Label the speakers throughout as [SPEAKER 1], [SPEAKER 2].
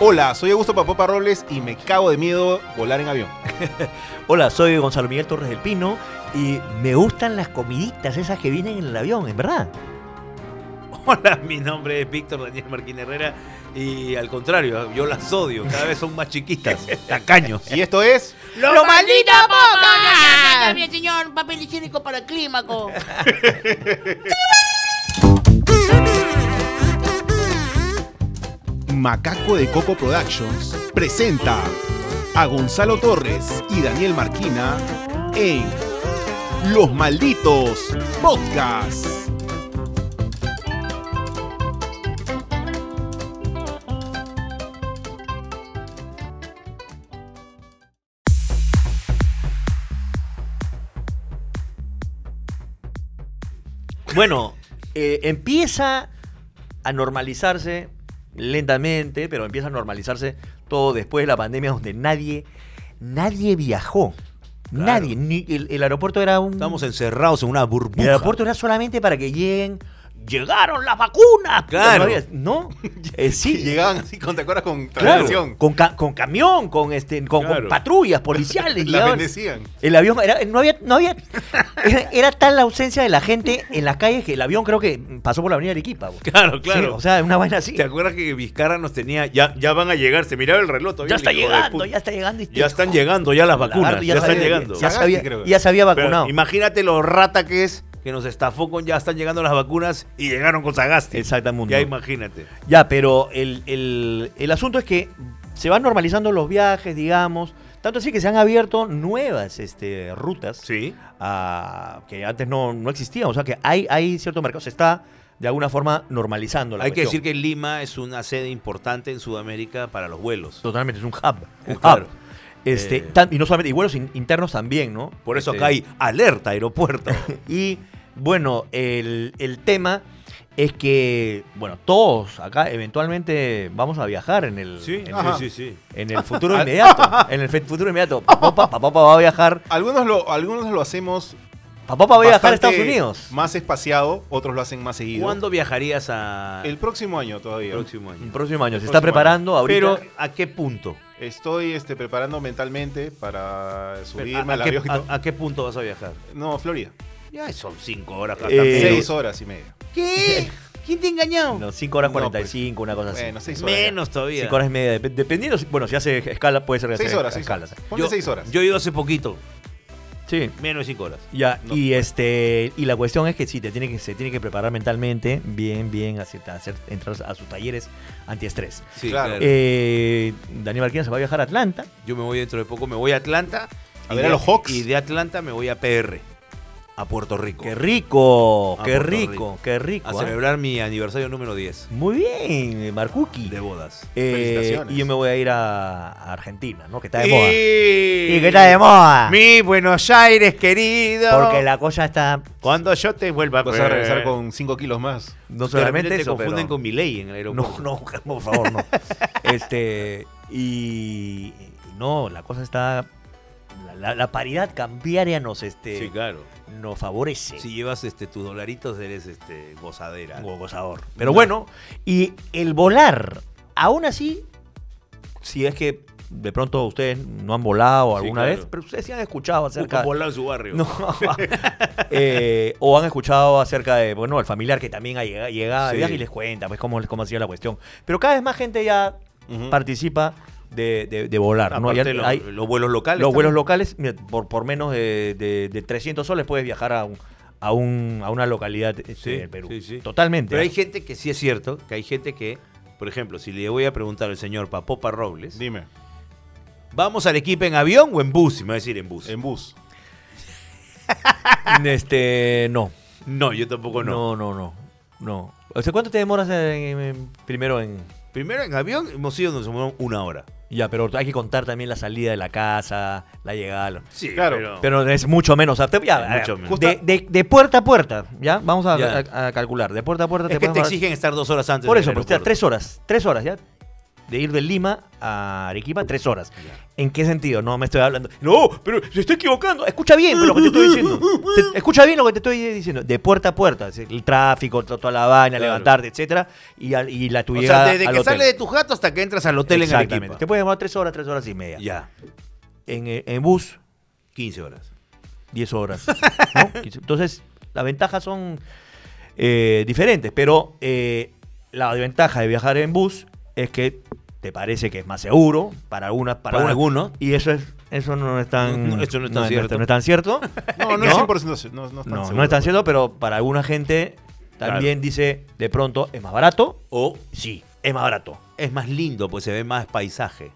[SPEAKER 1] Hola, soy Augusto Papopa Robles y me cago de miedo volar en avión.
[SPEAKER 2] Hola, soy Gonzalo Miguel Torres del Pino y me gustan las comiditas esas que vienen en el avión, en verdad.
[SPEAKER 3] Hola, mi nombre es Víctor Daniel Martín Herrera y al contrario, yo las odio, cada vez son más chiquitas, tacaños.
[SPEAKER 1] Y esto es.
[SPEAKER 4] ¡Lo, maldita boca! Bien, señor, papel higiénico para clímaco.
[SPEAKER 1] Macaco de Coco Productions presenta a Gonzalo Torres y Daniel Marquina en Los Malditos Podcast.
[SPEAKER 2] Bueno, eh, empieza a normalizarse lentamente, pero empieza a normalizarse todo después de la pandemia donde nadie, nadie viajó.
[SPEAKER 3] Claro.
[SPEAKER 2] Nadie. Ni- el, el aeropuerto era un...
[SPEAKER 3] Estamos encerrados en una
[SPEAKER 2] el
[SPEAKER 3] burbuja.
[SPEAKER 2] aeropuerto era solamente para que lleguen... ¡Llegaron las vacunas!
[SPEAKER 3] Claro.
[SPEAKER 2] No, había- ¿no? Eh, sí,
[SPEAKER 1] Y llegaban así, con, ¿te acuerdas? Con
[SPEAKER 2] Claro,
[SPEAKER 1] traducción.
[SPEAKER 2] con, ca- con camión, con este, con, con
[SPEAKER 3] Claro.
[SPEAKER 2] patrullas policiales.
[SPEAKER 1] La
[SPEAKER 2] llegaban.
[SPEAKER 1] bendecían.
[SPEAKER 2] el avión era, no había, no había, era, era tal la ausencia de la gente en las calles que el avión creo que pasó por la avenida Arequipa. bo.
[SPEAKER 3] Claro,
[SPEAKER 2] Sí,
[SPEAKER 3] claro.
[SPEAKER 2] o sea, una vaina así.
[SPEAKER 3] ¿Te acuerdas que Vizcarra nos tenía, ya, ya van a llegar, se miraba el reloj
[SPEAKER 2] Ya
[SPEAKER 3] todavía. el
[SPEAKER 2] está
[SPEAKER 3] hijo de
[SPEAKER 2] llegando,
[SPEAKER 3] puta.
[SPEAKER 2] ya está llegando. y-
[SPEAKER 3] Ya están llegando ya las
[SPEAKER 2] La
[SPEAKER 3] vacunas,
[SPEAKER 2] verdad,
[SPEAKER 3] ya,
[SPEAKER 2] se
[SPEAKER 3] están
[SPEAKER 2] había-
[SPEAKER 3] llegando.
[SPEAKER 2] Ya se
[SPEAKER 1] Cagaste,
[SPEAKER 2] había,
[SPEAKER 1] creo.
[SPEAKER 2] ya se había
[SPEAKER 3] Pero
[SPEAKER 2] vacunado.
[SPEAKER 3] imagínate lo rata que es que nos estafó con ya están llegando las vacunas y llegaron con Sagasti.
[SPEAKER 2] Exactamente.
[SPEAKER 3] Ya imagínate.
[SPEAKER 2] Ya, pero el, el- el asunto es que se van normalizando los viajes, digamos. Tanto así que se han abierto nuevas este, rutas.
[SPEAKER 3] Sí.
[SPEAKER 2] a- que antes no, no existía. O sea que hay, hay cierto mercado. Se está de alguna forma normalizando la
[SPEAKER 3] Hay que decir que Lima es una sede importante en Sudamérica para los vuelos.
[SPEAKER 2] totalmente es un hub. Un
[SPEAKER 3] claro.
[SPEAKER 2] hub. Este,
[SPEAKER 3] Eh.
[SPEAKER 2] tan- y no solamente, y vuelos in- internos también, ¿no?
[SPEAKER 3] Por eso
[SPEAKER 2] Este,
[SPEAKER 3] acá hay alerta aeropuerto.
[SPEAKER 2] Y bueno, el, el tema es que, bueno, todos acá eventualmente vamos a viajar en el, en el,
[SPEAKER 1] Ajá.
[SPEAKER 3] sí.
[SPEAKER 2] en el
[SPEAKER 1] Ah.
[SPEAKER 2] futuro inmediato. en el fe- futuro inmediato. Papá, papá va a viajar.
[SPEAKER 1] Algunos lo, algunos lo hacemos.
[SPEAKER 2] Papá va a viajar a
[SPEAKER 1] bastante
[SPEAKER 2] Estados Unidos.
[SPEAKER 1] Más espaciado, otros lo hacen más seguido.
[SPEAKER 3] ¿Cuándo viajarías a
[SPEAKER 1] El próximo año todavía.
[SPEAKER 3] el próximo año?
[SPEAKER 2] El próximo año. Se
[SPEAKER 1] El
[SPEAKER 2] está
[SPEAKER 1] próximo año.
[SPEAKER 2] preparando ahorita.
[SPEAKER 3] Pero ¿a qué punto?
[SPEAKER 1] Estoy este, preparando mentalmente para
[SPEAKER 3] ¿A,
[SPEAKER 1] subirme
[SPEAKER 3] a
[SPEAKER 1] al
[SPEAKER 3] qué,
[SPEAKER 1] avión. y todo.
[SPEAKER 3] a- a qué punto vas a viajar?
[SPEAKER 1] No, Florida.
[SPEAKER 3] Ya son cinco horas.
[SPEAKER 2] Eh,
[SPEAKER 3] también.
[SPEAKER 1] Seis horas y media.
[SPEAKER 3] ¿Qué? ¿Quién te ha engañado?
[SPEAKER 2] No, 5 horas
[SPEAKER 1] No, pues.
[SPEAKER 2] 45, una cosa así.
[SPEAKER 1] Bueno, seis horas.
[SPEAKER 3] Menos todavía.
[SPEAKER 2] 5 horas y media. dep- Dependiendo, si- bueno, si hace escala, puede ser que
[SPEAKER 1] Seis
[SPEAKER 2] hace
[SPEAKER 1] horas, seis
[SPEAKER 2] escala.
[SPEAKER 1] horas. Ponle
[SPEAKER 3] Yo-
[SPEAKER 1] seis horas.
[SPEAKER 3] Yo he ido hace poquito.
[SPEAKER 2] Sí.
[SPEAKER 3] Menos de cinco horas.
[SPEAKER 2] Ya,
[SPEAKER 1] No.
[SPEAKER 2] y
[SPEAKER 3] pues.
[SPEAKER 2] este y la cuestión es que sí, te tiene que, se tiene que preparar mentalmente bien, bien, hacer, hacer- entrar a sus talleres antiestrés.
[SPEAKER 3] Sí,
[SPEAKER 1] Claro.
[SPEAKER 3] claro.
[SPEAKER 2] Eh, Daniel Marquina se va a viajar a Atlanta.
[SPEAKER 3] Yo me voy dentro de poco, me voy a Atlanta.
[SPEAKER 1] A
[SPEAKER 3] y
[SPEAKER 1] ver
[SPEAKER 3] de-
[SPEAKER 1] a los Hawks.
[SPEAKER 3] Y de Atlanta me voy a PR, a Puerto Rico.
[SPEAKER 2] ¡Qué rico!
[SPEAKER 3] A
[SPEAKER 2] ¡Qué
[SPEAKER 3] Ah, Puerto
[SPEAKER 2] rico!
[SPEAKER 3] Rico.
[SPEAKER 2] ¡Qué rico!
[SPEAKER 3] A
[SPEAKER 2] ¿ah?
[SPEAKER 3] celebrar mi aniversario número 10
[SPEAKER 2] Muy bien, Marcuki.
[SPEAKER 3] de bodas.
[SPEAKER 2] Eh,
[SPEAKER 1] Felicitaciones.
[SPEAKER 2] y yo me voy a ir a, a Argentina, ¿no? Que está de
[SPEAKER 3] Y-
[SPEAKER 2] moda. Y que está de moda.
[SPEAKER 3] Mi Buenos Aires, querido.
[SPEAKER 2] Porque la cosa está
[SPEAKER 3] Cuando yo te vuelva
[SPEAKER 1] Vas a regresar con cinco kilos más.
[SPEAKER 2] No
[SPEAKER 3] De repente
[SPEAKER 2] solamente
[SPEAKER 3] te
[SPEAKER 2] eso,
[SPEAKER 3] este confunden
[SPEAKER 2] pero-
[SPEAKER 3] con mi ley en el aeropuerto.
[SPEAKER 2] No, no, por favor, no. este, y no, la cosa está... La, la- la paridad cambiaria nos, este,
[SPEAKER 3] Sí, claro.
[SPEAKER 2] nos favorece.
[SPEAKER 3] Si llevas este tus dolaritos eres este gozadera.
[SPEAKER 2] Hugo Gozador. Pero bueno, y el volar, aún así, si es que de pronto ustedes no han volado
[SPEAKER 3] Sí,
[SPEAKER 2] alguna
[SPEAKER 3] claro.
[SPEAKER 2] vez, pero ustedes sí han escuchado acerca...
[SPEAKER 3] Como volado en su barrio.
[SPEAKER 2] No, eh, o han escuchado acerca de, bueno, el familiar que también ha llegado, llegado de
[SPEAKER 3] Sí.
[SPEAKER 2] viaje y les cuenta, pues, cómo, cómo ha sido la cuestión. Pero cada vez más gente ya
[SPEAKER 1] Ujú.
[SPEAKER 2] participa de, de- de volar, ¿no? Ya
[SPEAKER 3] Aparte, lo-
[SPEAKER 2] hay-
[SPEAKER 3] los vuelos locales.
[SPEAKER 2] los vuelos
[SPEAKER 3] también.
[SPEAKER 2] locales, mira, por, por menos de, de- de 300 soles puedes viajar a, un- a, un- a una localidad este,
[SPEAKER 3] Sí,
[SPEAKER 2] del Perú.
[SPEAKER 3] sí, sí.
[SPEAKER 2] Totalmente.
[SPEAKER 3] Pero hay
[SPEAKER 2] ¿eh?
[SPEAKER 3] gente que sí es cierto, que hay gente que, por ejemplo, si le voy a preguntar al señor Papopa Robles,
[SPEAKER 1] Dime,
[SPEAKER 3] ¿vamos al equipo en avión o en bus? Y me va a decir en bus.
[SPEAKER 1] en bus.
[SPEAKER 2] Este, no.
[SPEAKER 3] No, yo tampoco Oh, no.
[SPEAKER 2] No, no, no. no. O sea, ¿cuánto te demoras en- en- primero en...?
[SPEAKER 3] Primero en avión hemos ido, nos demoró una hora.
[SPEAKER 2] Ya, pero hay que contar también la salida de la casa, la llegada... lo-
[SPEAKER 3] Sí,
[SPEAKER 1] Claro,
[SPEAKER 2] Pero es mucho menos. o sea, te- ya,
[SPEAKER 3] Es
[SPEAKER 2] a ver,
[SPEAKER 3] mucho menos.
[SPEAKER 2] De, de- de puerta a puerta, ¿ya? Vamos a,
[SPEAKER 3] Ya.
[SPEAKER 2] a- a calcular. De puerta a puerta
[SPEAKER 3] es que
[SPEAKER 2] puedes
[SPEAKER 3] te
[SPEAKER 2] mover-
[SPEAKER 3] exigen estar dos horas antes.
[SPEAKER 2] Por
[SPEAKER 3] en
[SPEAKER 2] eso,
[SPEAKER 3] el
[SPEAKER 2] pues, o sea,
[SPEAKER 3] aeropuerto.
[SPEAKER 2] tres horas. Tres horas, ¿ya? de ir de Lima a Arequipa tres horas. ¿En qué sentido? No, me estoy hablando. No, pero se está equivocando. Escucha bien pues lo que te estoy diciendo. Se- escucha bien lo que te estoy diciendo. De puerta a puerta. es decir, El tráfico, to- toda la vaina,
[SPEAKER 3] Claro.
[SPEAKER 2] levantarte, etcétera. Y, al- y la tu
[SPEAKER 3] O sea,
[SPEAKER 2] llegada
[SPEAKER 3] desde
[SPEAKER 2] al
[SPEAKER 3] que
[SPEAKER 2] hotel.
[SPEAKER 3] sale de tu jato hasta que entras al hotel en
[SPEAKER 2] Exactamente.
[SPEAKER 3] Arequipa.
[SPEAKER 2] Te puede llevar tres horas, tres horas y media.
[SPEAKER 3] Ya,
[SPEAKER 2] En, eh, en bus,
[SPEAKER 3] 15 horas.
[SPEAKER 2] 10 horas. ¿no? 15. Entonces, las ventajas son eh, diferentes, pero eh, la desventaja de viajar en bus es que te parece que es más seguro para algunas para,
[SPEAKER 3] Para,
[SPEAKER 2] algunas-
[SPEAKER 3] algunos.
[SPEAKER 2] y eso es eso no es tan
[SPEAKER 3] No, eso no es tan cierto.
[SPEAKER 2] no es tan cierto
[SPEAKER 1] No, no,
[SPEAKER 2] ¿No?
[SPEAKER 1] es 100%. No, no, es tan
[SPEAKER 2] no, no
[SPEAKER 1] seguro.
[SPEAKER 2] es
[SPEAKER 3] pues.
[SPEAKER 2] tan cierto pero para alguna gente también dice de pronto es más barato
[SPEAKER 3] O
[SPEAKER 2] sí es más barato
[SPEAKER 3] es más lindo, pues se ve más paisaje.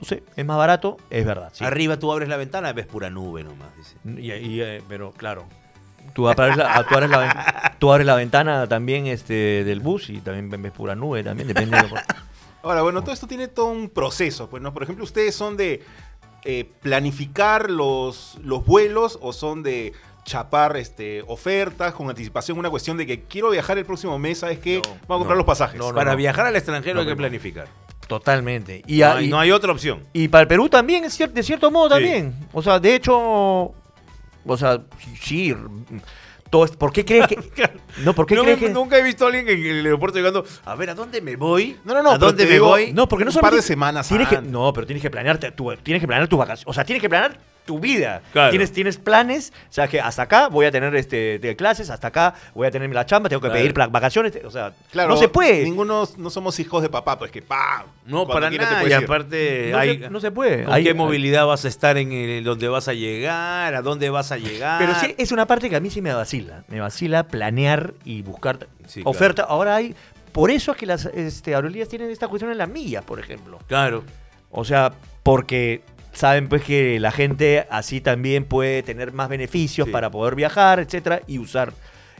[SPEAKER 2] no sé es más barato es verdad sí.
[SPEAKER 3] Arriba tú abres la ventana y ves pura nube nomás. dice.
[SPEAKER 2] Y- y, eh, pero claro, tú abres, la, tú abres la ven- tú abres la ventana también este, del bus y también ves pura nube, también depende de lo-
[SPEAKER 1] Ahora, bueno, todo esto tiene todo un proceso. Pues, ¿no? Por ejemplo, ustedes son de eh, planificar los, los vuelos o son de chapar este, ofertas con anticipación. Una cuestión de que quiero viajar el próximo mes, ¿sabes qué?
[SPEAKER 3] No,
[SPEAKER 1] Vamos a comprar
[SPEAKER 2] no,
[SPEAKER 1] los pasajes.
[SPEAKER 2] no, no.
[SPEAKER 3] Para viajar al extranjero
[SPEAKER 2] No,
[SPEAKER 3] hay que
[SPEAKER 2] primo.
[SPEAKER 3] planificar.
[SPEAKER 2] Totalmente. Y,
[SPEAKER 3] No
[SPEAKER 2] a-
[SPEAKER 3] hay-
[SPEAKER 2] y-
[SPEAKER 3] no hay otra opción.
[SPEAKER 2] y para el Perú también, es cier- de cierto modo
[SPEAKER 3] Sí.
[SPEAKER 2] también. O sea, de hecho, o sea, sí, r- todo es- ¿por qué crees que...? No, ¿por qué
[SPEAKER 3] No,
[SPEAKER 2] crees
[SPEAKER 3] me-
[SPEAKER 2] que...?
[SPEAKER 3] Nunca he visto a alguien en el aeropuerto llegando, a ver, ¿a dónde me voy?
[SPEAKER 1] No, no, no,
[SPEAKER 3] ¿A
[SPEAKER 1] pero
[SPEAKER 3] dónde
[SPEAKER 1] te
[SPEAKER 3] me
[SPEAKER 1] digo-
[SPEAKER 3] voy?
[SPEAKER 2] No, porque no
[SPEAKER 1] Un par de
[SPEAKER 2] solamente-
[SPEAKER 1] semanas
[SPEAKER 2] tienes que-
[SPEAKER 1] antes.
[SPEAKER 2] No, pero tienes que planearte, tu, tienes que planear tus vacaciones. O sea, tienes que planear tu vida.
[SPEAKER 3] Claro.
[SPEAKER 2] Tienes, tienes planes. O sea, que hasta acá voy a tener este, de clases, hasta acá voy a tener la chamba, tengo que
[SPEAKER 3] Claro.
[SPEAKER 2] pedir pla- vacaciones. te- O sea, no se puede.
[SPEAKER 1] Ninguno, no somos hijos de papá, pues que pa.
[SPEAKER 3] No,
[SPEAKER 1] cuando
[SPEAKER 3] para
[SPEAKER 1] quiera te
[SPEAKER 3] nada.
[SPEAKER 1] puedes
[SPEAKER 3] Y
[SPEAKER 1] ir.
[SPEAKER 3] aparte,
[SPEAKER 2] no,
[SPEAKER 3] hay,
[SPEAKER 2] se, no se puede.
[SPEAKER 3] ¿con
[SPEAKER 2] Eh, Hay-
[SPEAKER 3] qué
[SPEAKER 2] hay-
[SPEAKER 3] movilidad vas a estar en el- dónde vas a llegar? ¿A dónde vas a llegar?
[SPEAKER 2] Pero sí, es una parte que a mí sí me vacila. Me vacila planear y buscar
[SPEAKER 3] Sí, claro.
[SPEAKER 2] oferta. Ahora hay. Por eso es que las este, aerolíneas tienen esta cuestión en las millas, por ejemplo.
[SPEAKER 3] Claro.
[SPEAKER 2] O sea, porque saben pues que la gente así también puede tener más beneficios
[SPEAKER 3] Sí.
[SPEAKER 2] para poder viajar, etcétera, y usar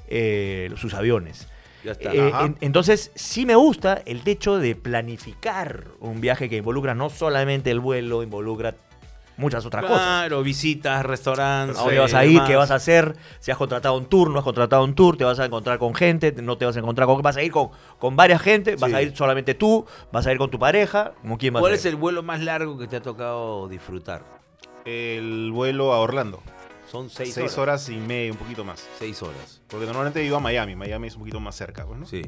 [SPEAKER 2] eh, sus aviones.
[SPEAKER 3] Ya está.
[SPEAKER 2] Eh,
[SPEAKER 1] Ajá.
[SPEAKER 2] en- entonces, sí me gusta el hecho de planificar un viaje que involucra no solamente el vuelo, involucra muchas otras cosas.
[SPEAKER 3] Claro, visitas, restaurantes.
[SPEAKER 2] ¿A dónde vas a ir? ¿Qué vas a hacer? Si has contratado un tour, no has contratado un tour, te vas a encontrar con gente, no te vas a encontrar con... Vas a ir con, con varias gente, vas
[SPEAKER 3] Sí.
[SPEAKER 2] a ir solamente tú, vas a ir con tu pareja, ¿con quién vas a
[SPEAKER 3] ¿Cuál
[SPEAKER 2] ir?
[SPEAKER 3] es el vuelo más largo que te ha tocado disfrutar?
[SPEAKER 1] El vuelo a Orlando.
[SPEAKER 3] Son seis,
[SPEAKER 1] Seis, horas. y media, un poquito más.
[SPEAKER 3] Seis horas.
[SPEAKER 1] Porque normalmente iba a Miami. Miami es un poquito más cerca, pues, ¿no?
[SPEAKER 3] Sí.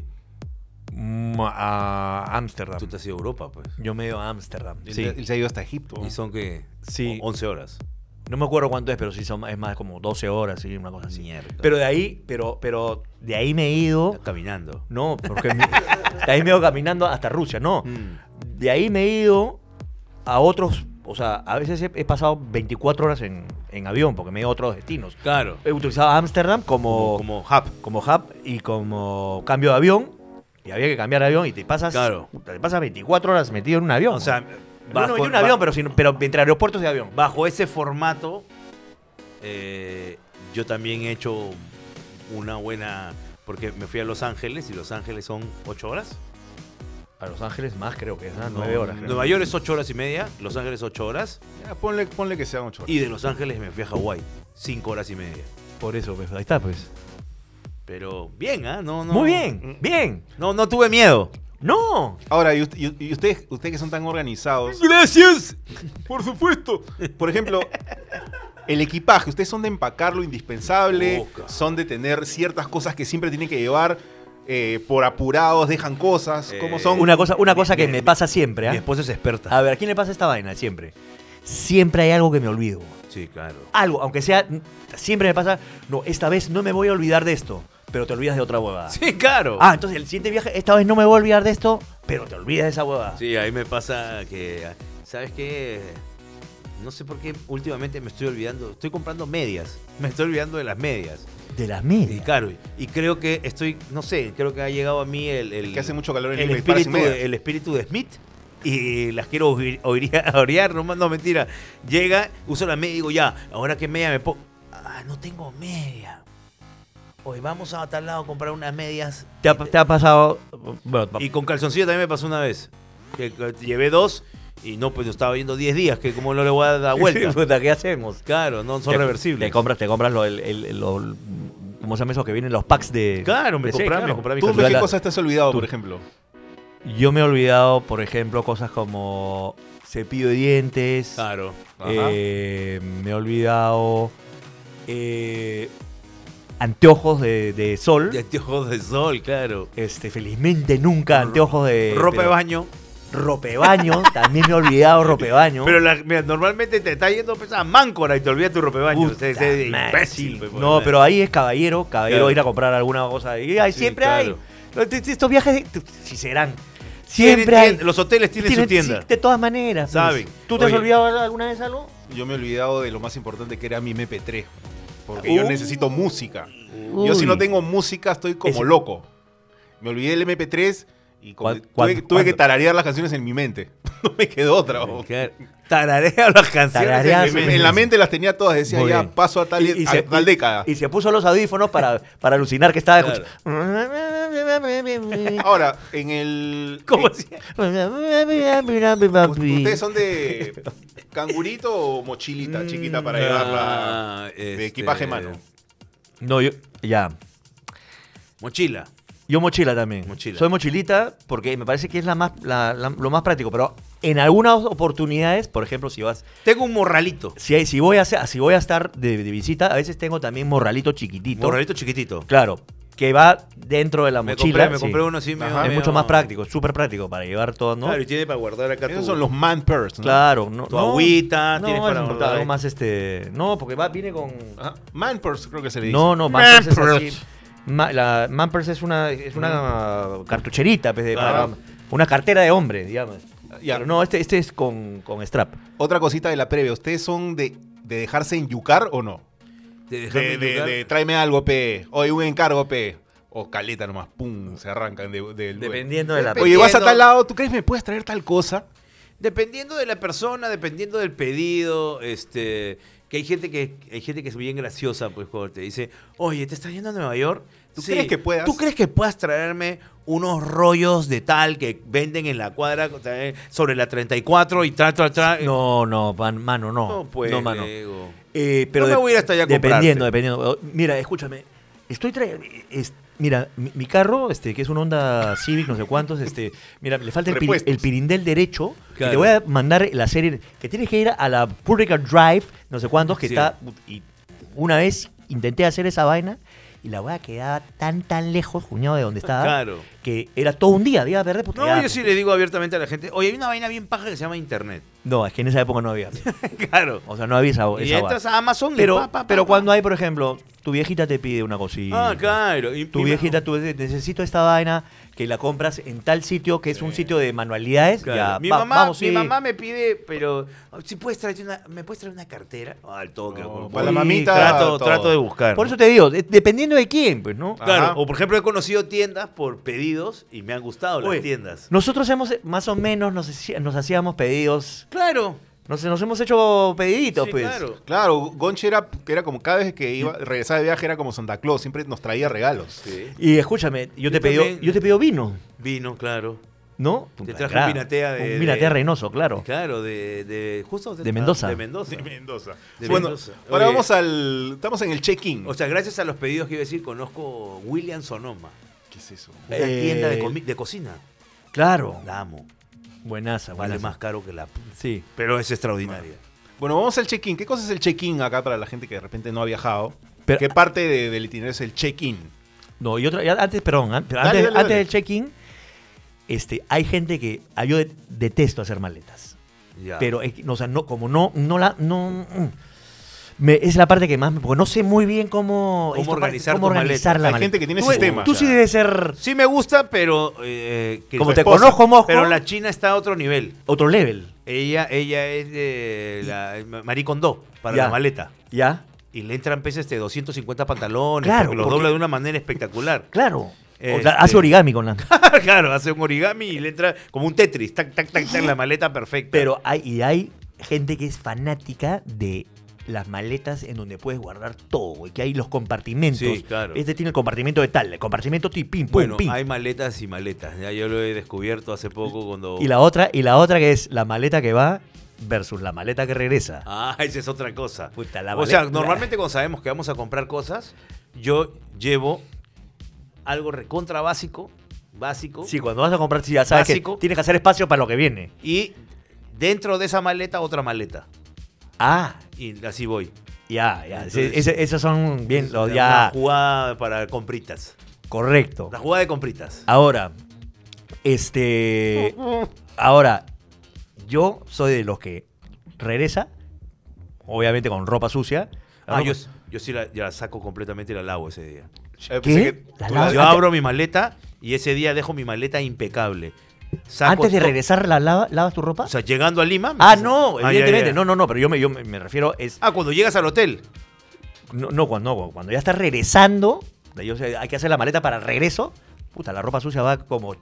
[SPEAKER 2] Mm, a Ámsterdam.
[SPEAKER 3] Tú te has ido a Europa, pues.
[SPEAKER 2] Yo me iba a Ámsterdam.
[SPEAKER 1] Él,
[SPEAKER 2] Sí.
[SPEAKER 1] él se ha ido hasta Egipto.
[SPEAKER 3] Y son que
[SPEAKER 2] Sí.
[SPEAKER 3] 11 horas.
[SPEAKER 2] No me acuerdo cuánto es, pero sí son, es más como 12 horas, sí, una cosa así.
[SPEAKER 3] Mierda.
[SPEAKER 2] Pero de ahí, pero, pero Mm. de ahí me he ido.
[SPEAKER 3] caminando.
[SPEAKER 2] No, porque me- de ahí me he ido caminando hasta Rusia, no. De ahí me he ido a otros. O sea, a veces he, he pasado 24 horas en, en avión porque me he ido a otros destinos.
[SPEAKER 3] Claro.
[SPEAKER 2] He utilizado eh, Ámsterdam
[SPEAKER 3] Como,
[SPEAKER 2] como, como,
[SPEAKER 3] como hub.
[SPEAKER 2] hub y como cambio de avión. Y había que cambiar de avión y te pasas,
[SPEAKER 3] Claro.
[SPEAKER 2] te pasas 24 horas metido en un avión.
[SPEAKER 3] O sea,
[SPEAKER 2] Bueno,
[SPEAKER 3] bajo,
[SPEAKER 2] yo un avión,
[SPEAKER 3] ba-
[SPEAKER 2] pero, sin- pero entre aeropuertos de avión.
[SPEAKER 3] bajo ese formato, eh, yo también he hecho una buena. Porque me fui a Los Ángeles y Los Ángeles son 8 horas.
[SPEAKER 2] A Los Ángeles más creo que es, ¿no?
[SPEAKER 1] No,
[SPEAKER 2] nueve horas. creo.
[SPEAKER 3] Nueva York es 8 horas y media, Los Ángeles 8 horas.
[SPEAKER 1] Ya, ponle, ponle que sean ocho horas.
[SPEAKER 3] Y de Los Ángeles me fui a Hawái, 5 horas y media.
[SPEAKER 2] Por eso, pues, ahí está, pues. Mm.
[SPEAKER 3] Pero bien, ¿ah? No, no.
[SPEAKER 2] Muy bien, bien.
[SPEAKER 3] No, no tuve miedo.
[SPEAKER 2] No.
[SPEAKER 1] Ahora, y, ust- y- y ustedes, ustedes que son tan organizados,
[SPEAKER 3] Gracias.
[SPEAKER 1] por supuesto. Por ejemplo, el equipaje, ustedes son de empacar lo indispensable,
[SPEAKER 3] Boca.
[SPEAKER 1] son de tener ciertas cosas que siempre tienen que llevar eh, por apurados, dejan cosas. ¿Cómo
[SPEAKER 3] Eh,
[SPEAKER 1] son?
[SPEAKER 2] Una cosa, una cosa que
[SPEAKER 3] Mi-
[SPEAKER 2] me
[SPEAKER 3] mi-
[SPEAKER 2] pasa siempre, ¿ah?
[SPEAKER 3] Mi esposa es experta.
[SPEAKER 2] A ver, ¿a quién le pasa esta vaina siempre? Siempre hay algo que me olvido.
[SPEAKER 3] Sí, claro.
[SPEAKER 2] Algo, aunque sea, siempre me pasa, no, esta vez no me voy a olvidar de esto, pero te olvidas de otra huevada.
[SPEAKER 3] Sí, claro.
[SPEAKER 2] Ah, entonces el siguiente viaje, esta vez no me voy a olvidar de esto, pero te olvidas de esa huevada.
[SPEAKER 3] Sí, ahí me pasa que, ¿sabes qué? No sé por qué últimamente me estoy olvidando, estoy comprando medias, me estoy olvidando de las medias.
[SPEAKER 2] De las
[SPEAKER 3] Y
[SPEAKER 2] medias.
[SPEAKER 3] claro, y creo que estoy, no sé, creo que ha llegado a mí el, el,
[SPEAKER 1] Que hace mucho calor en
[SPEAKER 3] el
[SPEAKER 1] Lima y paras y
[SPEAKER 3] espíritu,
[SPEAKER 1] media.
[SPEAKER 3] de, el espíritu de Smith y las quiero oir- oiría- orear, nomás, no mentira. Llega, uso la media y digo, ya, ahora que media me pongo, ah, no tengo media. Hoy vamos a tal lado a comprar unas medias
[SPEAKER 2] ¿Te ha, te ha pasado... Bueno,
[SPEAKER 3] y con calzoncillo también me pasó una vez. Que, que llevé dos y no, pues yo estaba yendo 10 días, que como no le voy a dar vuelta. Pues,
[SPEAKER 2] Puta, ¿Qué hacemos?
[SPEAKER 3] Claro, no son
[SPEAKER 2] Te-
[SPEAKER 3] reversibles.
[SPEAKER 2] Te compras, te compras lo, el, el- lo- ¿cómo se llama eso? Que vienen los packs de.
[SPEAKER 3] claro, me
[SPEAKER 2] de
[SPEAKER 3] compraba
[SPEAKER 2] seis,
[SPEAKER 3] me compraba mi
[SPEAKER 1] ¿Tú de qué
[SPEAKER 2] Tú la-
[SPEAKER 3] calzoncillo.
[SPEAKER 1] cosas te has olvidado,
[SPEAKER 2] tú.
[SPEAKER 1] por ejemplo?
[SPEAKER 2] Yo me he olvidado, por ejemplo, cosas como cepillo de dientes.
[SPEAKER 3] Claro.
[SPEAKER 1] Ajá.
[SPEAKER 2] eh, me he olvidado eh, anteojos de, de sol.
[SPEAKER 3] De anteojos de sol, claro. Eh,
[SPEAKER 2] Este, felizmente nunca anteojos de
[SPEAKER 3] Ropa de
[SPEAKER 2] pero-
[SPEAKER 3] baño.
[SPEAKER 2] ropebaño, también me he olvidado ropebaño.
[SPEAKER 3] Pero la- mira, normalmente te está yendo pues, a Máncora y te olvidas tu ropa de baño.
[SPEAKER 2] Puta
[SPEAKER 3] Usted usted es
[SPEAKER 2] madre,
[SPEAKER 3] imbécil.
[SPEAKER 2] sí.
[SPEAKER 3] pues, por
[SPEAKER 2] No,
[SPEAKER 3] la-
[SPEAKER 2] pero ahí es caballero, caballero
[SPEAKER 3] Claro.
[SPEAKER 2] ir a comprar alguna cosa. Y ahí
[SPEAKER 3] Sí,
[SPEAKER 2] siempre
[SPEAKER 3] claro.
[SPEAKER 2] hay. Est- Estos viajes, si serán.
[SPEAKER 3] Tienen
[SPEAKER 2] Siempre hay.
[SPEAKER 3] tienda- Los hoteles tienen, su
[SPEAKER 2] tienen-
[SPEAKER 3] tienda.
[SPEAKER 2] sí, de todas maneras. pues.
[SPEAKER 3] Saben.
[SPEAKER 2] ¿Tú te has
[SPEAKER 3] Oye.
[SPEAKER 2] olvidado alguna vez algo?
[SPEAKER 1] Yo me he olvidado de lo más importante que era mi MP3. Porque yo
[SPEAKER 2] Uy.
[SPEAKER 1] necesito música. Yo si no
[SPEAKER 2] Uh. Uy.
[SPEAKER 1] tengo música estoy como
[SPEAKER 2] Ese-
[SPEAKER 1] loco. Me olvidé del MP3 y como-
[SPEAKER 2] ¿Cuán-
[SPEAKER 1] tuve,
[SPEAKER 2] cuándo-
[SPEAKER 1] tuve que
[SPEAKER 2] cuándo?
[SPEAKER 1] tararear las canciones en mi mente. No me quedó otra. bo.
[SPEAKER 3] Claro. Tararea las canciones.
[SPEAKER 2] Tararea
[SPEAKER 3] en mi
[SPEAKER 2] sus-
[SPEAKER 3] mente.
[SPEAKER 1] En la mente las tenía todas, decía
[SPEAKER 2] Muy
[SPEAKER 1] ya
[SPEAKER 2] bien.
[SPEAKER 1] paso a tal, e-
[SPEAKER 2] Y- y
[SPEAKER 1] a
[SPEAKER 2] se-
[SPEAKER 1] tal
[SPEAKER 2] y-
[SPEAKER 1] década.
[SPEAKER 2] Y se puso los audífonos para, para alucinar que estaba
[SPEAKER 3] Claro.
[SPEAKER 2] escuchando.
[SPEAKER 1] Ahora, en el.
[SPEAKER 3] ¿Cómo
[SPEAKER 1] en-
[SPEAKER 3] así?
[SPEAKER 1] ¿Ustedes son de cangurito o
[SPEAKER 2] Mm,
[SPEAKER 1] mochilita chiquita para llevarla
[SPEAKER 3] Mm, Ah,
[SPEAKER 1] de
[SPEAKER 3] este,
[SPEAKER 1] equipaje mano?
[SPEAKER 2] No, yo. Ya.
[SPEAKER 3] Mochila.
[SPEAKER 2] Yo mochila también.
[SPEAKER 3] Mochila.
[SPEAKER 2] Soy mochilita porque me parece que es la más, la- la- lo más práctico. Pero en algunas oportunidades, por ejemplo, si vas,
[SPEAKER 3] Tengo un morralito.
[SPEAKER 2] si, hay- si voy a hacer- si voy a estar de, de visita, a veces tengo también morralito chiquitito.
[SPEAKER 3] Morralito chiquitito.
[SPEAKER 2] Claro, que va dentro de la
[SPEAKER 3] Me
[SPEAKER 2] mochila.
[SPEAKER 3] compré, me
[SPEAKER 2] sí.
[SPEAKER 3] compré uno así. medio-
[SPEAKER 1] Ajá.
[SPEAKER 2] Es
[SPEAKER 3] medio-
[SPEAKER 2] mucho más práctico, es súper práctico para llevar todo, ¿no?
[SPEAKER 3] Claro, y tiene para guardar acá
[SPEAKER 1] Esos
[SPEAKER 3] tu-
[SPEAKER 1] son los man purse, ¿no?
[SPEAKER 2] Claro, no.
[SPEAKER 3] Tu
[SPEAKER 2] no,
[SPEAKER 3] agüita,
[SPEAKER 2] no,
[SPEAKER 3] tienes para
[SPEAKER 2] es
[SPEAKER 3] guardar
[SPEAKER 2] algo
[SPEAKER 3] ahí.
[SPEAKER 2] más este. No, porque va, viene con.
[SPEAKER 1] Ajá. Man purse, creo que se le dice.
[SPEAKER 2] No, no, Mampers es
[SPEAKER 3] Mampers.
[SPEAKER 2] así. Ma- la Mampers es una, es una cartucherita, pues, de-
[SPEAKER 3] Claro.
[SPEAKER 2] para- una cartera de hombre, digamos.
[SPEAKER 1] Ya.
[SPEAKER 2] Pero no, este, este es con, con strap.
[SPEAKER 1] Otra cosita de la previa, ¿ustedes son de, de dejarse enyucar o no?
[SPEAKER 3] de
[SPEAKER 1] De,
[SPEAKER 3] dejarme
[SPEAKER 1] de,
[SPEAKER 3] tocar.
[SPEAKER 1] de tráeme algo, pe. Oye, un encargo, pe. O caleta nomás, pum, se arrancan de- del lugar.
[SPEAKER 2] Dependiendo de la
[SPEAKER 1] Oye, vas a
[SPEAKER 3] Dependiendo.
[SPEAKER 1] tal lado, ¿tú crees me puedes traer tal cosa?
[SPEAKER 3] Dependiendo de la persona, dependiendo del pedido, este, que hay gente que hay gente que es bien graciosa, pues cuando te dice, oye, te estás yendo a Nueva York,
[SPEAKER 1] ¿Tú crees que puedas?
[SPEAKER 3] ¿Tú crees que puedas traerme unos rollos de tal que venden en la cuadra eh, sobre la 34 y tra, tra, tra?
[SPEAKER 2] No, no, man- mano, no. No,
[SPEAKER 3] no pues,
[SPEAKER 2] mano.
[SPEAKER 3] Diego.
[SPEAKER 2] Eh, pero
[SPEAKER 3] No me
[SPEAKER 2] de-
[SPEAKER 3] voy a ir hasta allá a
[SPEAKER 2] Dependiendo,
[SPEAKER 3] comprarte.
[SPEAKER 2] dependiendo. Mira, escúchame. Estoy trayendo. mira, mi, mi carro, este, que es un Honda Civic, no sé cuántos, este, mira, le falta el, piri-
[SPEAKER 1] Repuestos.
[SPEAKER 2] el pirindel derecho. y
[SPEAKER 3] Claro.
[SPEAKER 2] te voy a mandar la serie. Que tienes que ir a la Purican Drive, no sé cuántos, que
[SPEAKER 3] Sí.
[SPEAKER 2] está. Y una vez intenté hacer esa vaina y la a quedaba tan, tan lejos, cuñado, de donde estaba.
[SPEAKER 3] Claro.
[SPEAKER 2] Que era todo un día, día verde. puta,
[SPEAKER 3] No,
[SPEAKER 2] ya,
[SPEAKER 3] yo sí le digo abiertamente a la gente, oye, hay una vaina bien paja que se llama internet.
[SPEAKER 2] No, es que en esa época no había.
[SPEAKER 3] claro.
[SPEAKER 2] O sea, no había esa.
[SPEAKER 3] Y
[SPEAKER 2] esa
[SPEAKER 3] entras
[SPEAKER 2] vaina.
[SPEAKER 3] a Amazon y
[SPEAKER 2] Pero,
[SPEAKER 3] pa, pa, pa,
[SPEAKER 2] pero
[SPEAKER 3] pa.
[SPEAKER 2] cuando hay, por ejemplo, tu viejita te pide una cosita.
[SPEAKER 3] Ah, claro. Y-
[SPEAKER 2] Tu
[SPEAKER 3] y-
[SPEAKER 2] viejita, tú dices, necesito esta vaina que la compras en tal sitio que es un sitio de manualidades.
[SPEAKER 3] Claro.
[SPEAKER 2] Ya,
[SPEAKER 3] mi,
[SPEAKER 2] va-
[SPEAKER 3] mamá,
[SPEAKER 2] vamos,
[SPEAKER 3] mi
[SPEAKER 2] sí.
[SPEAKER 3] mamá me pide, pero si puedes traerte una, ¿me puedes traer una cartera? Al toque.
[SPEAKER 1] No,
[SPEAKER 3] por-
[SPEAKER 1] para la
[SPEAKER 3] por-
[SPEAKER 1] mamita,
[SPEAKER 3] pues, Trato,
[SPEAKER 1] todo.
[SPEAKER 3] trato de buscar.
[SPEAKER 2] Por eso te digo, de- dependiendo de quién, pues, ¿no?
[SPEAKER 1] Ah.
[SPEAKER 3] Claro,
[SPEAKER 1] Ajá.
[SPEAKER 3] o por ejemplo he conocido tiendas por pedidos y me han gustado
[SPEAKER 2] Oye,
[SPEAKER 3] las tiendas.
[SPEAKER 2] Nosotros hemos, eh, más o menos, nos, hacía- nos hacíamos pedidos.
[SPEAKER 3] Claro.
[SPEAKER 2] Nos, nos hemos hecho pediditos,
[SPEAKER 3] Sí,
[SPEAKER 2] pues.
[SPEAKER 3] claro.
[SPEAKER 1] Claro, Gonche era, que era como cada vez que iba, regresaba de viaje era como Santa Claus, siempre nos traía regalos.
[SPEAKER 2] Y escúchame, yo,
[SPEAKER 3] Yo
[SPEAKER 2] te pedí,
[SPEAKER 3] también.
[SPEAKER 2] yo te pedí vino,
[SPEAKER 3] Vino, claro.
[SPEAKER 2] ¿no?
[SPEAKER 3] Te traje
[SPEAKER 2] Claro.
[SPEAKER 3] un vinatea de-
[SPEAKER 2] Un vinatea
[SPEAKER 3] de-
[SPEAKER 2] reynoso, claro.
[SPEAKER 3] Claro, de, de justo
[SPEAKER 2] De Mendoza.
[SPEAKER 3] De Mendoza.
[SPEAKER 1] De Mendoza.
[SPEAKER 3] De
[SPEAKER 1] bueno,
[SPEAKER 3] Mendoza.
[SPEAKER 1] ahora
[SPEAKER 3] Oye.
[SPEAKER 1] vamos al. Estamos en el check-in.
[SPEAKER 3] O sea, gracias a los pedidos que iba a decir, conozco William Sonoma.
[SPEAKER 1] ¿Qué es eso?
[SPEAKER 3] Una
[SPEAKER 2] Eh,
[SPEAKER 3] tienda de, comi- de cocina.
[SPEAKER 2] Claro.
[SPEAKER 3] La amo.
[SPEAKER 2] Buenaza,
[SPEAKER 3] Vale
[SPEAKER 2] buenaza.
[SPEAKER 3] más caro que la... p-
[SPEAKER 2] Sí.
[SPEAKER 3] Pero es extraordinaria.
[SPEAKER 1] Bueno, vamos al check-in. ¿Qué cosa es el check-in acá para la gente que de repente no ha viajado?
[SPEAKER 2] Pero-
[SPEAKER 1] ¿Qué parte de- del itinerario es el check-in? Eh,
[SPEAKER 2] No, y otra, y antes, perdón, an- pero antes,
[SPEAKER 1] dale,
[SPEAKER 2] antes
[SPEAKER 1] dale.
[SPEAKER 2] del check-in, este, hay gente que, ah, yo de- detesto hacer maletas,
[SPEAKER 3] Ya.
[SPEAKER 2] pero es que, no, o sea, no, como no, no la, no, mm, me- es la parte que más, me- porque no sé muy bien cómo,
[SPEAKER 3] Cómo
[SPEAKER 2] esto parece-
[SPEAKER 3] organizar
[SPEAKER 2] cómo
[SPEAKER 3] tus
[SPEAKER 2] organizar
[SPEAKER 3] maletas.
[SPEAKER 2] la
[SPEAKER 1] Hay
[SPEAKER 2] maleta.
[SPEAKER 1] gente que tiene
[SPEAKER 2] tú,
[SPEAKER 1] sistema.
[SPEAKER 2] Tú sí debes ser
[SPEAKER 3] Sí me gusta, pero... eh, que
[SPEAKER 2] Como
[SPEAKER 3] su
[SPEAKER 2] te
[SPEAKER 3] esposa-
[SPEAKER 2] conozco, mojo.
[SPEAKER 3] Pero la China está a otro nivel.
[SPEAKER 2] otro level,
[SPEAKER 3] Ella, ella es de la Marie Kondo para
[SPEAKER 2] Ya.
[SPEAKER 3] la maleta.
[SPEAKER 2] ¿ya?
[SPEAKER 3] Y le entran peces de 250 pantalones.
[SPEAKER 2] Claro,
[SPEAKER 3] porque los
[SPEAKER 2] porque-
[SPEAKER 3] dobla de una manera espectacular.
[SPEAKER 2] Claro. O
[SPEAKER 3] Este-
[SPEAKER 2] sea, hace origami con la...
[SPEAKER 3] claro, hace un origami y le entra como un Tetris. Tac, tac, tac, tac, la maleta perfecta.
[SPEAKER 2] Pero hay, y hay gente que es fanática de las maletas en donde puedes guardar todo, y que hay los compartimentos.
[SPEAKER 3] Sí, claro.
[SPEAKER 2] Este tiene el compartimento de tal, el compartimento tipín, pum,
[SPEAKER 3] bueno,
[SPEAKER 2] pim.
[SPEAKER 3] hay maletas y maletas. Ya yo lo he descubierto hace poco cuando.
[SPEAKER 2] Y la otra, y la otra que es la maleta que va versus la maleta que regresa.
[SPEAKER 3] Ah, esa es otra cosa.
[SPEAKER 2] Puta, la
[SPEAKER 3] o sea,
[SPEAKER 2] maleta-
[SPEAKER 3] normalmente cuando sabemos que vamos a comprar cosas, yo llevo algo recontra básico, básico.
[SPEAKER 2] Sí, cuando vas a comprar, sí, ya sabes
[SPEAKER 3] Básico.
[SPEAKER 2] que tienes que hacer espacio para lo que viene.
[SPEAKER 3] Y dentro de esa maleta, otra maleta.
[SPEAKER 2] Ah,
[SPEAKER 3] Y así voy.
[SPEAKER 2] ya, ya.
[SPEAKER 3] Entonces,
[SPEAKER 2] Ese- ese- esos son bien los
[SPEAKER 3] Una
[SPEAKER 2] ya.
[SPEAKER 3] jugada para compritas.
[SPEAKER 2] Correcto.
[SPEAKER 3] La jugada de compritas.
[SPEAKER 2] Ahora, este. Ahora, yo soy de los que regresa, obviamente con ropa sucia. La
[SPEAKER 3] Ah,
[SPEAKER 2] ropa-
[SPEAKER 3] yo, yo sí la, ya la saco completamente y la lavo ese día.
[SPEAKER 1] Eh,
[SPEAKER 2] ¿Qué?
[SPEAKER 1] pensé que
[SPEAKER 2] La
[SPEAKER 1] tú
[SPEAKER 2] lava-
[SPEAKER 1] la-
[SPEAKER 3] Yo
[SPEAKER 2] antes-
[SPEAKER 3] abro mi maleta y ese día dejo mi maleta impecable. Saco
[SPEAKER 2] Antes de
[SPEAKER 3] to-
[SPEAKER 2] regresar, la lava- ¿lavas tu ropa?
[SPEAKER 3] O sea, llegando a Lima.
[SPEAKER 2] Ah, no,
[SPEAKER 3] Ah, ya, ya,
[SPEAKER 2] evidentemente.
[SPEAKER 3] ya.
[SPEAKER 2] No, no, no, pero yo me, yo me- me refiero es.
[SPEAKER 3] Ah, cuando llegas al hotel.
[SPEAKER 2] No, no, cuando, no, cuando ya estás regresando, yo sé, hay que hacer la maleta para el regreso. Puta, la ropa sucia va como.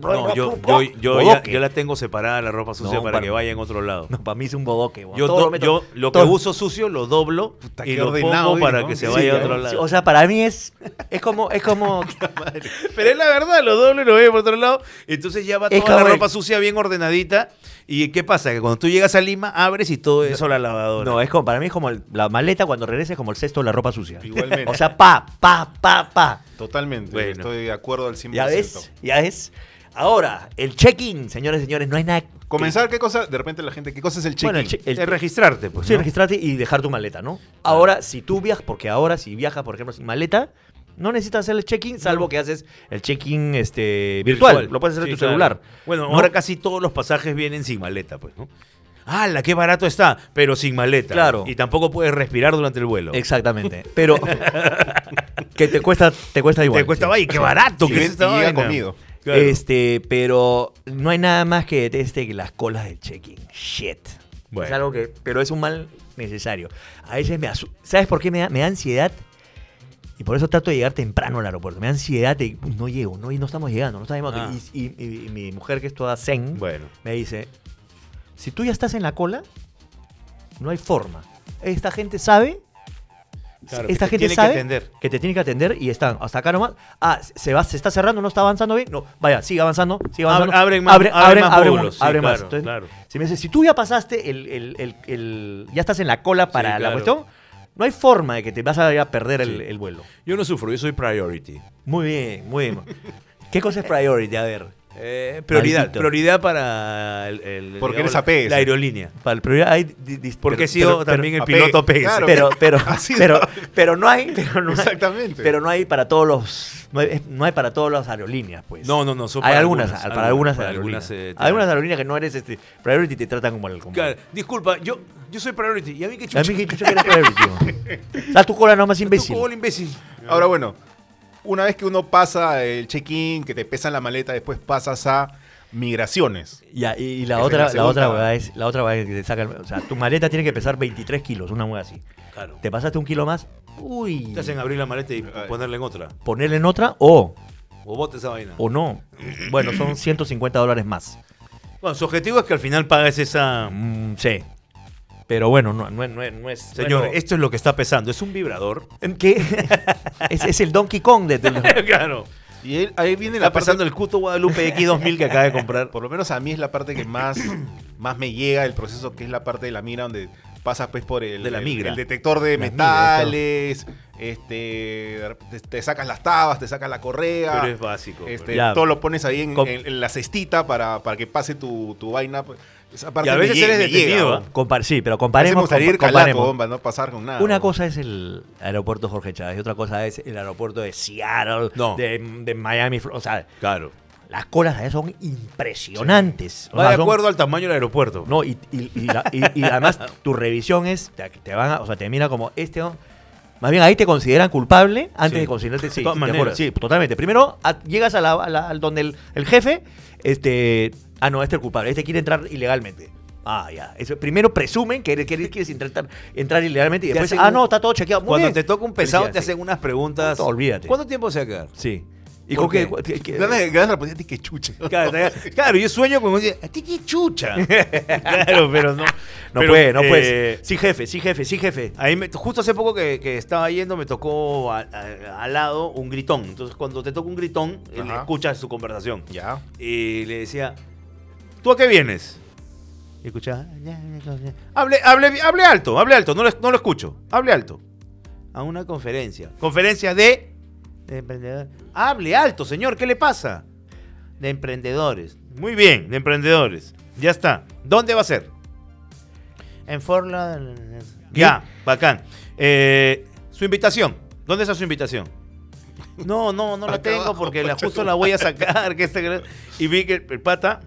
[SPEAKER 3] No, yo, yo, yo, ya-
[SPEAKER 2] Bodoque.
[SPEAKER 3] yo la tengo separada, la ropa sucia,
[SPEAKER 2] No,
[SPEAKER 3] para,
[SPEAKER 2] para-
[SPEAKER 3] que vaya en otro lado.
[SPEAKER 2] No, para mí es un bodoque. bo.
[SPEAKER 3] Yo
[SPEAKER 2] Todo
[SPEAKER 3] do-
[SPEAKER 2] lo meto-
[SPEAKER 3] yo lo que
[SPEAKER 2] todo.
[SPEAKER 3] uso sucio lo doblo
[SPEAKER 1] Puta,
[SPEAKER 3] y
[SPEAKER 1] qué
[SPEAKER 3] lo
[SPEAKER 1] ordenado eres,
[SPEAKER 3] pongo para
[SPEAKER 1] ¿no?
[SPEAKER 3] que se
[SPEAKER 1] Sí,
[SPEAKER 3] vaya a
[SPEAKER 1] ¿no?
[SPEAKER 3] otro
[SPEAKER 2] Sí,
[SPEAKER 3] lado.
[SPEAKER 2] O sea, para mí es. Es como. Es como.
[SPEAKER 3] Pero es la verdad, lo doble y lo voy por otro lado. Entonces ya va
[SPEAKER 2] Es
[SPEAKER 3] toda la
[SPEAKER 2] como-
[SPEAKER 3] ropa sucia bien ordenadita. ¿Y qué pasa? Que cuando tú llegas a Lima, abres y todo eso a la lavadora.
[SPEAKER 2] no, es como, para mí es como el- la maleta cuando regresa es como el cesto de la ropa sucia.
[SPEAKER 1] Igualmente.
[SPEAKER 2] O sea, pa, pa, pa, pa.
[SPEAKER 1] Totalmente,
[SPEAKER 3] Bueno.
[SPEAKER 1] estoy de acuerdo al 100%.
[SPEAKER 2] ¿Ya ves? ¿Ya ves? Ahora, el check-in, señores y señores, no hay nada. que-
[SPEAKER 1] Comenzar, ¿qué cosa? De repente la gente, ¿qué cosa es el check-in?
[SPEAKER 2] Bueno, el che- el-
[SPEAKER 3] es registrarte, pues.
[SPEAKER 2] Sí,
[SPEAKER 3] ¿no?
[SPEAKER 2] registrarte y dejar tu maleta, ¿no? Ahora, si tú viajas, porque ahora si viajas, por ejemplo, sin maleta, no necesitas hacer el check-in, salvo que haces el check-in este, virtual. Lo puedes hacer
[SPEAKER 3] Sí,
[SPEAKER 2] en tu
[SPEAKER 3] claro.
[SPEAKER 2] celular.
[SPEAKER 3] Bueno,
[SPEAKER 2] ¿no?
[SPEAKER 3] ahora casi todos los pasajes vienen sin maleta, pues, ¿no? Ah, la qué barato está, pero sin maleta.
[SPEAKER 2] Claro.
[SPEAKER 3] Y tampoco puedes respirar durante el vuelo.
[SPEAKER 2] Exactamente. Pero que te cuesta, te cuesta igual.
[SPEAKER 3] Te cuesta,
[SPEAKER 2] sí.
[SPEAKER 3] ay, qué barato
[SPEAKER 1] Sí,
[SPEAKER 3] que es
[SPEAKER 1] y
[SPEAKER 3] esta
[SPEAKER 1] llega
[SPEAKER 3] vaina.
[SPEAKER 1] comido.
[SPEAKER 3] Claro.
[SPEAKER 2] Este, pero no hay nada más que deteste que las colas del check-in. Shit.
[SPEAKER 3] Bueno.
[SPEAKER 2] Es algo que, pero es un mal necesario. A veces me asu- ¿Sabes por qué me da, me da ansiedad? Y por eso trato de llegar temprano al aeropuerto. Me da ansiedad de, "Uy, no llego, no, y no estamos llegando, no estamos llegando".
[SPEAKER 3] Ah.
[SPEAKER 2] Y, y- y- y mi mujer, que es toda zen,
[SPEAKER 3] Bueno.
[SPEAKER 2] me dice, si tú ya estás en la cola, no hay forma. Esta gente sabe
[SPEAKER 3] Claro,
[SPEAKER 2] esta gente
[SPEAKER 3] que te tiene que
[SPEAKER 2] sabe
[SPEAKER 3] atender.
[SPEAKER 2] que te tiene que atender y están hasta acá nomás. Ah, se va, se está cerrando, no está avanzando bien. No, vaya, sigue avanzando, sigue
[SPEAKER 3] Abre-
[SPEAKER 2] avanzando.
[SPEAKER 3] abren más-
[SPEAKER 2] Abre-
[SPEAKER 3] abren
[SPEAKER 2] abren-
[SPEAKER 3] más
[SPEAKER 2] abren
[SPEAKER 3] módulos,
[SPEAKER 2] más,
[SPEAKER 3] sí,
[SPEAKER 2] abren
[SPEAKER 3] claro,
[SPEAKER 2] más. Entonces,
[SPEAKER 3] claro.
[SPEAKER 2] Si me dice, si tú ya pasaste el, el- el- el- ya estás en la cola para la
[SPEAKER 3] claro.
[SPEAKER 2] cuestión, no hay forma de que te vas a ir a perder el,
[SPEAKER 3] Sí.
[SPEAKER 2] el vuelo.
[SPEAKER 3] Yo no sufro, yo soy priority.
[SPEAKER 2] Muy bien, muy bien. ¿Qué cosa es priority? A ver.
[SPEAKER 3] Eh, prioridad,
[SPEAKER 2] Maldito.
[SPEAKER 3] prioridad para el, el-
[SPEAKER 1] Porque eres
[SPEAKER 3] la-
[SPEAKER 1] APS.
[SPEAKER 3] la aerolínea.
[SPEAKER 2] Para el prioridad hay di- dis-
[SPEAKER 3] Porque
[SPEAKER 2] pero-
[SPEAKER 3] he sido
[SPEAKER 2] pero- pero-
[SPEAKER 3] también el
[SPEAKER 1] AP,
[SPEAKER 3] piloto PS.
[SPEAKER 1] claro.
[SPEAKER 2] pero pero
[SPEAKER 1] Así
[SPEAKER 2] pero,
[SPEAKER 1] no.
[SPEAKER 2] pero no hay pero no hay-
[SPEAKER 1] Exactamente.
[SPEAKER 2] pero no hay para todos los no hay, no hay para todas las aerolíneas pues
[SPEAKER 3] No, no, no, son
[SPEAKER 2] hay
[SPEAKER 3] para
[SPEAKER 2] algunas,
[SPEAKER 3] algunas,
[SPEAKER 2] para algunas
[SPEAKER 3] para
[SPEAKER 2] aerolíneas
[SPEAKER 3] algunas, eh,
[SPEAKER 2] Hay algunas aerolíneas que no eres este priority te tratan como el como
[SPEAKER 3] Claro, Disculpa, yo, yo soy priority. ¿Y a mí qué chucha?
[SPEAKER 2] a mí que chucha que eres priority ¿no? da tu cola nomás imbécil
[SPEAKER 3] Tu cola, imbécil.
[SPEAKER 1] Ahora bueno, una vez que uno pasa el check-in, que te pesan la maleta, después pasas a migraciones.
[SPEAKER 2] Ya, y, y la
[SPEAKER 1] Esa es
[SPEAKER 2] otra
[SPEAKER 1] la
[SPEAKER 2] la, otra
[SPEAKER 1] segunda.
[SPEAKER 2] hueá es la otra hueá es que te sacan o sea tu maleta tiene que pesar 23 kilos una hueá así
[SPEAKER 3] Claro.
[SPEAKER 2] te pasaste un kilo más uy
[SPEAKER 3] Te hacen abrir la maleta y
[SPEAKER 1] Ay.
[SPEAKER 3] ponerla en otra.
[SPEAKER 2] ponerle en otra o
[SPEAKER 3] O bote esa vaina.
[SPEAKER 2] o no bueno son 150 dólares más
[SPEAKER 3] Bueno, su objetivo es que al final pagues esa.
[SPEAKER 2] Mm, sí. Pero bueno, no, no, no- no es.
[SPEAKER 3] Señor,
[SPEAKER 2] bueno,
[SPEAKER 3] esto es lo que está pesando. ¿Es un vibrador?
[SPEAKER 2] ¿en qué? es, es el Donkey Kong de. de los-
[SPEAKER 3] claro.
[SPEAKER 1] Y él- ahí viene la
[SPEAKER 3] Está
[SPEAKER 1] parte,
[SPEAKER 3] pesando el Cuto Guadalupe X2000 que acaba de comprar.
[SPEAKER 1] por lo menos a mí es la parte que más, más me llega el proceso, que es la parte de la migra donde pasas pues por el,
[SPEAKER 3] De la
[SPEAKER 1] el-
[SPEAKER 3] migra.
[SPEAKER 1] el detector de
[SPEAKER 2] La migra,
[SPEAKER 1] metales, este, de repente te, sacas las tabas, te sacas la correa.
[SPEAKER 3] Pero es básico. pues.
[SPEAKER 1] Este,
[SPEAKER 2] Ya.
[SPEAKER 1] todo lo pones ahí en,
[SPEAKER 2] Com-
[SPEAKER 1] en- en la cestita para, para que pase tu, tu vaina. pues. Esa parte
[SPEAKER 3] Y a
[SPEAKER 1] me
[SPEAKER 3] veces
[SPEAKER 1] lle-
[SPEAKER 3] eres
[SPEAKER 1] me llega,
[SPEAKER 3] detenido,
[SPEAKER 1] ¿no?
[SPEAKER 3] ¿ah?
[SPEAKER 2] Compar- sí, pero
[SPEAKER 1] A veces me
[SPEAKER 2] comparemos.
[SPEAKER 1] gustaría ir
[SPEAKER 2] compa-
[SPEAKER 1] calato,
[SPEAKER 2] comparemos.
[SPEAKER 1] bomba, no pasar con nada.
[SPEAKER 2] Una
[SPEAKER 1] ¿no?
[SPEAKER 2] cosa es el aeropuerto Jorge Chávez y otra cosa es el aeropuerto de Seattle,
[SPEAKER 3] No.
[SPEAKER 2] de, de Miami. Fl- O sea,
[SPEAKER 3] Claro.
[SPEAKER 2] las colas allá son impresionantes. O
[SPEAKER 3] Va
[SPEAKER 2] sea,
[SPEAKER 3] de
[SPEAKER 2] son-
[SPEAKER 3] acuerdo al tamaño del aeropuerto.
[SPEAKER 2] No, y, y- y la- y- y además tu revisión es, te, te van a, o sea, te mira como este hom- Más bien ahí te consideran culpable antes
[SPEAKER 3] Sí.
[SPEAKER 2] de considerarte, sí,
[SPEAKER 3] De todas
[SPEAKER 2] de acuerdo,
[SPEAKER 3] maneras.
[SPEAKER 2] sí, totalmente. Primero a- llegas a la, a la- al donde el, el jefe, este, ah no, este es el culpable, este quiere entrar ilegalmente. Ah, ya. Eso, primero presumen que eres- que eres- quieres entrar, entrar ilegalmente y
[SPEAKER 3] Te
[SPEAKER 2] después,
[SPEAKER 3] hacen
[SPEAKER 2] ah
[SPEAKER 3] un-
[SPEAKER 2] no, está todo chequeado. Muy
[SPEAKER 3] Cuando
[SPEAKER 2] bien.
[SPEAKER 3] te toca un pesado,
[SPEAKER 2] Felicidades,
[SPEAKER 3] te hacen
[SPEAKER 2] sí.
[SPEAKER 3] unas preguntas.
[SPEAKER 2] Olvídate.
[SPEAKER 3] ¿Cuánto tiempo se va a quedar?
[SPEAKER 2] Sí. ¿Y
[SPEAKER 3] ¿Por
[SPEAKER 2] con qué?
[SPEAKER 3] qué?
[SPEAKER 2] qué- qué-
[SPEAKER 1] Ganas de ganas de responder, "Ti que chucha.
[SPEAKER 3] Claro, te- claro, yo sueño con un día, ¿a ti qué chucha? claro, pero no.
[SPEAKER 2] No
[SPEAKER 3] pero,
[SPEAKER 2] puede, no
[SPEAKER 3] eh,
[SPEAKER 2] puede. Sí, jefe, sí, jefe, sí, jefe.
[SPEAKER 3] Ahí me- justo hace poco que, que estaba yendo me tocó a- a- al lado un gritón. Entonces cuando te toca un gritón, eh,
[SPEAKER 1] Ajá.
[SPEAKER 3] escuchas su conversación.
[SPEAKER 1] Ya.
[SPEAKER 3] Y le decía, ¿tú a qué vienes? Y escuchaba, "Ya, ya, ya". hable, hable, hable alto, hable alto, no lo, no lo escucho, hable alto. A una conferencia. Conferencia de... de emprendedor. Hable alto, señor, ¿qué le pasa? De emprendedores. Muy bien, de emprendedores. Ya está. ¿Dónde va a ser? En Forla. Ya, bacán. Eh, su invitación. ¿Dónde está su invitación? No, no, no la
[SPEAKER 1] Acá
[SPEAKER 3] tengo
[SPEAKER 1] abajo,
[SPEAKER 3] porque la,
[SPEAKER 1] concha
[SPEAKER 3] justo
[SPEAKER 1] tu
[SPEAKER 3] la voy a sacar. Que este- y vi que el pata,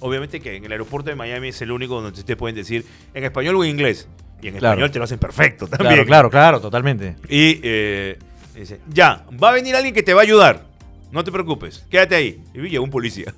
[SPEAKER 3] obviamente que en el aeropuerto de Miami es el único donde te pueden decir en español o en inglés. Y en
[SPEAKER 2] Claro.
[SPEAKER 3] español te lo hacen perfecto también.
[SPEAKER 2] Claro, claro, claro, totalmente.
[SPEAKER 3] Y eh, dice, ya, va a venir alguien que te va a ayudar. No te preocupes, quédate ahí. Y llegó un policía.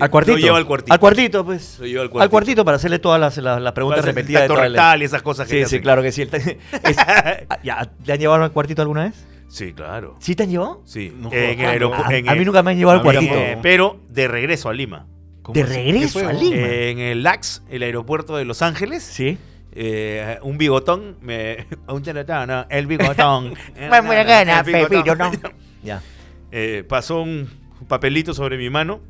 [SPEAKER 2] Al cuartito.
[SPEAKER 3] Lo lleva al cuartito.
[SPEAKER 2] Al cuartito, pues.
[SPEAKER 3] Lo lleva al
[SPEAKER 2] al,
[SPEAKER 3] cuartito.
[SPEAKER 2] cuartito. para hacerle todas las, las, las
[SPEAKER 3] Va a
[SPEAKER 2] preguntas
[SPEAKER 3] hacer
[SPEAKER 2] repetidas.
[SPEAKER 3] la
[SPEAKER 2] de todas las-
[SPEAKER 3] tortal y esas cosas que
[SPEAKER 2] Sí,
[SPEAKER 3] te
[SPEAKER 2] sí,
[SPEAKER 3] hacen.
[SPEAKER 2] claro que sí. Es- ah, ya, ¿Te han llevado al cuartito alguna vez?
[SPEAKER 3] Sí, claro.
[SPEAKER 2] ¿Sí te han llevado?
[SPEAKER 3] Sí.
[SPEAKER 1] No
[SPEAKER 3] en el
[SPEAKER 1] jodas,
[SPEAKER 3] aeropu-
[SPEAKER 2] A,
[SPEAKER 3] en
[SPEAKER 2] a
[SPEAKER 3] el-
[SPEAKER 2] mí nunca me han llevado al
[SPEAKER 1] a mí
[SPEAKER 2] cuartito.
[SPEAKER 1] tampoco.
[SPEAKER 3] Eh, pero de regreso a Lima.
[SPEAKER 1] ¿Cómo
[SPEAKER 2] De
[SPEAKER 1] así? ¿Qué
[SPEAKER 2] regreso
[SPEAKER 1] fue,
[SPEAKER 2] a
[SPEAKER 1] huevón?
[SPEAKER 2] Lima.
[SPEAKER 3] Eh, en el LAX, el aeropuerto de Los Ángeles,
[SPEAKER 2] Sí.
[SPEAKER 3] eh, un bigotón me. Un charlatán, no, el bigotón. Eh,
[SPEAKER 4] Bueno, bueno,
[SPEAKER 3] no,
[SPEAKER 4] que
[SPEAKER 3] el
[SPEAKER 4] no,
[SPEAKER 3] bigotón.
[SPEAKER 4] Pepito, no.
[SPEAKER 2] Ya.
[SPEAKER 3] Eh, pasó un papelito sobre mi mano,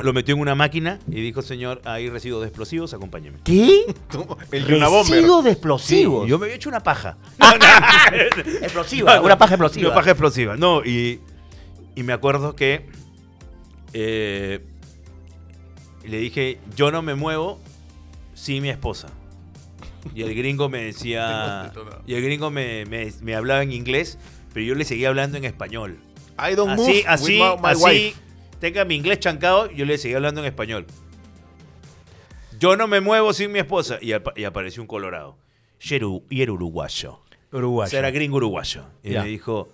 [SPEAKER 3] lo metió en una máquina y dijo, señor, hay residuos de explosivos, acompáñeme.
[SPEAKER 2] ¿Qué?
[SPEAKER 1] Tú, El Yuna Bomber.
[SPEAKER 2] Residuo de
[SPEAKER 3] Sí,
[SPEAKER 2] explosivos.
[SPEAKER 3] yo me había hecho una paja. No, no.
[SPEAKER 2] Explosiva,
[SPEAKER 3] No, no.
[SPEAKER 2] una paja explosiva.
[SPEAKER 3] Una paja explosiva, no. Y, y me acuerdo que eh, le dije, yo no me muevo sin mi esposa. Y el gringo me decía, y el gringo me, me- me hablaba en inglés, pero yo le seguía hablando en español.
[SPEAKER 1] I don't move
[SPEAKER 3] Así,
[SPEAKER 1] with
[SPEAKER 3] así,
[SPEAKER 1] my, my
[SPEAKER 3] así,
[SPEAKER 1] wife.
[SPEAKER 3] tenga mi inglés chancado, yo le seguía hablando en español. Yo no me muevo sin mi esposa. Y, apa- y apareció un colorado. Y era u- y era uruguayo. O
[SPEAKER 2] Uruguay.
[SPEAKER 3] sea, era gringo uruguayo. Y
[SPEAKER 2] Ya.
[SPEAKER 3] me dijo,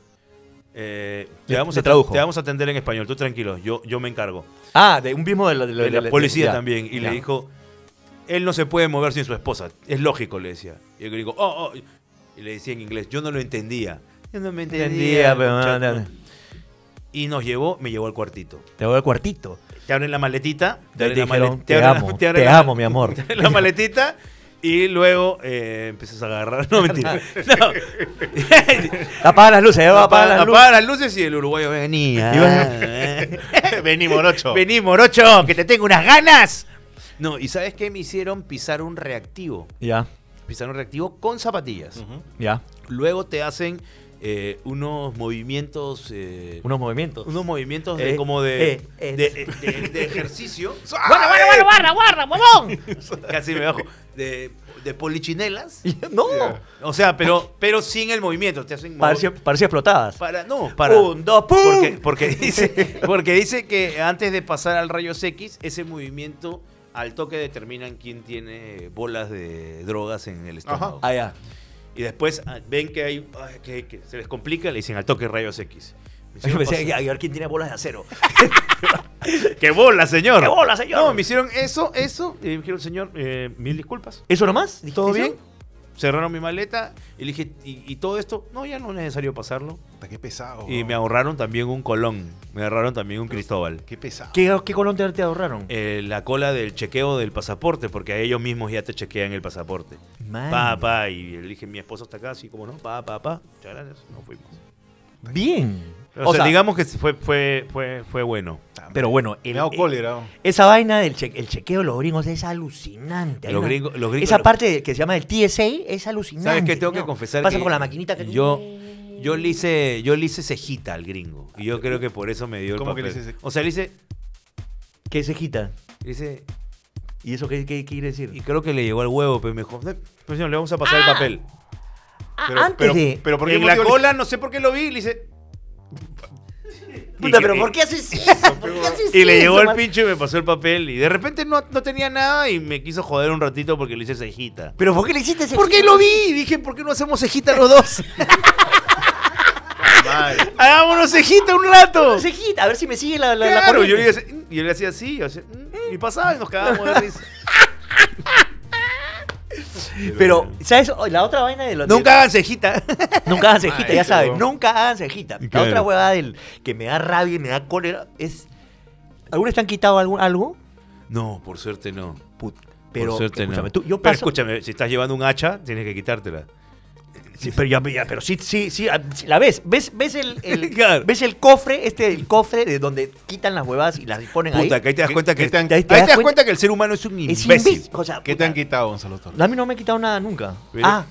[SPEAKER 3] eh, te,
[SPEAKER 2] Le-
[SPEAKER 3] vamos
[SPEAKER 2] le
[SPEAKER 3] a,
[SPEAKER 2] tradujo.
[SPEAKER 3] te vamos a atender en español, tú tranquilo, yo, yo me encargo.
[SPEAKER 2] Ah, de un mismo de la, de la-
[SPEAKER 3] De
[SPEAKER 2] de
[SPEAKER 3] la policía
[SPEAKER 2] ya,
[SPEAKER 3] también. Y
[SPEAKER 2] ya.
[SPEAKER 3] le dijo, él no se puede mover sin su esposa, es lógico, le decía. Y el gringo, oh, oh. Y le decía en inglés, yo no lo entendía. Yo no me entendía.
[SPEAKER 2] Entendía, pero
[SPEAKER 3] muchacho.
[SPEAKER 2] no, no, no.
[SPEAKER 3] Y nos llevó, me llevó al cuartito.
[SPEAKER 2] Te voy al cuartito.
[SPEAKER 3] Te abren la maletita, te
[SPEAKER 2] Te,
[SPEAKER 3] abren la
[SPEAKER 2] dijeron,
[SPEAKER 3] malet-
[SPEAKER 2] te,
[SPEAKER 3] abren la-
[SPEAKER 2] amo, te,
[SPEAKER 3] abren la-
[SPEAKER 2] amo, mi amor.
[SPEAKER 3] te abren la maletita y luego eh, empiezas a agarrar. No, mentira. No.
[SPEAKER 2] Apaga las luces, ya va, apaga
[SPEAKER 3] Apaga
[SPEAKER 2] las
[SPEAKER 3] las,
[SPEAKER 2] luces.
[SPEAKER 3] luces y el uruguayo ah". venía.
[SPEAKER 2] Y
[SPEAKER 1] Vení, morocho.
[SPEAKER 3] Vení, morocho, que te tengo unas ganas. No, ¿y sabes qué? Me hicieron pisar un reactivo.
[SPEAKER 2] Ya,
[SPEAKER 3] Pisar un reactivo con zapatillas.
[SPEAKER 1] Ujú.
[SPEAKER 2] ya.
[SPEAKER 3] Luego te hacen eh, unos movimientos. eh,
[SPEAKER 2] Unos movimientos.
[SPEAKER 3] unos movimientos de-
[SPEAKER 2] Eh,
[SPEAKER 3] como de,
[SPEAKER 2] eh, eh.
[SPEAKER 3] de- de- de ejercicio.
[SPEAKER 2] Ah,
[SPEAKER 4] ¡Guarra, guarra, guarra, guarra, guarra, huevón!
[SPEAKER 3] Casi me bajo. De, de polichinelas.
[SPEAKER 2] no.
[SPEAKER 3] O sea, pero, pero sin el movimiento. Te hacen mover-
[SPEAKER 2] Parecía, parecía explotadas.
[SPEAKER 3] Para, no, para.
[SPEAKER 2] Un, dos, ¡pum!
[SPEAKER 3] porque, porque dice, porque dice que antes de pasar al rayos X, ese movimiento al toque determinan quién tiene bolas de drogas en el estómago.
[SPEAKER 2] Ah, ya.
[SPEAKER 3] Y después ah, ven que hay ay, que, que se les complica, le dicen al toque rayos X. Me
[SPEAKER 2] Yo
[SPEAKER 3] hicieron
[SPEAKER 2] pensé
[SPEAKER 3] pasar-
[SPEAKER 2] que a ver quién tiene bolas de acero.
[SPEAKER 3] ¡Qué bola, señor!
[SPEAKER 2] ¡Qué bola, señor!
[SPEAKER 3] No, me hicieron eso, eso. Y me dijeron, señor, eh, mil disculpas.
[SPEAKER 2] ¿Eso nomás? ¿Dijiste
[SPEAKER 3] ¿Todo
[SPEAKER 2] eso?
[SPEAKER 3] bien? Cerraron mi maleta y le dije, ¿y, y todo esto? No, ya no es necesario pasarlo.
[SPEAKER 1] Puta, Qué pesado.
[SPEAKER 2] Oh.
[SPEAKER 3] Y
[SPEAKER 1] bro.
[SPEAKER 3] me ahorraron también un Colón. Me ahorraron también un Cristóbal.
[SPEAKER 1] Qué pesado.
[SPEAKER 2] ¿Qué, qué colón te, te ahorraron?
[SPEAKER 3] Eh, la cola del chequeo del pasaporte, porque a ellos mismos ya te chequean el pasaporte.
[SPEAKER 2] Man.
[SPEAKER 3] Pa, pa, y le dije, mi esposo está acá, así como no, pa, pa, pa. Muchas gracias, no fuimos.
[SPEAKER 2] Bien.
[SPEAKER 3] O, sea, digamos que fue, fue, fue, fue bueno.
[SPEAKER 2] Pero bueno,
[SPEAKER 1] Me
[SPEAKER 2] el,
[SPEAKER 3] Eh,
[SPEAKER 1] da cólera. bro.
[SPEAKER 2] Esa vaina del che- el chequeo de los gringos es alucinante. Hay
[SPEAKER 3] Los
[SPEAKER 2] una-
[SPEAKER 3] gringos- los gringos-
[SPEAKER 2] esa
[SPEAKER 3] los-
[SPEAKER 2] parte que se llama el TSA es alucinante.
[SPEAKER 3] ¿Sabes qué? Tengo
[SPEAKER 2] ¿no?
[SPEAKER 3] que confesar
[SPEAKER 2] Pasa
[SPEAKER 3] que
[SPEAKER 2] con la maquinita que
[SPEAKER 3] Yo, yo, le hice, yo le hice cejita al gringo. Y yo creo que por eso me dio el
[SPEAKER 1] ¿Cómo que le
[SPEAKER 3] papel.
[SPEAKER 1] hice ce-
[SPEAKER 3] O sea, le hice,
[SPEAKER 2] que se quita.
[SPEAKER 3] le hice-
[SPEAKER 2] ¿Y eso qué, qué- qué quiere decir?
[SPEAKER 3] y creo que le llegó al huevo, pero me dijo, "No, pues señor, le vamos a pasar el papel.
[SPEAKER 2] Ah,
[SPEAKER 1] Pero-
[SPEAKER 2] antes
[SPEAKER 1] pero-
[SPEAKER 2] de.
[SPEAKER 1] Pero porque
[SPEAKER 3] en la cola, no sé por qué lo vi, le hice...
[SPEAKER 2] Puta,
[SPEAKER 3] Y-
[SPEAKER 2] pero
[SPEAKER 3] y-
[SPEAKER 2] ¿por qué haces eso? ¿Por qué haces
[SPEAKER 3] Y le
[SPEAKER 2] eso,
[SPEAKER 3] llegó el
[SPEAKER 2] man?
[SPEAKER 3] pincho y me pasó el papel. Y de repente no, no tenía nada y me quiso joder un ratito porque le hice cejita.
[SPEAKER 2] ¿Pero por qué le hiciste ese
[SPEAKER 3] Porque lo vi y dije, ¿por qué no hacemos cejita los dos? Hagámonos cejita un rato.
[SPEAKER 2] Se quita, a ver si me sigue la. la, la
[SPEAKER 3] Claro, yo
[SPEAKER 2] corriente.
[SPEAKER 3] le, hacía, y yo le hacía así, yo hacía, mm, y pasaba y nos cagábamos de risa.
[SPEAKER 2] Pero, ¿sabes? Oh, La otra vaina de los.
[SPEAKER 3] Nunca hagan cejita.
[SPEAKER 2] Nunca hagan cejita,
[SPEAKER 1] Ay,
[SPEAKER 2] ya
[SPEAKER 1] qué
[SPEAKER 2] saben.
[SPEAKER 1] bueno.
[SPEAKER 2] Nunca hagan cejita. La
[SPEAKER 3] Claro.
[SPEAKER 2] otra huevada del que me da rabia y me da cólera es. ¿Algunos te han quitado algún- algo?
[SPEAKER 3] No, por suerte no.
[SPEAKER 2] Put- Pero,
[SPEAKER 3] por suerte
[SPEAKER 2] escúchame,
[SPEAKER 3] no.
[SPEAKER 2] tú- yo
[SPEAKER 3] Pero
[SPEAKER 2] paso.
[SPEAKER 3] escúchame, si estás llevando un hacha, tienes que quitártela.
[SPEAKER 2] Sí, pero, ya, ya, pero sí, sí, sí, ah, sí, la ves. ¿Ves, ves, el, el-
[SPEAKER 3] Claro.
[SPEAKER 2] ves el cofre, este, el cofre de donde quitan las huevadas y las ponen
[SPEAKER 3] Puta,
[SPEAKER 2] ahí?
[SPEAKER 3] que ahí te das cuenta que,
[SPEAKER 1] ¿Qué te han-
[SPEAKER 3] ahí te,
[SPEAKER 2] ahí te
[SPEAKER 3] das,
[SPEAKER 2] das
[SPEAKER 3] cuenta,
[SPEAKER 2] cuenta
[SPEAKER 3] que el ser humano es un
[SPEAKER 2] Es
[SPEAKER 3] imbécil.
[SPEAKER 2] imbécil. O sea,
[SPEAKER 1] ¿Qué te
[SPEAKER 2] puta,
[SPEAKER 1] han quitado, Gonzalo Torres?
[SPEAKER 2] A mí no me he quitado nada nunca.
[SPEAKER 3] Mira.
[SPEAKER 2] Ah,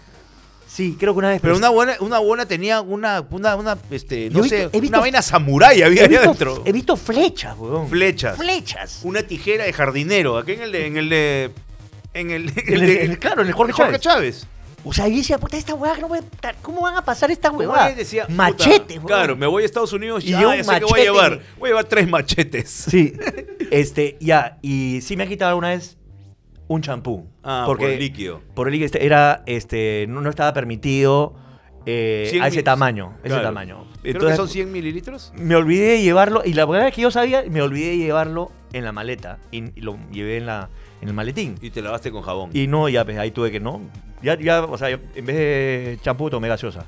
[SPEAKER 2] Sí, creo que una vez.
[SPEAKER 3] Pero una buena, una buena tenía una, una, una, este, no
[SPEAKER 2] Yo he
[SPEAKER 3] sé,
[SPEAKER 2] visto- he visto-
[SPEAKER 3] una vaina samurái había
[SPEAKER 2] he
[SPEAKER 3] ahí
[SPEAKER 2] visto,
[SPEAKER 3] adentro.
[SPEAKER 2] He visto flechas, weón.
[SPEAKER 3] Flechas.
[SPEAKER 2] flechas.
[SPEAKER 3] Una tijera de jardinero. Aquí en el de, en el de, en el, en
[SPEAKER 2] En
[SPEAKER 3] el
[SPEAKER 2] el-
[SPEAKER 3] de-
[SPEAKER 2] en el- claro, en el Jorge Chávez.
[SPEAKER 3] Chávez.
[SPEAKER 2] O sea, yo decía, puta, esta weá, que no puede estar- ¿cómo van a pasar esta
[SPEAKER 3] Como
[SPEAKER 2] weá?
[SPEAKER 3] él decía, puta,
[SPEAKER 2] Machete, weón.
[SPEAKER 3] Claro, me voy a Estados Unidos
[SPEAKER 2] Y
[SPEAKER 3] ya,
[SPEAKER 2] llevo un
[SPEAKER 3] ya sé qué voy
[SPEAKER 2] machete.
[SPEAKER 3] a llevar. Voy a llevar tres machetes.
[SPEAKER 2] Sí. Este, ya, y sí me ha quitado alguna vez un champú.
[SPEAKER 3] Ah,
[SPEAKER 2] porque
[SPEAKER 3] por el líquido.
[SPEAKER 2] Por el líquido este, era, este, no, no estaba permitido eh,
[SPEAKER 3] Cien
[SPEAKER 2] a ese
[SPEAKER 3] mil-
[SPEAKER 2] tamaño. Ese
[SPEAKER 3] Claro.
[SPEAKER 2] tamaño.
[SPEAKER 3] Creo que
[SPEAKER 2] Entonces,
[SPEAKER 3] son 100 mililitros.
[SPEAKER 2] me olvidé de llevarlo, y la primera vez que yo sabía, me olvidé de llevarlo en la maleta. Y, y lo llevé en, la, en el maletín.
[SPEAKER 3] Y te lavaste con jabón.
[SPEAKER 2] Y no, ya, pues ahí tuve que no. Ya, ya, o sea, yo, en vez de champú tomé gaseosa.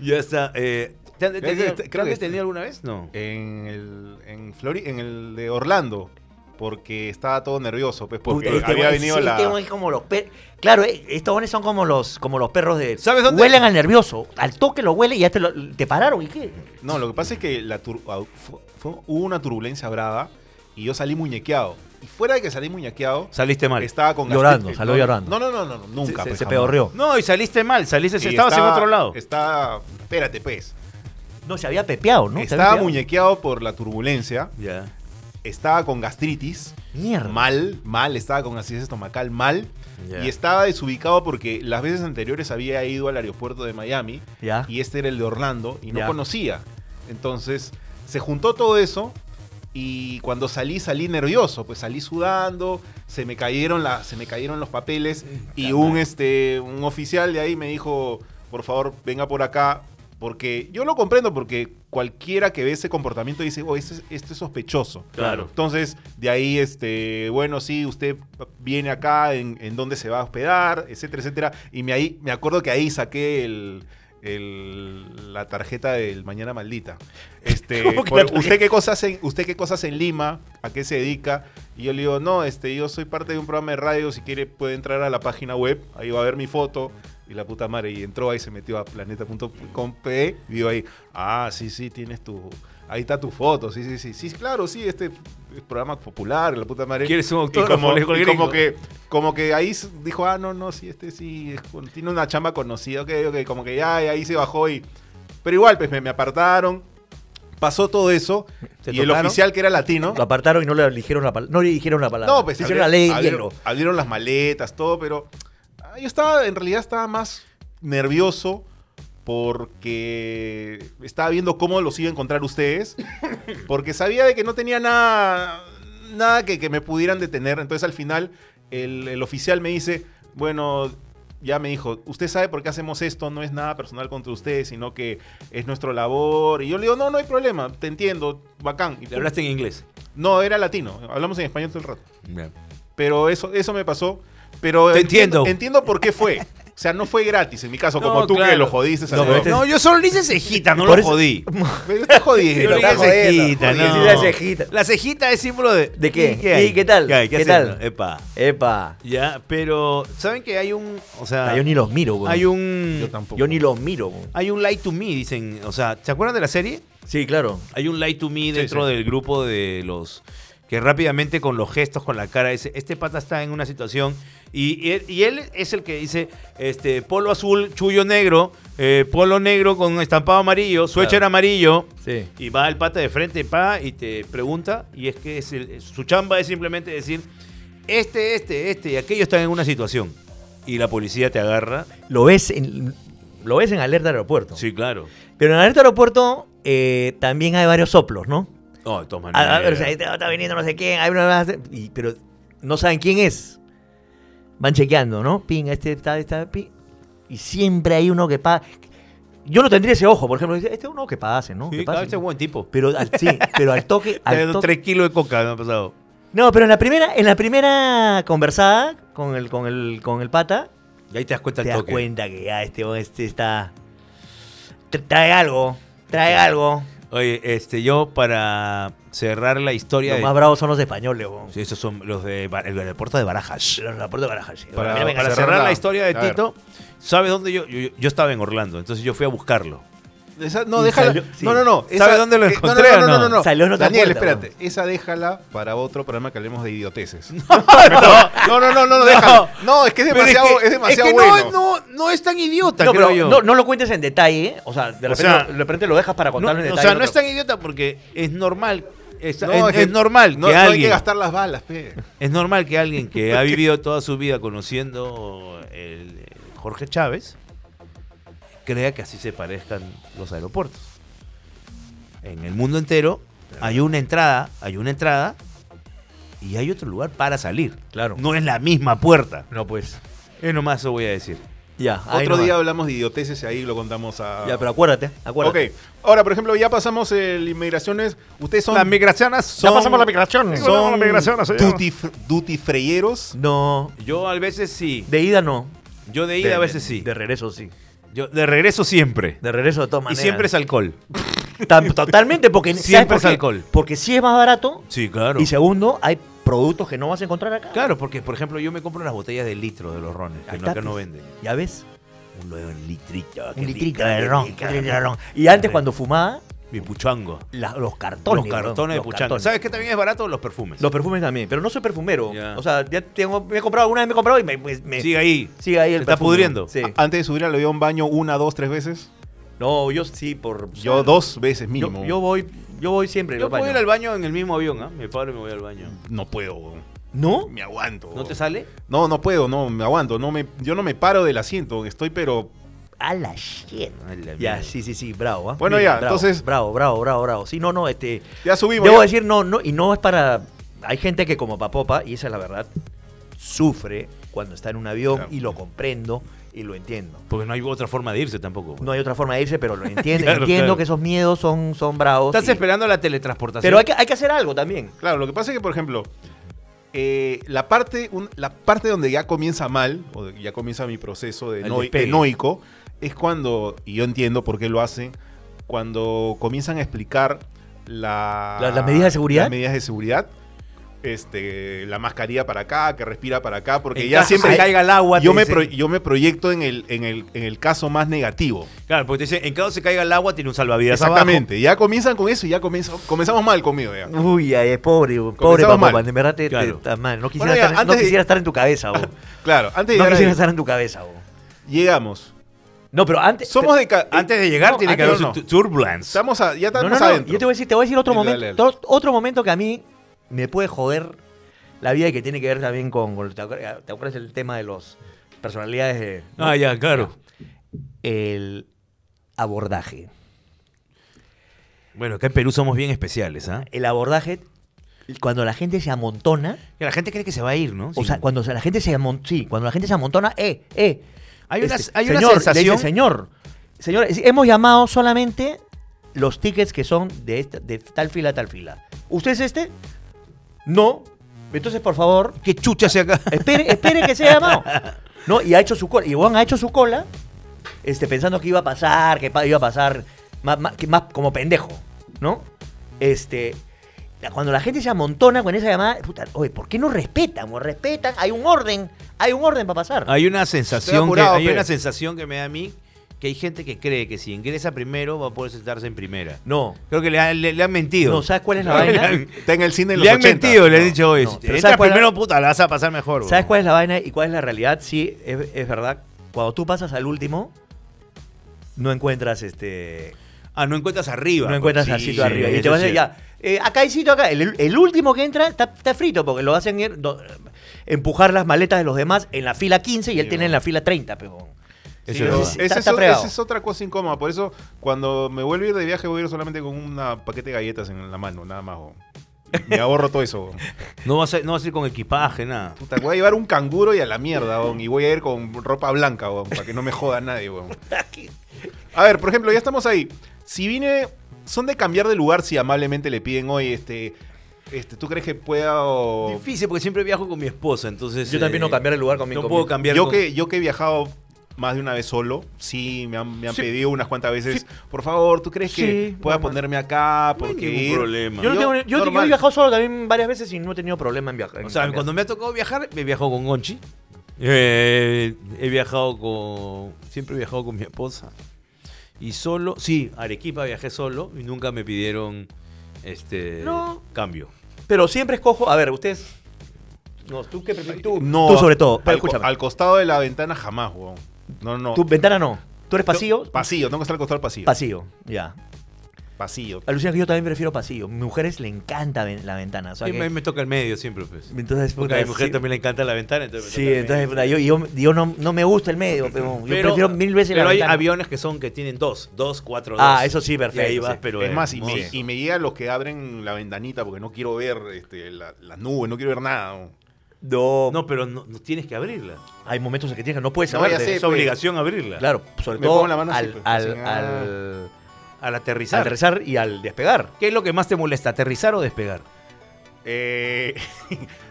[SPEAKER 3] ya está. eh, ¿te han
[SPEAKER 1] Creo que-
[SPEAKER 3] detenido,
[SPEAKER 1] creo
[SPEAKER 3] ¿te han
[SPEAKER 1] que- Eh,
[SPEAKER 3] detenido alguna vez? No.
[SPEAKER 1] En el, en, Flori- en el de Orlando, porque estaba todo nervioso, pues porque
[SPEAKER 2] Puta, este
[SPEAKER 1] había
[SPEAKER 2] güey-
[SPEAKER 1] venido
[SPEAKER 2] sí,
[SPEAKER 1] la...
[SPEAKER 2] este güey es como los per- Claro, eh, estos bones son como los, como los perros de.
[SPEAKER 3] ¿Sabes dónde?
[SPEAKER 2] Huelen al nervioso. Al toque lo huele y ya te, lo- te pararon. ¿Y qué?
[SPEAKER 1] No, lo que pasa es que la tur- au- fu- fue- hubo una turbulencia brava y yo salí muñequeado. Y fuera de que salí muñequeado,
[SPEAKER 3] Saliste mal.
[SPEAKER 1] estaba con
[SPEAKER 2] Llorando,
[SPEAKER 1] gastritis.
[SPEAKER 2] salió
[SPEAKER 1] No,
[SPEAKER 2] llorando.
[SPEAKER 1] No, no, no, no, no, nunca.
[SPEAKER 2] Se-
[SPEAKER 1] pues,
[SPEAKER 2] se
[SPEAKER 1] jamás.
[SPEAKER 2] peorreó.
[SPEAKER 3] No, y saliste mal. Saliste,
[SPEAKER 1] Y
[SPEAKER 3] estabas en
[SPEAKER 1] estaba-
[SPEAKER 3] otro lado.
[SPEAKER 1] Estaba, espérate, pues. pez.
[SPEAKER 2] No, se había pepeado, ¿no? Se había
[SPEAKER 1] estaba
[SPEAKER 2] pepeado.
[SPEAKER 1] muñequeado por la turbulencia,
[SPEAKER 3] Ya.
[SPEAKER 1] estaba con gastritis,
[SPEAKER 2] Mierda.
[SPEAKER 1] mal, mal, estaba con acidez estomacal, mal.
[SPEAKER 3] Ya.
[SPEAKER 1] Y estaba desubicado porque las veces anteriores había ido al aeropuerto de Miami
[SPEAKER 2] Ya.
[SPEAKER 1] y este era el de Orlando y no
[SPEAKER 2] Ya.
[SPEAKER 1] conocía. Entonces se juntó todo eso y cuando salí salí nervioso, pues salí sudando, se me cayeron, la, se me cayeron los papeles y un, este, un oficial de ahí me dijo, por favor, venga por acá. Porque yo lo comprendo, porque cualquiera que ve ese comportamiento dice, oh, este, es- este es sospechoso.
[SPEAKER 3] Claro.
[SPEAKER 1] Entonces, de ahí, este, bueno, sí, usted viene acá, en, en dónde se va a hospedar, etcétera, etcétera. Y me, ahí, me acuerdo que ahí saqué el, el- la tarjeta del Mañana Maldita. Este,
[SPEAKER 2] ¿Cómo que
[SPEAKER 1] por-
[SPEAKER 2] la tarjeta?
[SPEAKER 1] ¿usted, qué cosas en, ¿Usted qué cosas en Lima? ¿A qué se dedica? Y yo le digo, no, este, yo soy parte de un programa de radio, si quiere puede entrar a la página web, ahí va a ver mi foto. Y la puta madre, y entró ahí, se metió a planeta.com.pe y vio ahí, ah, sí, sí, tienes tu... Ahí está tu foto, sí, sí, sí. Sí, claro, sí, este es programa popular, la puta madre.
[SPEAKER 3] ¿Quieres un
[SPEAKER 1] Y
[SPEAKER 3] autógrafo?
[SPEAKER 1] como,
[SPEAKER 3] Le dijo el
[SPEAKER 1] y como
[SPEAKER 3] gringo.
[SPEAKER 1] que, como que ahí s- dijo, ah, no, no, sí, este sí, es con- tiene una chamba conocida, ok, ok, como que ya, y ahí se bajó y... Pero igual, pues me, me apartaron, pasó todo eso,
[SPEAKER 2] ¿Te
[SPEAKER 1] y el
[SPEAKER 2] tocaron?
[SPEAKER 1] oficial que era latino...
[SPEAKER 2] Lo apartaron y no le dijeron la palabra. No le dijeron la palabra.
[SPEAKER 1] No, pues
[SPEAKER 2] hicieron la
[SPEAKER 1] abrieron-
[SPEAKER 2] ley de
[SPEAKER 1] abrieron,
[SPEAKER 2] hielo.
[SPEAKER 1] abrieron las maletas, todo, pero ah, yo estaba, en realidad estaba más nervioso porque estaba viendo cómo los iba a encontrar ustedes, porque sabía de que no tenía nada, nada que, que me pudieran detener. Entonces al final el, el oficial me dice, bueno, ya me dijo, usted sabe por qué hacemos esto, no es nada personal contra ustedes, sino que es nuestra labor. Y yo le digo, no, no hay problema, te entiendo, bacán. Y
[SPEAKER 3] Le hablaste en inglés.
[SPEAKER 1] No, era latino, hablamos en español todo el rato. Pero eso, eso me pasó. Pero
[SPEAKER 3] Te entiendo.
[SPEAKER 1] Entiendo, por qué fue. O sea, no fue gratis en mi caso, como
[SPEAKER 3] No,
[SPEAKER 1] tú
[SPEAKER 3] claro.
[SPEAKER 1] que lo jodiste.
[SPEAKER 3] No,
[SPEAKER 1] Salvador.
[SPEAKER 2] pero este-
[SPEAKER 3] no, yo solo le hice cejita, no
[SPEAKER 2] Por
[SPEAKER 3] lo
[SPEAKER 2] eso-
[SPEAKER 3] jodí.
[SPEAKER 1] Pero está jodido.
[SPEAKER 3] Yo le
[SPEAKER 1] está
[SPEAKER 3] dije
[SPEAKER 1] jodido.
[SPEAKER 3] cejita,
[SPEAKER 1] jodido.
[SPEAKER 3] no.
[SPEAKER 2] Sí, la cejita.
[SPEAKER 3] La cejita es símbolo de.
[SPEAKER 2] ¿De qué?
[SPEAKER 3] ¿Y qué, hay?
[SPEAKER 2] ¿Y qué tal?
[SPEAKER 3] ¿Qué, hay? ¿Qué
[SPEAKER 2] ¿Qué
[SPEAKER 3] hacen?
[SPEAKER 2] tal?
[SPEAKER 3] Epa.
[SPEAKER 2] Epa.
[SPEAKER 3] Ya, pero. ¿Saben que hay un. O sea.
[SPEAKER 2] Ah, yo ni los miro, weón.
[SPEAKER 3] hay un. Ah.
[SPEAKER 1] Yo tampoco.
[SPEAKER 2] Yo ni los miro, weón.
[SPEAKER 3] Hay un Light to Me, dicen. O sea, ¿se acuerdan de la serie?
[SPEAKER 2] Sí, claro.
[SPEAKER 3] Hay un Light to Me dentro
[SPEAKER 1] sí.
[SPEAKER 3] del grupo de los. Que rápidamente con los gestos, con la cara, dice: Este pata está en una situación. Y, y él- y él es el que dice: este Polo azul, chullo negro, eh, polo negro con estampado amarillo, suéter
[SPEAKER 2] Claro.
[SPEAKER 3] amarillo.
[SPEAKER 2] Sí.
[SPEAKER 3] Y va el pata de frente, pa, y te pregunta, y es que es el- su chamba es simplemente decir, este, este, este y aquello están en una situación. Y la policía te agarra.
[SPEAKER 2] Lo ves en, lo ves en alerta aeropuerto.
[SPEAKER 3] Sí, claro.
[SPEAKER 2] Pero en alerta aeropuerto eh, también hay varios soplos, ¿no?
[SPEAKER 3] No, de todas maneras.
[SPEAKER 2] Ah, ah, pero, o sea, está, está viniendo no sé quién, hay una- y- pero no saben quién es. Van chequeando, ¿no? Ping, este está, está, ping. Y siempre hay uno que pasa. Yo no tendría ese ojo, por ejemplo. dice, Este es uno que pase, ¿no?
[SPEAKER 3] Sí,
[SPEAKER 2] Que
[SPEAKER 3] claro,
[SPEAKER 2] pase,
[SPEAKER 3] este es
[SPEAKER 2] ¿no?
[SPEAKER 3] buen tipo.
[SPEAKER 2] Pero al, sí, pero al toque.
[SPEAKER 3] Te
[SPEAKER 2] Al
[SPEAKER 3] dieron
[SPEAKER 2] toque
[SPEAKER 3] tres kilos de coca me ha pasado.
[SPEAKER 2] no, pero en la primera, en la primera conversada con el, con el, con el pata,
[SPEAKER 3] Y ahí te das cuenta
[SPEAKER 2] te
[SPEAKER 3] el
[SPEAKER 2] das
[SPEAKER 3] toque.
[SPEAKER 2] cuenta que ya este, este está. tra- Trae algo, trae algo.
[SPEAKER 3] Oye, este, yo para cerrar la historia.
[SPEAKER 2] Los
[SPEAKER 3] de-
[SPEAKER 2] más bravos son los españoles, weón.
[SPEAKER 3] Sí, esos son los de Bar- el aeropuerto de Barajas.
[SPEAKER 2] Los de la puerta de Barajas, sí.
[SPEAKER 1] Para-
[SPEAKER 2] Mira, venga,
[SPEAKER 3] para
[SPEAKER 1] cerrar
[SPEAKER 3] cerrar la
[SPEAKER 1] la-
[SPEAKER 3] historia de
[SPEAKER 1] a ver.
[SPEAKER 3] Tito, ¿sabes dónde yo, yo? yo estaba en Orlando, entonces yo fui a buscarlo.
[SPEAKER 1] Esa- no,
[SPEAKER 2] Y
[SPEAKER 1] déjala.
[SPEAKER 2] salió- sí.
[SPEAKER 1] No, no, no.
[SPEAKER 3] ¿Sabe dónde lo
[SPEAKER 1] eh, no,
[SPEAKER 3] encontré
[SPEAKER 1] no,
[SPEAKER 3] o
[SPEAKER 1] no, no,
[SPEAKER 3] no?
[SPEAKER 1] no, no.
[SPEAKER 2] Salió en otra
[SPEAKER 1] Daniel,
[SPEAKER 2] puerta,
[SPEAKER 1] espérate.
[SPEAKER 2] weón.
[SPEAKER 1] Esa déjala para otro programa que hablemos de idioteces. No, no, no, no, no, déjala. No, es que es
[SPEAKER 3] Pero
[SPEAKER 1] demasiado, es demasiado
[SPEAKER 3] que
[SPEAKER 1] bueno.
[SPEAKER 3] No, no, no es tan idiota,
[SPEAKER 2] No,
[SPEAKER 3] creo
[SPEAKER 2] pero
[SPEAKER 3] yo.
[SPEAKER 2] no, no lo cuentes en detalle, ¿eh? o sea, de
[SPEAKER 3] O
[SPEAKER 2] repente,
[SPEAKER 3] sea,
[SPEAKER 2] lo, de repente lo dejas para
[SPEAKER 3] No,
[SPEAKER 2] contarlo en
[SPEAKER 3] o
[SPEAKER 2] detalle.
[SPEAKER 3] sea,
[SPEAKER 2] en
[SPEAKER 3] no es
[SPEAKER 2] otro-
[SPEAKER 3] tan idiota porque es normal. Es,
[SPEAKER 1] No,
[SPEAKER 3] es-
[SPEAKER 1] que
[SPEAKER 3] es normal
[SPEAKER 1] no,
[SPEAKER 3] que
[SPEAKER 1] no hay que
[SPEAKER 3] alguien.
[SPEAKER 1] gastar las balas, pe.
[SPEAKER 3] es normal que alguien que ha vivido toda su vida conociendo el, eh, Jorge Chávez crea que así se parezcan los aeropuertos. En el mundo entero hay una entrada, hay una entrada y hay otro lugar para salir.
[SPEAKER 2] Claro.
[SPEAKER 3] No es la misma puerta.
[SPEAKER 2] No, pues.
[SPEAKER 3] Es nomás eso voy a decir.
[SPEAKER 2] Ya, ahí
[SPEAKER 1] Otro
[SPEAKER 2] nomás.
[SPEAKER 1] día hablamos de idioteces y ahí lo contamos a.
[SPEAKER 2] Ya, pero acuérdate,
[SPEAKER 1] ok.
[SPEAKER 2] acuérdate.
[SPEAKER 1] Ahora, por ejemplo, ya pasamos el inmigraciones. Ustedes son.
[SPEAKER 3] Las migraciones
[SPEAKER 1] son-
[SPEAKER 2] migración.
[SPEAKER 1] Son
[SPEAKER 3] ¿eh?
[SPEAKER 1] duty, duty freyeros.
[SPEAKER 2] No,
[SPEAKER 3] Yo a veces sí.
[SPEAKER 2] de ida no.
[SPEAKER 3] Yo de ida a veces sí.
[SPEAKER 2] De regreso sí.
[SPEAKER 3] Yo de regreso siempre.
[SPEAKER 2] De regreso de todas
[SPEAKER 3] Y
[SPEAKER 2] maneras.
[SPEAKER 3] siempre es alcohol.
[SPEAKER 2] Tam- Totalmente, porque ¿sabes
[SPEAKER 3] Siempre
[SPEAKER 2] por
[SPEAKER 3] es
[SPEAKER 2] qué?
[SPEAKER 3] alcohol.
[SPEAKER 2] Porque sí es más barato.
[SPEAKER 3] Sí, claro.
[SPEAKER 2] Y segundo, hay productos que no vas a encontrar acá.
[SPEAKER 3] Claro, porque por ejemplo yo me compro las botellas de litro de los rones, que
[SPEAKER 2] Ahí
[SPEAKER 3] no,
[SPEAKER 2] está,
[SPEAKER 3] acá no
[SPEAKER 2] pues.
[SPEAKER 3] venden.
[SPEAKER 2] ¿Ya ves?
[SPEAKER 3] Un buen litrito.
[SPEAKER 2] Un litrito de ron. un litrito de ron. Y antes cuando fumaba,
[SPEAKER 3] Mi puchango.
[SPEAKER 2] la- los cartones.
[SPEAKER 3] Los
[SPEAKER 2] bro,
[SPEAKER 3] cartones de
[SPEAKER 2] los
[SPEAKER 3] puchango.
[SPEAKER 2] cartones.
[SPEAKER 3] ¿Sabes qué también es barato? Los perfumes.
[SPEAKER 2] Los perfumes también, pero no soy perfumero.
[SPEAKER 3] Ya.
[SPEAKER 2] O sea, ya tengo, me he comprado, alguna vez me he comprado y me... me- me-
[SPEAKER 3] Sigue ahí.
[SPEAKER 2] sigue ahí el
[SPEAKER 3] Se está
[SPEAKER 2] perfume.
[SPEAKER 3] pudriendo.
[SPEAKER 2] Sí.
[SPEAKER 1] A- Antes de subir al avión, baño una, dos, tres veces.
[SPEAKER 2] No, yo sí, por...
[SPEAKER 1] Yo dos veces
[SPEAKER 2] Yo,
[SPEAKER 1] mínimo.
[SPEAKER 2] yo voy, yo voy siempre.
[SPEAKER 3] Yo
[SPEAKER 2] al baño.
[SPEAKER 3] puedo ir al baño en el mismo avión, ¿ah? Me paro y me voy al baño.
[SPEAKER 1] No puedo, weón.
[SPEAKER 2] ¿No?
[SPEAKER 1] me aguanto.
[SPEAKER 3] ¿No
[SPEAKER 1] weón.
[SPEAKER 3] te sale?
[SPEAKER 1] No, no puedo, no, me aguanto. No me, yo no me paro del asiento, estoy pero...
[SPEAKER 2] A la shit.
[SPEAKER 3] Ay, la mierda.
[SPEAKER 2] Ya, sí, sí, sí, bravo. ¿ah?
[SPEAKER 1] Bueno, ya,
[SPEAKER 2] bravo,
[SPEAKER 1] entonces-
[SPEAKER 2] Bravo, bravo, bravo, bravo. Sí, no, no, este...
[SPEAKER 1] Ya subimos.
[SPEAKER 2] Debo
[SPEAKER 1] ya.
[SPEAKER 2] decir, no, no, y no es para. Hay gente que, como papopa, y esa es la verdad, sufre cuando está en un avión
[SPEAKER 1] Claro.
[SPEAKER 2] y lo comprendo y lo entiendo.
[SPEAKER 3] Porque no hay otra forma de irse tampoco. pues.
[SPEAKER 2] No hay otra forma de irse, pero lo entiendo.
[SPEAKER 3] Claro,
[SPEAKER 2] entiendo
[SPEAKER 3] claro.
[SPEAKER 2] que esos miedos son, son bravos.
[SPEAKER 3] Estás
[SPEAKER 2] y-
[SPEAKER 3] esperando la teletransportación.
[SPEAKER 2] Pero hay que, hay que hacer algo también.
[SPEAKER 1] Claro, lo que pasa es que, por ejemplo, eh, la, parte, un- la parte donde ya comienza mal, o ya comienza mi proceso de
[SPEAKER 3] El
[SPEAKER 1] noi-
[SPEAKER 3] despegue.
[SPEAKER 1] enoico, es cuando, y yo entiendo por qué lo hacen, cuando comienzan a explicar la-
[SPEAKER 2] La- las medidas de seguridad.
[SPEAKER 1] Las medidas de seguridad. Este, la mascarilla para acá, que respira para acá, porque
[SPEAKER 3] En
[SPEAKER 1] ya
[SPEAKER 3] caso
[SPEAKER 1] siempre
[SPEAKER 3] se caiga el agua, te
[SPEAKER 1] Yo me,
[SPEAKER 3] dicen.
[SPEAKER 1] pro- yo me proyecto en el, en, el, en el caso más negativo.
[SPEAKER 3] Claro, porque te dicen, en caso se caiga el agua, tiene un salvavidas abajo.
[SPEAKER 1] Exactamente. Ya comienzan con eso y ya comienza- comenzamos mal conmigo. Ya.
[SPEAKER 2] Uy, ay, es pobre, pobre papopa.
[SPEAKER 1] mal.
[SPEAKER 2] De verdad te, te-
[SPEAKER 3] Claro.
[SPEAKER 2] está mal. No quisiera,
[SPEAKER 1] Bueno, ya,
[SPEAKER 2] estar, no
[SPEAKER 1] antes de-
[SPEAKER 2] quisiera estar en tu cabeza, vos.
[SPEAKER 1] Claro, antes de
[SPEAKER 2] No
[SPEAKER 1] llegar
[SPEAKER 2] quisiera
[SPEAKER 1] ahí,
[SPEAKER 2] estar en tu cabeza, vos.
[SPEAKER 1] llegamos.
[SPEAKER 2] No, pero antes.
[SPEAKER 1] Somos de
[SPEAKER 2] eh,
[SPEAKER 1] ca-
[SPEAKER 3] Antes de llegar
[SPEAKER 1] No,
[SPEAKER 3] tiene que
[SPEAKER 1] antes
[SPEAKER 3] haber
[SPEAKER 1] no,
[SPEAKER 3] su
[SPEAKER 1] no.
[SPEAKER 3] tu- turbulence.
[SPEAKER 1] Estamos a- ya estamos
[SPEAKER 2] ah, No, no, no.
[SPEAKER 1] adentro.
[SPEAKER 2] Yo te voy a decir, te voy a decir otro
[SPEAKER 1] Dale,
[SPEAKER 2] momento,
[SPEAKER 1] dale, dale.
[SPEAKER 2] to- otro momento que a mí me puede joder la vida y que tiene que ver también con, con- ¿te, acuerdas, te acuerdas el tema de los personalidades de
[SPEAKER 3] Ah, ya, claro.
[SPEAKER 2] el abordaje.
[SPEAKER 3] Bueno, acá en Perú somos bien especiales, ¿ah?
[SPEAKER 2] El abordaje cuando la gente se amontona,
[SPEAKER 3] Que La gente cree que se va a ir, ¿no?
[SPEAKER 2] o sea, cuando se- la gente se amon- sí, cuando la gente se amontona, eh, eh.
[SPEAKER 3] Hay una- hay
[SPEAKER 2] señor,
[SPEAKER 3] una
[SPEAKER 2] le dice,
[SPEAKER 3] sensación-
[SPEAKER 2] señor, señor, es- hemos llamado solamente los tickets que son de, esta- de tal fila a tal fila. ¿Usted es este? No. Entonces, por favor,
[SPEAKER 3] ¿Qué chucha se acá?
[SPEAKER 2] Espere, espere que sea llamado. No, y ha hecho su cola. Y Juan ha hecho su cola este, pensando que iba a pasar, que pa- iba a pasar más, más- que más como pendejo, ¿no? Este, la- cuando la gente se amontona con esa llamada, puta, oye, ¿por qué no respetan? ¿O respetan? Hay un orden, hay un orden para pasar.
[SPEAKER 3] Hay una sensación,
[SPEAKER 1] apurado,
[SPEAKER 3] que, hay
[SPEAKER 1] pe.
[SPEAKER 3] una sensación que me da a mí que hay gente que cree que si ingresa primero va a poder sentarse en primera.
[SPEAKER 2] No,
[SPEAKER 3] Creo que le, ha- le- le han mentido.
[SPEAKER 2] no, ¿sabes cuál es la
[SPEAKER 1] Claro,
[SPEAKER 2] vaina?
[SPEAKER 1] claro. Está en el cine en los
[SPEAKER 3] le han
[SPEAKER 1] 80.
[SPEAKER 3] mentido, le han
[SPEAKER 1] No.
[SPEAKER 3] dicho, oye,
[SPEAKER 2] no,
[SPEAKER 3] si
[SPEAKER 2] pero
[SPEAKER 3] entras
[SPEAKER 2] ¿sabes cuál-
[SPEAKER 3] primero, puta, la vas a pasar mejor.
[SPEAKER 2] ¿Sabes
[SPEAKER 3] bro.
[SPEAKER 2] cuál es la vaina y cuál es la realidad? Sí, es, es verdad. Cuando tú pasas al último, no encuentras este
[SPEAKER 3] Ah, no encuentras arriba.
[SPEAKER 2] No encuentras
[SPEAKER 3] Sí,
[SPEAKER 2] así tú arriba.
[SPEAKER 3] eso
[SPEAKER 2] Y te vas a decir,
[SPEAKER 3] es
[SPEAKER 2] ya, eh, acá hay sitio, acá. El, el último que entra está, está frito porque lo hacen ir- do- empujar las maletas de los demás en la fila 15 y él
[SPEAKER 1] Sí,
[SPEAKER 2] tiene
[SPEAKER 1] no.
[SPEAKER 2] en la fila 30, pegón.
[SPEAKER 3] Eso
[SPEAKER 1] Sí,
[SPEAKER 3] es
[SPEAKER 1] no,
[SPEAKER 3] verdad.
[SPEAKER 1] ese
[SPEAKER 2] Está-
[SPEAKER 1] es
[SPEAKER 2] está
[SPEAKER 1] o-
[SPEAKER 2] fregado.
[SPEAKER 1] esa es otra cosa incómoda. Por eso, cuando me vuelvo a ir de viaje, voy a ir solamente con un paquete de galletas en la mano, nada más. weón. Me ahorro todo eso. weón.
[SPEAKER 3] No vas, a, no vas a ir con equipaje, nada.
[SPEAKER 1] Puta, voy a llevar un canguro y a la mierda, weón, y voy a ir con ropa blanca, weón, para que no me joda nadie. weón. A ver, por ejemplo, ya estamos ahí. Si vine, son de cambiar de lugar si amablemente le piden hoy, este, este, ¿tú crees que pueda? o-
[SPEAKER 3] Difícil porque siempre viajo con mi esposa, entonces. eh,
[SPEAKER 2] Yo también no cambiar el lugar con mi-
[SPEAKER 3] No
[SPEAKER 2] con
[SPEAKER 3] puedo
[SPEAKER 2] mi-
[SPEAKER 3] cambiar.
[SPEAKER 1] Yo
[SPEAKER 3] con-
[SPEAKER 1] que, yo que he viajado más de una vez solo, sí, me han, me han
[SPEAKER 3] Sí.
[SPEAKER 1] pedido unas cuantas veces, por favor, ¿tú crees que
[SPEAKER 2] Sí,
[SPEAKER 1] pueda
[SPEAKER 2] normal.
[SPEAKER 1] ponerme acá?
[SPEAKER 3] No hay
[SPEAKER 1] Porque
[SPEAKER 3] ningún
[SPEAKER 1] ir-
[SPEAKER 3] problema.
[SPEAKER 2] Yo, no tengo- yo- yo
[SPEAKER 1] normal.
[SPEAKER 2] he viajado solo también varias veces y no he tenido problema en viajar.
[SPEAKER 3] O sea, cuando me ha tocado viajar, me he viajado con Gonchi. Eh, he viajado con. Siempre he viajado con mi esposa. Y solo, sí, Arequipa viajé solo y nunca me pidieron este
[SPEAKER 2] No.
[SPEAKER 3] cambio.
[SPEAKER 2] Pero siempre escojo. A ver, ustedes. No, tú qué prefieres. Tú,
[SPEAKER 1] No,
[SPEAKER 2] tú sobre todo.
[SPEAKER 1] Al,
[SPEAKER 2] Pero escúchame.
[SPEAKER 1] al costado de la ventana jamás, weón. No, no.
[SPEAKER 2] Tu ventana no. Tú eres pasillo.
[SPEAKER 1] Pasillo, tengo que estar al costado del pasillo.
[SPEAKER 2] Pasillo, ya.
[SPEAKER 1] pasillo.
[SPEAKER 2] Alucina que yo también prefiero pasillo. Mi mujeres le encanta ven- la ventana. o sea
[SPEAKER 3] Sí,
[SPEAKER 2] que-
[SPEAKER 3] a mí me toca el medio siempre, pues.
[SPEAKER 2] entonces,
[SPEAKER 3] Porque
[SPEAKER 2] puta,
[SPEAKER 3] a mi mujer
[SPEAKER 2] sí,
[SPEAKER 3] también le encanta la ventana, entonces me
[SPEAKER 2] Sí,
[SPEAKER 3] toca el
[SPEAKER 2] entonces,
[SPEAKER 3] medio.
[SPEAKER 2] puta, yo, yo, yo no, no me gusta el medio, pero, yo prefiero mil veces
[SPEAKER 3] pero
[SPEAKER 2] la
[SPEAKER 3] hay
[SPEAKER 2] ventana.
[SPEAKER 3] aviones que son que tienen dos, dos, cuatro, dos.
[SPEAKER 2] Ah, eso sí, perfecto,
[SPEAKER 3] Y ahí vas,
[SPEAKER 2] sí.
[SPEAKER 3] pero
[SPEAKER 1] es más, y me,
[SPEAKER 3] hermoso.
[SPEAKER 1] y me llegan los que abren la ventanita porque no quiero ver este, la, la nube, no quiero ver nada. weón.
[SPEAKER 2] No,
[SPEAKER 3] no, pero no, no tienes que abrirla.
[SPEAKER 2] hay momentos en que tienes que no puedes
[SPEAKER 1] No,
[SPEAKER 2] cerrarte.
[SPEAKER 1] ya sé.
[SPEAKER 3] es obligación abrirla.
[SPEAKER 2] pues. Claro, sobre
[SPEAKER 1] Me
[SPEAKER 2] todo
[SPEAKER 1] pongo la mano así,
[SPEAKER 2] al,
[SPEAKER 1] pues,
[SPEAKER 2] al,
[SPEAKER 1] así, ah.
[SPEAKER 2] al,
[SPEAKER 3] Al aterrizar.
[SPEAKER 2] al rezar y al despegar.
[SPEAKER 3] ¿Qué es lo que más te molesta, aterrizar o despegar?
[SPEAKER 1] Eh,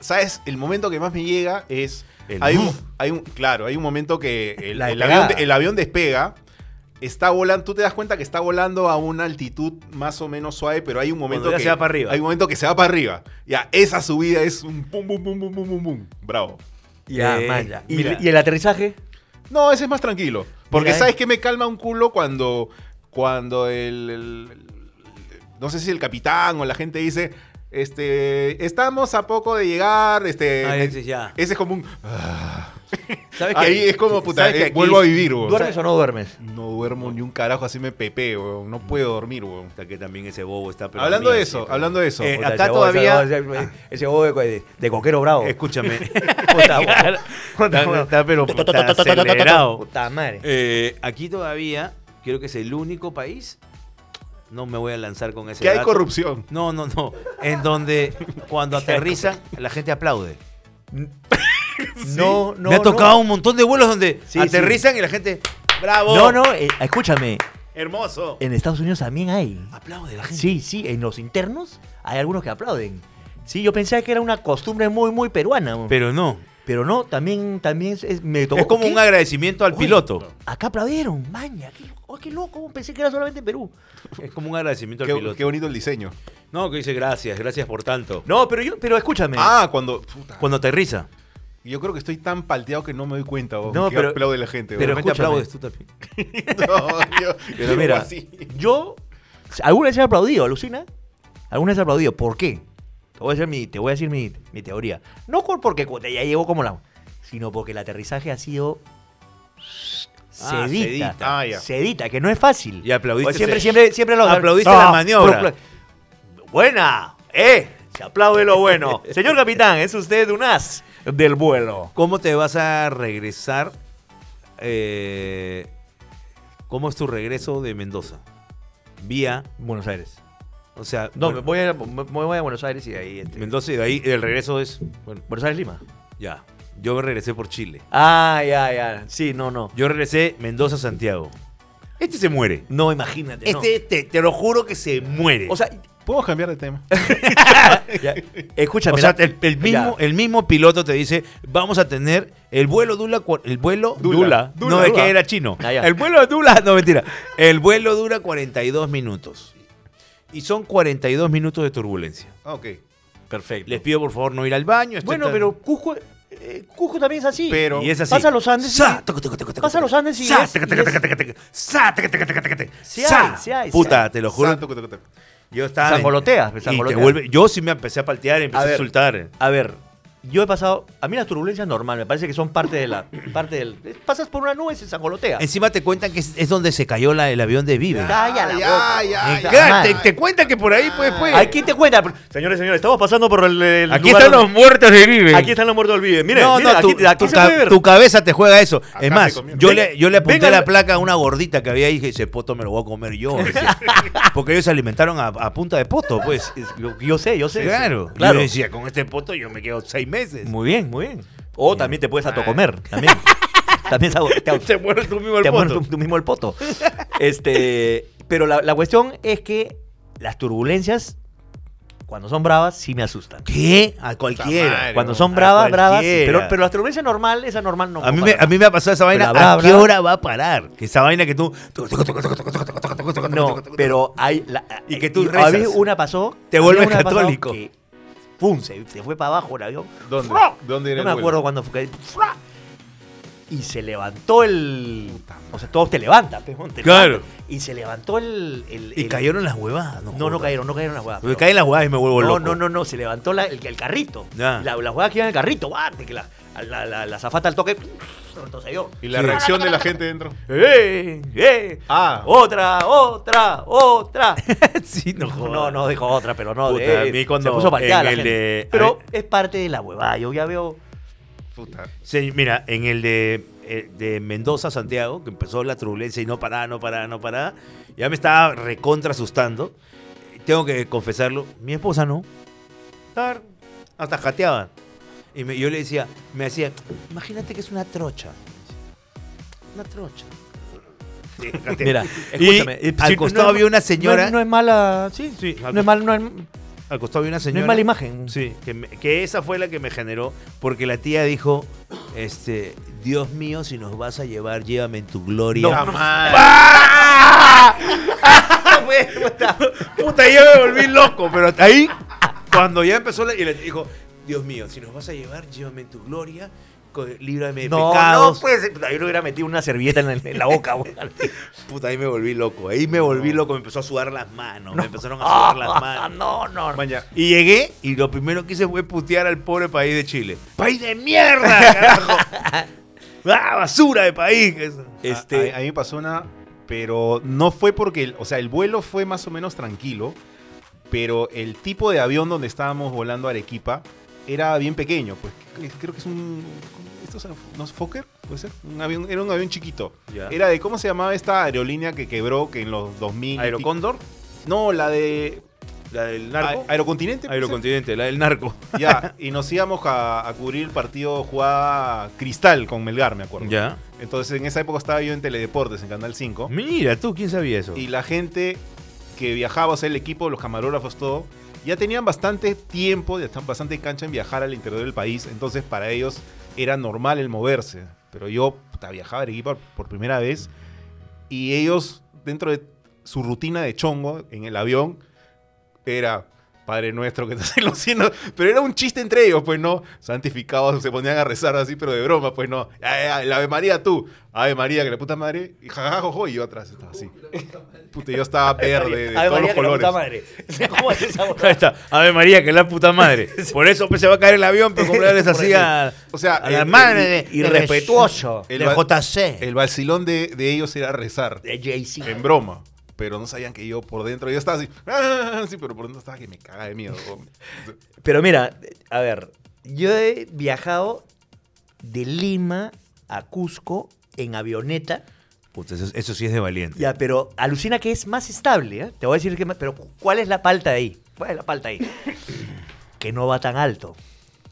[SPEAKER 1] ¿Sabes? El momento que más me llega es.
[SPEAKER 3] El uh.
[SPEAKER 1] Hay un,
[SPEAKER 3] buf.
[SPEAKER 1] hay un- claro, hay un momento que el,
[SPEAKER 2] La
[SPEAKER 1] el
[SPEAKER 2] despegada.
[SPEAKER 1] avión, el avión despega. Está volando, tú te das cuenta que está volando a una altitud más o menos suave, pero hay un momento
[SPEAKER 3] Cuando ya
[SPEAKER 1] que
[SPEAKER 3] se va para arriba.
[SPEAKER 1] Hay un momento que se va para arriba. Ya, esa subida es un pum pum pum pum pum pum pum. Bravo.
[SPEAKER 3] Eh,
[SPEAKER 2] man, ya. ¿Y,
[SPEAKER 3] mira.
[SPEAKER 2] y el aterrizaje?
[SPEAKER 1] No, ese es más tranquilo. Porque
[SPEAKER 2] Mira, eh.
[SPEAKER 1] sabes que me calma un culo cuando. Cuando el, el- No sé si el capitán o la gente dice. Este. Estamos a poco de llegar. Este.
[SPEAKER 3] Ahí dices ya.
[SPEAKER 1] Ese es como un.
[SPEAKER 3] ¿Sabes
[SPEAKER 1] ahí
[SPEAKER 3] que-
[SPEAKER 1] es como puta.
[SPEAKER 3] sabes que
[SPEAKER 1] eh,
[SPEAKER 3] aquí
[SPEAKER 1] vuelvo a
[SPEAKER 3] es-
[SPEAKER 1] vivir, weón.
[SPEAKER 2] ¿Duermes o no duermes?
[SPEAKER 1] No duermo ni un carajo, así me pepe, weón. No puedo dormir, weón.
[SPEAKER 3] Puta, que también ese bobo está pero
[SPEAKER 1] Hablando
[SPEAKER 3] mira,
[SPEAKER 1] de
[SPEAKER 3] sí,
[SPEAKER 1] eso,
[SPEAKER 3] pero-
[SPEAKER 1] hablando de eso.
[SPEAKER 3] Eh,
[SPEAKER 2] Puta,
[SPEAKER 3] acá
[SPEAKER 2] ese bobo, ese
[SPEAKER 3] todavía-
[SPEAKER 2] bobo, Ese, ese bobo de, de, de coquero bravo.
[SPEAKER 3] Escúchame.
[SPEAKER 2] Puta,
[SPEAKER 3] Claro. está, está, pero puta, acelerado.
[SPEAKER 2] Puta madre.
[SPEAKER 3] Eh, aquí todavía creo que es el único país. No me voy a lanzar con ese.
[SPEAKER 1] que hay
[SPEAKER 3] dato.
[SPEAKER 1] corrupción.
[SPEAKER 3] No, no, no. En donde cuando aterrizan la gente aplaude.
[SPEAKER 2] No, no.
[SPEAKER 3] me ha
[SPEAKER 2] no.
[SPEAKER 3] tocado un montón de vuelos donde
[SPEAKER 2] Sí,
[SPEAKER 3] aterrizan y la gente bravo.
[SPEAKER 2] No, no, eh, escúchame.
[SPEAKER 3] Hermoso.
[SPEAKER 2] En Estados Unidos también hay.
[SPEAKER 3] Aplaude la gente.
[SPEAKER 2] Sí, sí, en los internos hay algunos que aplauden. Sí, yo pensaba que era una costumbre muy, muy peruana. mo. Pero,
[SPEAKER 3] Pero no.
[SPEAKER 2] no, también, también es, me tocó.
[SPEAKER 3] Es como
[SPEAKER 2] ¿Qué?
[SPEAKER 3] un agradecimiento al
[SPEAKER 2] Oye,
[SPEAKER 3] piloto.
[SPEAKER 2] Acá aplaudieron, maña. Qué, oh, qué loco, pensé que era solamente en Perú.
[SPEAKER 3] Es como un agradecimiento al
[SPEAKER 1] Qué,
[SPEAKER 3] piloto.
[SPEAKER 1] qué bonito el diseño.
[SPEAKER 3] No, que dice gracias, gracias por tanto.
[SPEAKER 2] No, pero yo, pero escúchame.
[SPEAKER 1] Ah, cuando. puta,
[SPEAKER 3] Cuando aterriza.
[SPEAKER 1] Yo creo que estoy tan palteado que no me doy cuenta, weón.
[SPEAKER 2] No,
[SPEAKER 1] que
[SPEAKER 2] pero-
[SPEAKER 1] aplaude la gente,
[SPEAKER 2] pero
[SPEAKER 1] weón.
[SPEAKER 3] de repente
[SPEAKER 2] escúchame.
[SPEAKER 3] aplaudes tú también.
[SPEAKER 1] No, yo,
[SPEAKER 2] pero mira, yo alguna vez he aplaudido, alucina. Alguna vez he aplaudido. ¿Por qué? Te voy a decir mi, te voy a decir mi, mi teoría. No cu- porque cu- ya llegó como la, sino porque el aterrizaje ha sido
[SPEAKER 3] Ah,
[SPEAKER 2] sedita,
[SPEAKER 3] sedita.
[SPEAKER 1] Ah, ya.
[SPEAKER 2] sedita, que no es fácil.
[SPEAKER 3] Y aplaudiste
[SPEAKER 2] O siempre,
[SPEAKER 3] ese-
[SPEAKER 2] siempre, siempre lo
[SPEAKER 3] aplaudiste
[SPEAKER 2] No,
[SPEAKER 3] la maniobra.
[SPEAKER 2] pro- pro- Buena, eh, se aplaude lo bueno. Señor capitán, es usted un as del vuelo.
[SPEAKER 3] ¿Cómo te vas a regresar? eh, ¿Cómo es tu regreso de Mendoza? Vía,
[SPEAKER 2] Buenos Aires.
[SPEAKER 3] o sea,
[SPEAKER 2] No,
[SPEAKER 3] bueno,
[SPEAKER 2] me voy a, me voy a Buenos Aires y de ahí. este,
[SPEAKER 3] Mendoza y de ahí el regreso es, bueno,
[SPEAKER 2] Buenos Aires Lima.
[SPEAKER 3] ya. Yo me regresé por Chile.
[SPEAKER 2] Ah, ya, ya. Sí, no, no.
[SPEAKER 3] Yo regresé Mendoza-Santiago. Este se muere.
[SPEAKER 2] No, imagínate. no.
[SPEAKER 3] Este, este, te lo juro que se muere.
[SPEAKER 2] O sea,
[SPEAKER 1] Podemos cambiar de tema.
[SPEAKER 2] ya, escúchame.
[SPEAKER 3] O sea,
[SPEAKER 2] la-
[SPEAKER 3] el, el mismo,
[SPEAKER 2] ya.
[SPEAKER 3] el mismo piloto te dice, vamos a tener el vuelo Dula, cua- el vuelo Dula,
[SPEAKER 1] Dula.
[SPEAKER 3] no
[SPEAKER 1] Dula.
[SPEAKER 3] de que era chino,
[SPEAKER 2] Ah, ya.
[SPEAKER 3] el vuelo Dula, no mentira, el vuelo dura 42 minutos y son 42 minutos de turbulencia.
[SPEAKER 1] Ah, ok.
[SPEAKER 2] Perfecto.
[SPEAKER 3] Les pido por favor no ir al baño. estoy
[SPEAKER 2] Bueno,
[SPEAKER 3] tan-
[SPEAKER 2] pero Cusco, eh, Cusco también es así.
[SPEAKER 1] Pero-
[SPEAKER 3] y es así.
[SPEAKER 2] Pasa los Andes. y-
[SPEAKER 3] Sa, tucu, tucu, tucu, tucu,
[SPEAKER 2] Pasa
[SPEAKER 3] tucu.
[SPEAKER 2] los Andes y
[SPEAKER 3] Sa,
[SPEAKER 2] es-
[SPEAKER 3] tucu,
[SPEAKER 2] y
[SPEAKER 3] tucu,
[SPEAKER 2] es-
[SPEAKER 3] tucu, tucu, tucu. Sa, tucu, tucu, tucu, tucu.
[SPEAKER 2] Sí hay,
[SPEAKER 3] Sa.
[SPEAKER 2] sí hay, sí
[SPEAKER 3] Puta,
[SPEAKER 2] hay.
[SPEAKER 3] te lo juro.
[SPEAKER 1] Santo que te- que te-
[SPEAKER 3] Yo estaba.
[SPEAKER 2] Zangoloteas, pues,
[SPEAKER 3] y te
[SPEAKER 2] zangoloteas.
[SPEAKER 3] vuelve- Yo sí me empecé a paltear, empecé a,
[SPEAKER 2] ver.
[SPEAKER 3] insultar.
[SPEAKER 2] A ver, yo he pasado. A mí las turbulencias normal, me parece que son parte de la. parte del. Pasas por una nube y se zangolotea.
[SPEAKER 3] Encima te cuentan que es, es donde se cayó la- el avión de Vive.
[SPEAKER 2] Calla la boca.
[SPEAKER 1] Ah, ya, ya.
[SPEAKER 2] Ca-
[SPEAKER 3] Claro,
[SPEAKER 2] Ay.
[SPEAKER 3] te, te cuenta que por ahí pues fue.
[SPEAKER 2] Ay, ¿quién te cuenta? Señores, señores, estamos pasando por el. el
[SPEAKER 3] Aquí
[SPEAKER 2] lugar
[SPEAKER 3] están los
[SPEAKER 2] donde-
[SPEAKER 3] muertos de Vive.
[SPEAKER 2] Aquí están los muertos del vive. Miren,
[SPEAKER 3] no,
[SPEAKER 2] miren,
[SPEAKER 3] no,
[SPEAKER 2] aquí,
[SPEAKER 3] tu,
[SPEAKER 2] aquí
[SPEAKER 3] tu
[SPEAKER 2] se
[SPEAKER 3] ca-
[SPEAKER 2] puede ver.
[SPEAKER 3] tu cabeza te juega eso.
[SPEAKER 1] Acá
[SPEAKER 3] es más,
[SPEAKER 1] se comieron.
[SPEAKER 3] yo
[SPEAKER 1] Venga,
[SPEAKER 3] le, yo le apunté
[SPEAKER 2] venga
[SPEAKER 3] la
[SPEAKER 2] la-
[SPEAKER 3] placa a una gordita que había ahí y dije, ese poto me lo voy a comer yo. Porque ellos se alimentaron a, a punta de poto, pues.
[SPEAKER 2] Es- Yo, yo sé, yo sé.
[SPEAKER 3] claro.
[SPEAKER 2] Sí, claro.
[SPEAKER 3] Yo decía, con este poto yo me quedo seis meses.
[SPEAKER 2] Muy bien, muy bien. O también te puedes
[SPEAKER 3] Ah.
[SPEAKER 2] atocomer. También. también sabo- te,
[SPEAKER 3] Te mueres tú mismo el
[SPEAKER 2] te mueres
[SPEAKER 3] poto.
[SPEAKER 2] tú, tú mismo el poto. Este, pero la, la cuestión es que las turbulencias, cuando son bravas, sí me asustan.
[SPEAKER 3] ¿Qué? A cualquiera.
[SPEAKER 1] madre.
[SPEAKER 2] Cuando
[SPEAKER 1] no,
[SPEAKER 2] son
[SPEAKER 3] a
[SPEAKER 2] bravas, bravas. sí.
[SPEAKER 3] cualquiera.
[SPEAKER 2] Pero, pero las turbulencias normal, esa normal no.
[SPEAKER 3] A mí, me,
[SPEAKER 2] para
[SPEAKER 3] a mí me ha pasado esa vaina.
[SPEAKER 2] Pero habrá,
[SPEAKER 3] ¿A qué
[SPEAKER 2] habrá.
[SPEAKER 3] hora va a parar? Que esa vaina que tú.
[SPEAKER 2] nada. No, pero hay. la- eh,
[SPEAKER 3] Y que tú
[SPEAKER 2] A mí
[SPEAKER 3] rezas.
[SPEAKER 2] una pasó.
[SPEAKER 3] Te
[SPEAKER 2] había
[SPEAKER 3] vuelves
[SPEAKER 2] una pasado
[SPEAKER 3] católico.
[SPEAKER 2] que, Pum, se, se fue para abajo el avión.
[SPEAKER 1] ¿Dónde?
[SPEAKER 2] ¡Fra!
[SPEAKER 1] ¿Dónde era
[SPEAKER 2] No me
[SPEAKER 1] el vuelo?
[SPEAKER 2] acuerdo cuándo fue. que- ¡Fra! y se levantó el. O sea, todos te levantan, pe, weón, te
[SPEAKER 3] Claro.
[SPEAKER 2] levantan. Y se levantó el. el-
[SPEAKER 3] Y
[SPEAKER 2] el-
[SPEAKER 3] cayeron las huevadas.
[SPEAKER 2] No, no cayeron, no cayeron las huevas.
[SPEAKER 3] Me caen las huevadas y me vuelvo
[SPEAKER 2] No,
[SPEAKER 3] loco.
[SPEAKER 2] no, no, no, se levantó la- el, el carrito.
[SPEAKER 3] Ya.
[SPEAKER 2] La- las huevas que iban en el carrito, guate, que la, la, la, la zafata al toque retrocedió.
[SPEAKER 1] Y la reacción de la gente dentro.
[SPEAKER 2] ¡Eh! ¡Eh!
[SPEAKER 1] Ah.
[SPEAKER 3] Oh.
[SPEAKER 2] ¡Otra, otra, otra!
[SPEAKER 3] sí, no jodas.
[SPEAKER 2] No, no dijo otra, pero no.
[SPEAKER 3] Puta,
[SPEAKER 2] de-
[SPEAKER 3] a mí cuando
[SPEAKER 2] se puso parqueada
[SPEAKER 3] en
[SPEAKER 2] la
[SPEAKER 3] el
[SPEAKER 2] gente.
[SPEAKER 3] de-
[SPEAKER 2] Pero
[SPEAKER 3] a
[SPEAKER 2] es parte de la huevada. Yo ya veo.
[SPEAKER 1] Puta.
[SPEAKER 3] Sí, mira, en el de, eh, de Mendoza, Santiago, que empezó la turbulencia y no paraba, no paraba, no paraba, ya me estaba recontra asustando. Tengo que confesarlo, mi esposa no. Tar- Hasta jateaba. Y me- yo le decía, me decía, imagínate que es una trocha. Una trocha. Sí, jatea.
[SPEAKER 2] Mira,
[SPEAKER 3] Y
[SPEAKER 2] escúchame. eh,
[SPEAKER 3] al
[SPEAKER 2] si-
[SPEAKER 3] costado
[SPEAKER 2] es-
[SPEAKER 3] había una señora.
[SPEAKER 2] No es, no es mala. Sí,
[SPEAKER 3] Sí, al
[SPEAKER 2] no es mal, no es, no
[SPEAKER 3] Al costado había una
[SPEAKER 2] es
[SPEAKER 3] señora.
[SPEAKER 2] mala imagen.
[SPEAKER 3] Sí, que, me- que esa fue la que me generó, porque la tía dijo, este, Dios mío, si nos vas a llevar, llévame en tu gloria.
[SPEAKER 1] Ah,
[SPEAKER 2] Ah,
[SPEAKER 3] Puta, yo me volví loco, pero ahí, cuando ya empezó, la- y le dijo, Dios mío, si nos vas a llevar, llévame en tu gloria, co- líbrame de
[SPEAKER 2] No,
[SPEAKER 3] pecados.
[SPEAKER 2] no, pues. Yo le hubiera metido una servilleta en, el- en la boca, güey.
[SPEAKER 3] Puta, ahí me volví loco, ahí me volví loco, me empezó a sudar las manos, me empezaron a
[SPEAKER 2] Ah,
[SPEAKER 3] sudar las manos.
[SPEAKER 2] No,
[SPEAKER 3] Ah.
[SPEAKER 2] no, no.
[SPEAKER 1] Maña.
[SPEAKER 3] Y llegué y lo primero que hice fue putear al pobre país de Chile. ¡País de mierda, carajo! ¡Ah, basura de país! Ah,
[SPEAKER 1] Este... A, a- a mí me pasó una, pero no fue porque, el- o sea, el vuelo fue más o menos tranquilo, pero el tipo de avión donde estábamos volando a Arequipa era bien pequeño, pues c- creo que es un, ¿esto es, no es Fokker? ¿Puede ser? Un avión, era un avión chiquito.
[SPEAKER 3] Ya.
[SPEAKER 1] Era de, ¿cómo se llamaba esta aerolínea que quebró que en los 2000? y pico-
[SPEAKER 3] ¿Aerocóndor?
[SPEAKER 1] No, la de
[SPEAKER 3] ¿La del
[SPEAKER 1] a- Aerocontinente. puede ser.
[SPEAKER 3] Aerocontinente, la del narco.
[SPEAKER 1] Ya, y nos íbamos a, a cubrir el partido jugada Cristal con Melgar, me acuerdo.
[SPEAKER 3] Ya. Mm.
[SPEAKER 1] Entonces en esa época estaba yo en Teledeportes, en Canal
[SPEAKER 3] Oh.
[SPEAKER 1] 5.
[SPEAKER 3] Mira, tú, ¿quién sabía eso?
[SPEAKER 1] y la gente que viajaba, o sea, el equipo, los camarógrafos, todo, ya tenían bastante tiempo, ya están bastante cancha en viajar al interior del país, entonces para ellos era normal el moverse. Pero yo puta, viajaba a Arequipa por primera vez y ellos, dentro de su rutina de chongo en el avión, era Padre Nuestro que estás en los cielos, pero era un chiste entre ellos, pues no, santificados, se ponían a rezar así, pero de broma, pues no, "Ya, ya, el Ave María tú, Ave María que la puta madre, y jajaja, jojo, y yo atrás estaba así. Puta, yo estaba verde, de
[SPEAKER 2] Ave
[SPEAKER 1] todos los
[SPEAKER 2] María, que la
[SPEAKER 1] colores.
[SPEAKER 2] puta madre. ¿Cómo es esa
[SPEAKER 3] Ahí está. A ver, María, que la puta madre. Por eso pues, se va a caer el avión, pero comprarles
[SPEAKER 2] Por
[SPEAKER 3] así
[SPEAKER 2] eso.
[SPEAKER 3] a,
[SPEAKER 1] O sea,
[SPEAKER 3] a
[SPEAKER 1] el-
[SPEAKER 3] la
[SPEAKER 1] el-
[SPEAKER 3] madre de,
[SPEAKER 2] irrespetuoso.
[SPEAKER 3] de
[SPEAKER 1] El ba-
[SPEAKER 3] JC.
[SPEAKER 1] El vacilón de, de ellos era rezar,
[SPEAKER 2] De Jay-Z.
[SPEAKER 1] en broma. Pero no sabían que yo por dentro, yo estaba así, "Ah", sí, pero por dentro estaba que me caga de miedo.
[SPEAKER 2] Pero mira, a ver, yo he viajado de Lima a Cusco en avioneta.
[SPEAKER 3] Puta, eso, eso sí es de valiente.
[SPEAKER 2] Ya, pero alucina que es más estable, ¿eh? Te voy a decir que más, pero ¿cuál es la palta de ahí? ¿Cuál es la palta ahí? que no va tan alto.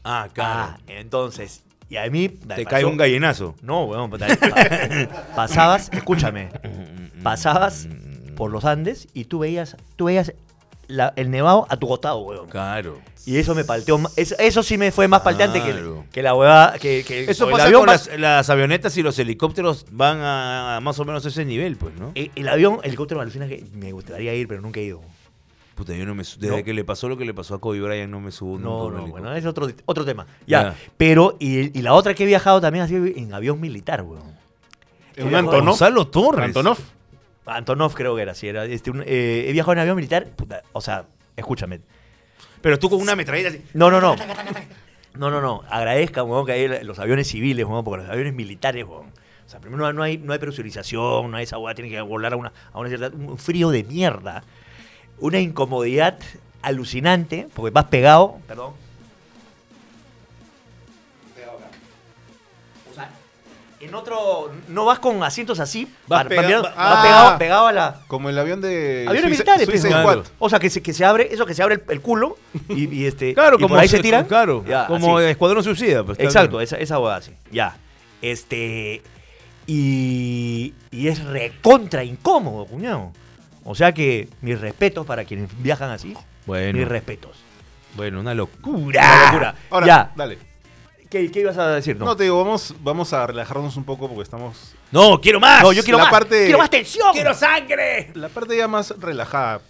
[SPEAKER 3] Ah,
[SPEAKER 2] Ah, entonces, y a mí me
[SPEAKER 3] Te
[SPEAKER 2] pasó-
[SPEAKER 3] cae un gallinazo.
[SPEAKER 2] No, weón, puta, eh, pa- pasabas, escúchame, pasabas por los Andes y tú veías, tú veías la- el nevado a tu costado, weón.
[SPEAKER 3] Claro.
[SPEAKER 2] Y eso me palteó. ma- Eso, eso sí me fue más palteante que-
[SPEAKER 3] Claro.
[SPEAKER 2] que, la huevada. Que, que- o
[SPEAKER 3] Eso
[SPEAKER 2] el
[SPEAKER 3] pasa
[SPEAKER 2] avión
[SPEAKER 3] con
[SPEAKER 2] más-
[SPEAKER 3] las, las avionetas y los helicópteros van a, a más o menos ese nivel, pues, ¿no?
[SPEAKER 2] eh, El, el avión, el helicóptero alucina que me gustaría ir, pero nunca he ido.
[SPEAKER 3] Puta, yo no me su- Desde
[SPEAKER 2] No.
[SPEAKER 3] que le pasó lo que le pasó a Kobe Bryant, no me subo nunca a
[SPEAKER 2] No,
[SPEAKER 3] un
[SPEAKER 2] no,
[SPEAKER 3] helicóptero.
[SPEAKER 2] bueno, es otro, otro tema. Ya,
[SPEAKER 3] Ya.
[SPEAKER 2] pero, y, y la otra que he viajado también ha sido en avión militar, weón.
[SPEAKER 1] En un
[SPEAKER 2] Oye,
[SPEAKER 1] Antonov.
[SPEAKER 3] Gonzalo Torres.
[SPEAKER 1] Antonov.
[SPEAKER 2] Antonov creo que era, sí, era. Este, un- eh, he viajado en avión militar, puta, o sea, escúchame.
[SPEAKER 3] Pero tú con una metralleta así.
[SPEAKER 2] No, no, no. No, no, no. Agradezca, weón, que hay los aviones civiles, weón, porque los aviones militares, weón. O sea, primero no- no hay, no hay presurización, no hay esa weá, tienen que volar a una, a una cierta. Un frío de mierda. Una incomodidad alucinante, porque vas pegado. Perdón. O sea, en otro. No vas con asientos así.
[SPEAKER 3] Vas
[SPEAKER 2] para- para-
[SPEAKER 3] pega- va-
[SPEAKER 2] vas
[SPEAKER 1] ah.
[SPEAKER 2] pegado, pegado a la.
[SPEAKER 1] Como el avión de
[SPEAKER 2] Aviones
[SPEAKER 1] Suiza-
[SPEAKER 2] militares,
[SPEAKER 1] Suiza
[SPEAKER 2] pues,
[SPEAKER 1] Squad.
[SPEAKER 2] weón. O sea, que se, que se abre, eso que se abre el, el culo y, y, este.
[SPEAKER 3] Claro,
[SPEAKER 2] y
[SPEAKER 3] como
[SPEAKER 2] por ahí se tiran.
[SPEAKER 3] Claro,
[SPEAKER 2] Ya,
[SPEAKER 3] como
[SPEAKER 2] así.
[SPEAKER 3] escuadrón suicida. pues, está
[SPEAKER 2] Exacto,
[SPEAKER 3] bien.
[SPEAKER 2] esa, esa hueá así. Ya. Este. Y, y es recontra incómodo, cuñado. O sea que mis respetos para quienes viajan así. Mis
[SPEAKER 3] Bueno,
[SPEAKER 2] respetos.
[SPEAKER 3] bueno, una locura.
[SPEAKER 2] Una locura.
[SPEAKER 1] Ahora,
[SPEAKER 2] ya.
[SPEAKER 1] dale.
[SPEAKER 2] ¿Qué, qué ibas a decir?
[SPEAKER 1] No.
[SPEAKER 2] No,
[SPEAKER 1] te digo, vamos, vamos a relajarnos un poco porque estamos.
[SPEAKER 3] No, quiero más.
[SPEAKER 2] No, yo quiero
[SPEAKER 1] la
[SPEAKER 2] más.
[SPEAKER 1] parte-
[SPEAKER 2] Quiero más tensión.
[SPEAKER 3] quiero sangre.
[SPEAKER 1] La parte ya más relajada.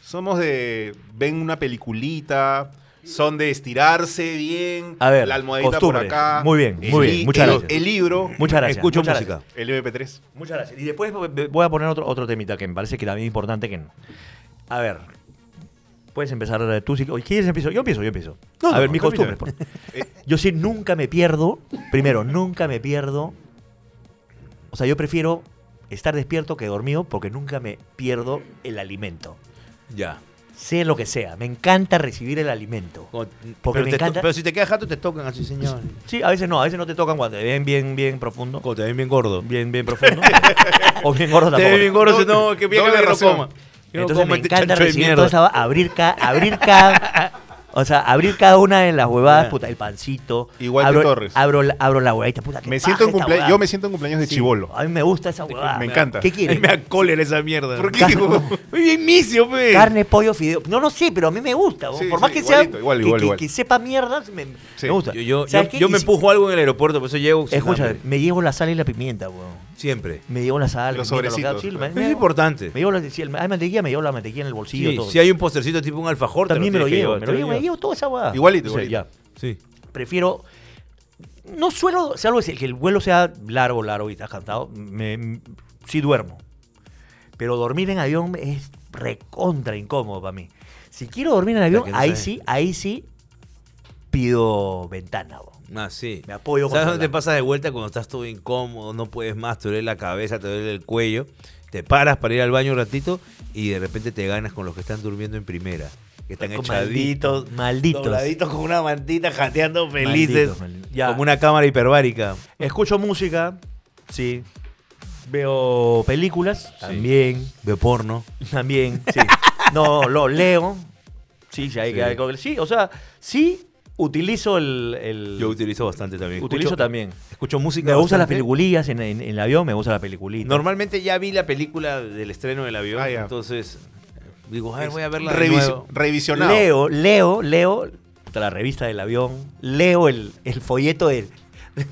[SPEAKER 1] Somos de. Ven una peliculita, son de estirarse bien,
[SPEAKER 2] A ver,
[SPEAKER 1] la almohadita
[SPEAKER 2] costumbres.
[SPEAKER 1] por acá.
[SPEAKER 2] Muy bien,
[SPEAKER 1] el
[SPEAKER 2] muy bien,
[SPEAKER 1] li-
[SPEAKER 2] muchas
[SPEAKER 1] el-
[SPEAKER 2] gracias.
[SPEAKER 1] El libro,
[SPEAKER 2] Muchas gracias.
[SPEAKER 3] Escucho
[SPEAKER 2] muchas
[SPEAKER 3] música.
[SPEAKER 2] gracias.
[SPEAKER 1] el MP3.
[SPEAKER 2] Muchas gracias. Y después voy a poner otro, otro temita que me parece que también es importante que... A ver, puedes empezar eh, tú. Si, o ¿Quieres empiezo? Yo empiezo, yo empiezo.
[SPEAKER 3] No,
[SPEAKER 2] a
[SPEAKER 3] no,
[SPEAKER 2] ver, mis
[SPEAKER 3] no,
[SPEAKER 2] costumbres.
[SPEAKER 3] mira.
[SPEAKER 2] por- Eh, yo sí nunca me pierdo. Primero, nunca me pierdo. O sea, yo prefiero estar despierto que dormido porque nunca me pierdo el alimento.
[SPEAKER 3] Ya.
[SPEAKER 2] Sea lo que sea. Me encanta recibir el alimento.
[SPEAKER 3] Como-
[SPEAKER 2] Porque
[SPEAKER 3] pero,
[SPEAKER 2] me
[SPEAKER 3] te to-
[SPEAKER 2] encanta-
[SPEAKER 3] pero si te quedas jato, te tocan así, señor.
[SPEAKER 2] Sí, a veces no, a veces no te tocan cuando te ven bien, bien profundo.
[SPEAKER 3] Cuando te ven bien gordo.
[SPEAKER 2] Bien, bien profundo. o bien gordo
[SPEAKER 3] Te
[SPEAKER 2] tampoco.
[SPEAKER 3] ven bien gordo,
[SPEAKER 1] No,
[SPEAKER 3] si no, que bien que
[SPEAKER 1] doble
[SPEAKER 3] me lo
[SPEAKER 1] ración.
[SPEAKER 3] coma. Que no
[SPEAKER 2] Entonces
[SPEAKER 3] coma
[SPEAKER 2] me
[SPEAKER 3] este
[SPEAKER 2] encanta
[SPEAKER 3] chancho de
[SPEAKER 2] recibir
[SPEAKER 3] mierda.
[SPEAKER 2] toda esa va- abrir cada, abrir cada, o sea, abrir cada una de las huevadas,
[SPEAKER 3] Ya.
[SPEAKER 2] puta, el pancito.
[SPEAKER 1] Ah. Igual que
[SPEAKER 2] abro,
[SPEAKER 1] Torres.
[SPEAKER 2] Abro, la- abro la huevadita, puta, qué
[SPEAKER 1] Me
[SPEAKER 2] paja
[SPEAKER 1] siento en
[SPEAKER 2] esta
[SPEAKER 1] cumplea-
[SPEAKER 2] huevada.
[SPEAKER 1] yo me siento en cumpleaños de
[SPEAKER 2] Sí,
[SPEAKER 1] chibolo.
[SPEAKER 2] A mí me gusta esa huevada.
[SPEAKER 1] Me encanta.
[SPEAKER 2] ¿Qué
[SPEAKER 3] Ay,
[SPEAKER 2] quiere?
[SPEAKER 3] Me da cólera esa mierda.
[SPEAKER 1] ¿Por qué?
[SPEAKER 2] Ca-
[SPEAKER 3] Muy bien misio, pe.
[SPEAKER 2] Carne, pollo, fideo. No, no sé, pero a mí me gusta. bo.
[SPEAKER 1] Sí,
[SPEAKER 2] Por
[SPEAKER 1] sí,
[SPEAKER 2] más que sea
[SPEAKER 1] igualito, igual,
[SPEAKER 2] que-
[SPEAKER 1] igual,
[SPEAKER 2] que,
[SPEAKER 1] igual.
[SPEAKER 2] que sepa mierda, me, me
[SPEAKER 1] Sí,
[SPEAKER 2] gusta.
[SPEAKER 3] Yo, yo,
[SPEAKER 2] ¿Sabes
[SPEAKER 3] yo-
[SPEAKER 2] qué?
[SPEAKER 3] yo me
[SPEAKER 2] Y si-
[SPEAKER 3] empujo algo en el aeropuerto, por eso llego. sin
[SPEAKER 2] Escucha,
[SPEAKER 3] hambre.
[SPEAKER 2] me llevo la sal y la pimienta, weón.
[SPEAKER 3] Siempre.
[SPEAKER 2] Me llevo la sal,
[SPEAKER 1] Los
[SPEAKER 2] la pimienta,
[SPEAKER 1] sobrecitos.
[SPEAKER 2] que- sí, me-
[SPEAKER 3] Eso
[SPEAKER 2] me-
[SPEAKER 3] es importante.
[SPEAKER 2] Me llevo la, si el- hay mantequilla, me llevo la mantequilla en el bolsillo.
[SPEAKER 3] Sí,
[SPEAKER 2] todo.
[SPEAKER 3] si hay un postercito tipo un alfajor, te
[SPEAKER 2] También me lo
[SPEAKER 3] tienes que
[SPEAKER 2] llevo,
[SPEAKER 3] llevar,
[SPEAKER 2] me lo
[SPEAKER 3] te
[SPEAKER 2] llevo, me llevo toda esa huevada.
[SPEAKER 1] Igualito,
[SPEAKER 2] O sea,
[SPEAKER 1] igualito.
[SPEAKER 2] ya.
[SPEAKER 3] Sí.
[SPEAKER 2] Prefiero. No suelo, salvo que el vuelo sea largo, largo y estás cansado, me, sí duermo. Pero dormir en avión es recontra incómodo para mí. Si quiero dormir en avión,
[SPEAKER 3] que no
[SPEAKER 2] ahí
[SPEAKER 3] sabes.
[SPEAKER 2] sí, ahí sí pido ventana. bo.
[SPEAKER 3] Ah, sí.
[SPEAKER 2] Me apoyo
[SPEAKER 3] ¿Sabes
[SPEAKER 2] contra
[SPEAKER 3] dónde
[SPEAKER 2] la-
[SPEAKER 3] te pasas de vuelta cuando estás todo incómodo, no puedes más, te duele la cabeza, te duele el cuello? Te paras para ir al baño un ratito y de repente te ganas con los que están durmiendo en primera. Que están
[SPEAKER 2] Con
[SPEAKER 3] echaditos,
[SPEAKER 2] malditos, malditos.
[SPEAKER 3] dobladitos con una mantita, jateando felices.
[SPEAKER 2] Malditos, malditos. Ya.
[SPEAKER 3] Como una cámara hiperbárica.
[SPEAKER 2] Escucho música, sí. Veo películas, también.
[SPEAKER 3] De porno.
[SPEAKER 2] También, sí. No, lo leo. Sí, sí, hay que
[SPEAKER 3] Sí.
[SPEAKER 2] hay que- Sí, o sea, sí utilizo el. el-
[SPEAKER 3] Yo utilizo bastante también.
[SPEAKER 2] utilizo
[SPEAKER 3] Escucho-
[SPEAKER 2] también.
[SPEAKER 3] Escucho música.
[SPEAKER 2] Me gustan las
[SPEAKER 3] bastante.
[SPEAKER 2] peliculillas en, en- en el avión, me gustan las peliculitas.
[SPEAKER 3] Normalmente ya vi la película del estreno del avión,
[SPEAKER 1] Ah, ya.
[SPEAKER 3] entonces digo, a ver, voy a verla de
[SPEAKER 1] Revisio-
[SPEAKER 3] nuevo.
[SPEAKER 1] revisionado.
[SPEAKER 2] Leo, leo, leo puta, la revista del avión, leo el, el folleto de,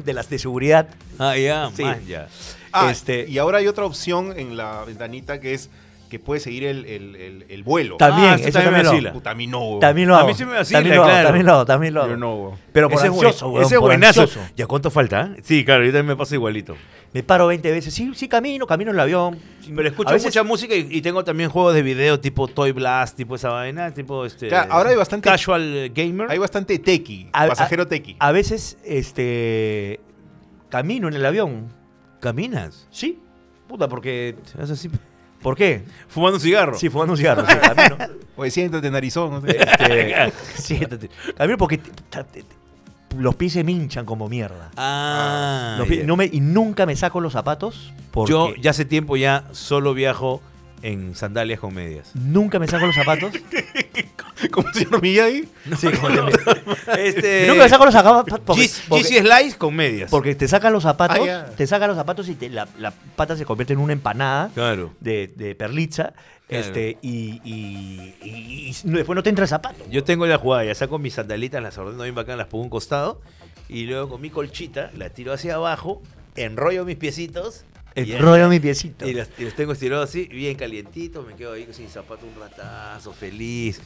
[SPEAKER 2] de las de seguridad.
[SPEAKER 3] Ah, ya,
[SPEAKER 2] Sí.
[SPEAKER 3] man, ya.
[SPEAKER 1] Ah,
[SPEAKER 2] Este-
[SPEAKER 1] y ahora hay otra opción en la ventanita que es que puedes seguir el, el- el- el vuelo.
[SPEAKER 2] También,
[SPEAKER 3] Ah, eso
[SPEAKER 2] eso
[SPEAKER 3] también me
[SPEAKER 2] también,
[SPEAKER 3] vacila.
[SPEAKER 2] lo hago.
[SPEAKER 1] Puta, a mí no. weón.
[SPEAKER 2] También lo
[SPEAKER 3] A
[SPEAKER 2] hago.
[SPEAKER 3] mí sí me vacila,
[SPEAKER 2] también lo hago,
[SPEAKER 3] claro.
[SPEAKER 2] también lo hago, también lo hago.
[SPEAKER 1] Yo no, weón.
[SPEAKER 2] Pero por
[SPEAKER 3] ese es
[SPEAKER 2] ansioso,
[SPEAKER 3] buen-
[SPEAKER 2] weón,
[SPEAKER 3] ese es
[SPEAKER 2] por
[SPEAKER 3] buenazo.
[SPEAKER 2] ansioso.
[SPEAKER 3] Ya cuánto falta, ¿eh? Sí, claro, yo también me pasa igualito.
[SPEAKER 2] Me paro 20 veces. Sí, sí, camino, camino en el avión.
[SPEAKER 3] Pero escucho
[SPEAKER 2] A veces-
[SPEAKER 3] mucha música y, y tengo también juegos de video tipo Toy Blast, tipo esa vaina, tipo este.
[SPEAKER 1] Claro, ahora hay bastante-
[SPEAKER 3] casual gamer.
[SPEAKER 1] Hay bastante tequi,
[SPEAKER 2] A-
[SPEAKER 1] pasajero tequi.
[SPEAKER 2] A veces, este. Camino en el avión.
[SPEAKER 3] caminas.
[SPEAKER 2] Sí. Puta, porque.
[SPEAKER 3] Es así,
[SPEAKER 2] ¿Por qué?
[SPEAKER 3] fumando un cigarro.
[SPEAKER 2] Sí, fumando un cigarro. sí, camino.
[SPEAKER 1] Oye, siéntate, narizón. no sé.
[SPEAKER 2] Este, siéntate. Camino porque. te- puta, te- te- los pies se me hinchan como mierda.
[SPEAKER 3] Ah.
[SPEAKER 2] Los pies-
[SPEAKER 3] ya.
[SPEAKER 2] no me- y nunca me saco los zapatos. Porque
[SPEAKER 3] yo ya hace tiempo ya solo viajo en sandalias con medias.
[SPEAKER 2] Nunca me saco los zapatos.
[SPEAKER 1] ¿Cómo se llama Miyagi?
[SPEAKER 2] Sí, como te-
[SPEAKER 3] Este.
[SPEAKER 2] Nunca me saco los zapatos. porque-
[SPEAKER 3] GC
[SPEAKER 2] porque-
[SPEAKER 3] GC Slice con medias.
[SPEAKER 2] Porque te sacan los zapatos,
[SPEAKER 1] Ah, ya.
[SPEAKER 2] te sacan los zapatos y te- la, la pata se convierte en una empanada
[SPEAKER 3] Claro.
[SPEAKER 2] de, de perliza.
[SPEAKER 3] Claro.
[SPEAKER 2] Este, y, y- y- y después no te entra el zapato.
[SPEAKER 3] Yo tengo la jugada, ya saco mis sandalitas, las ordeno bien bacán, las pongo a un costado y luego con mi colchita la tiro hacia abajo, enrollo mis piecitos y-
[SPEAKER 2] Enrollo mi piecito.
[SPEAKER 3] y, las- y los tengo estirados así, bien calientitos, me quedo ahí sin zapato un ratazo, feliz.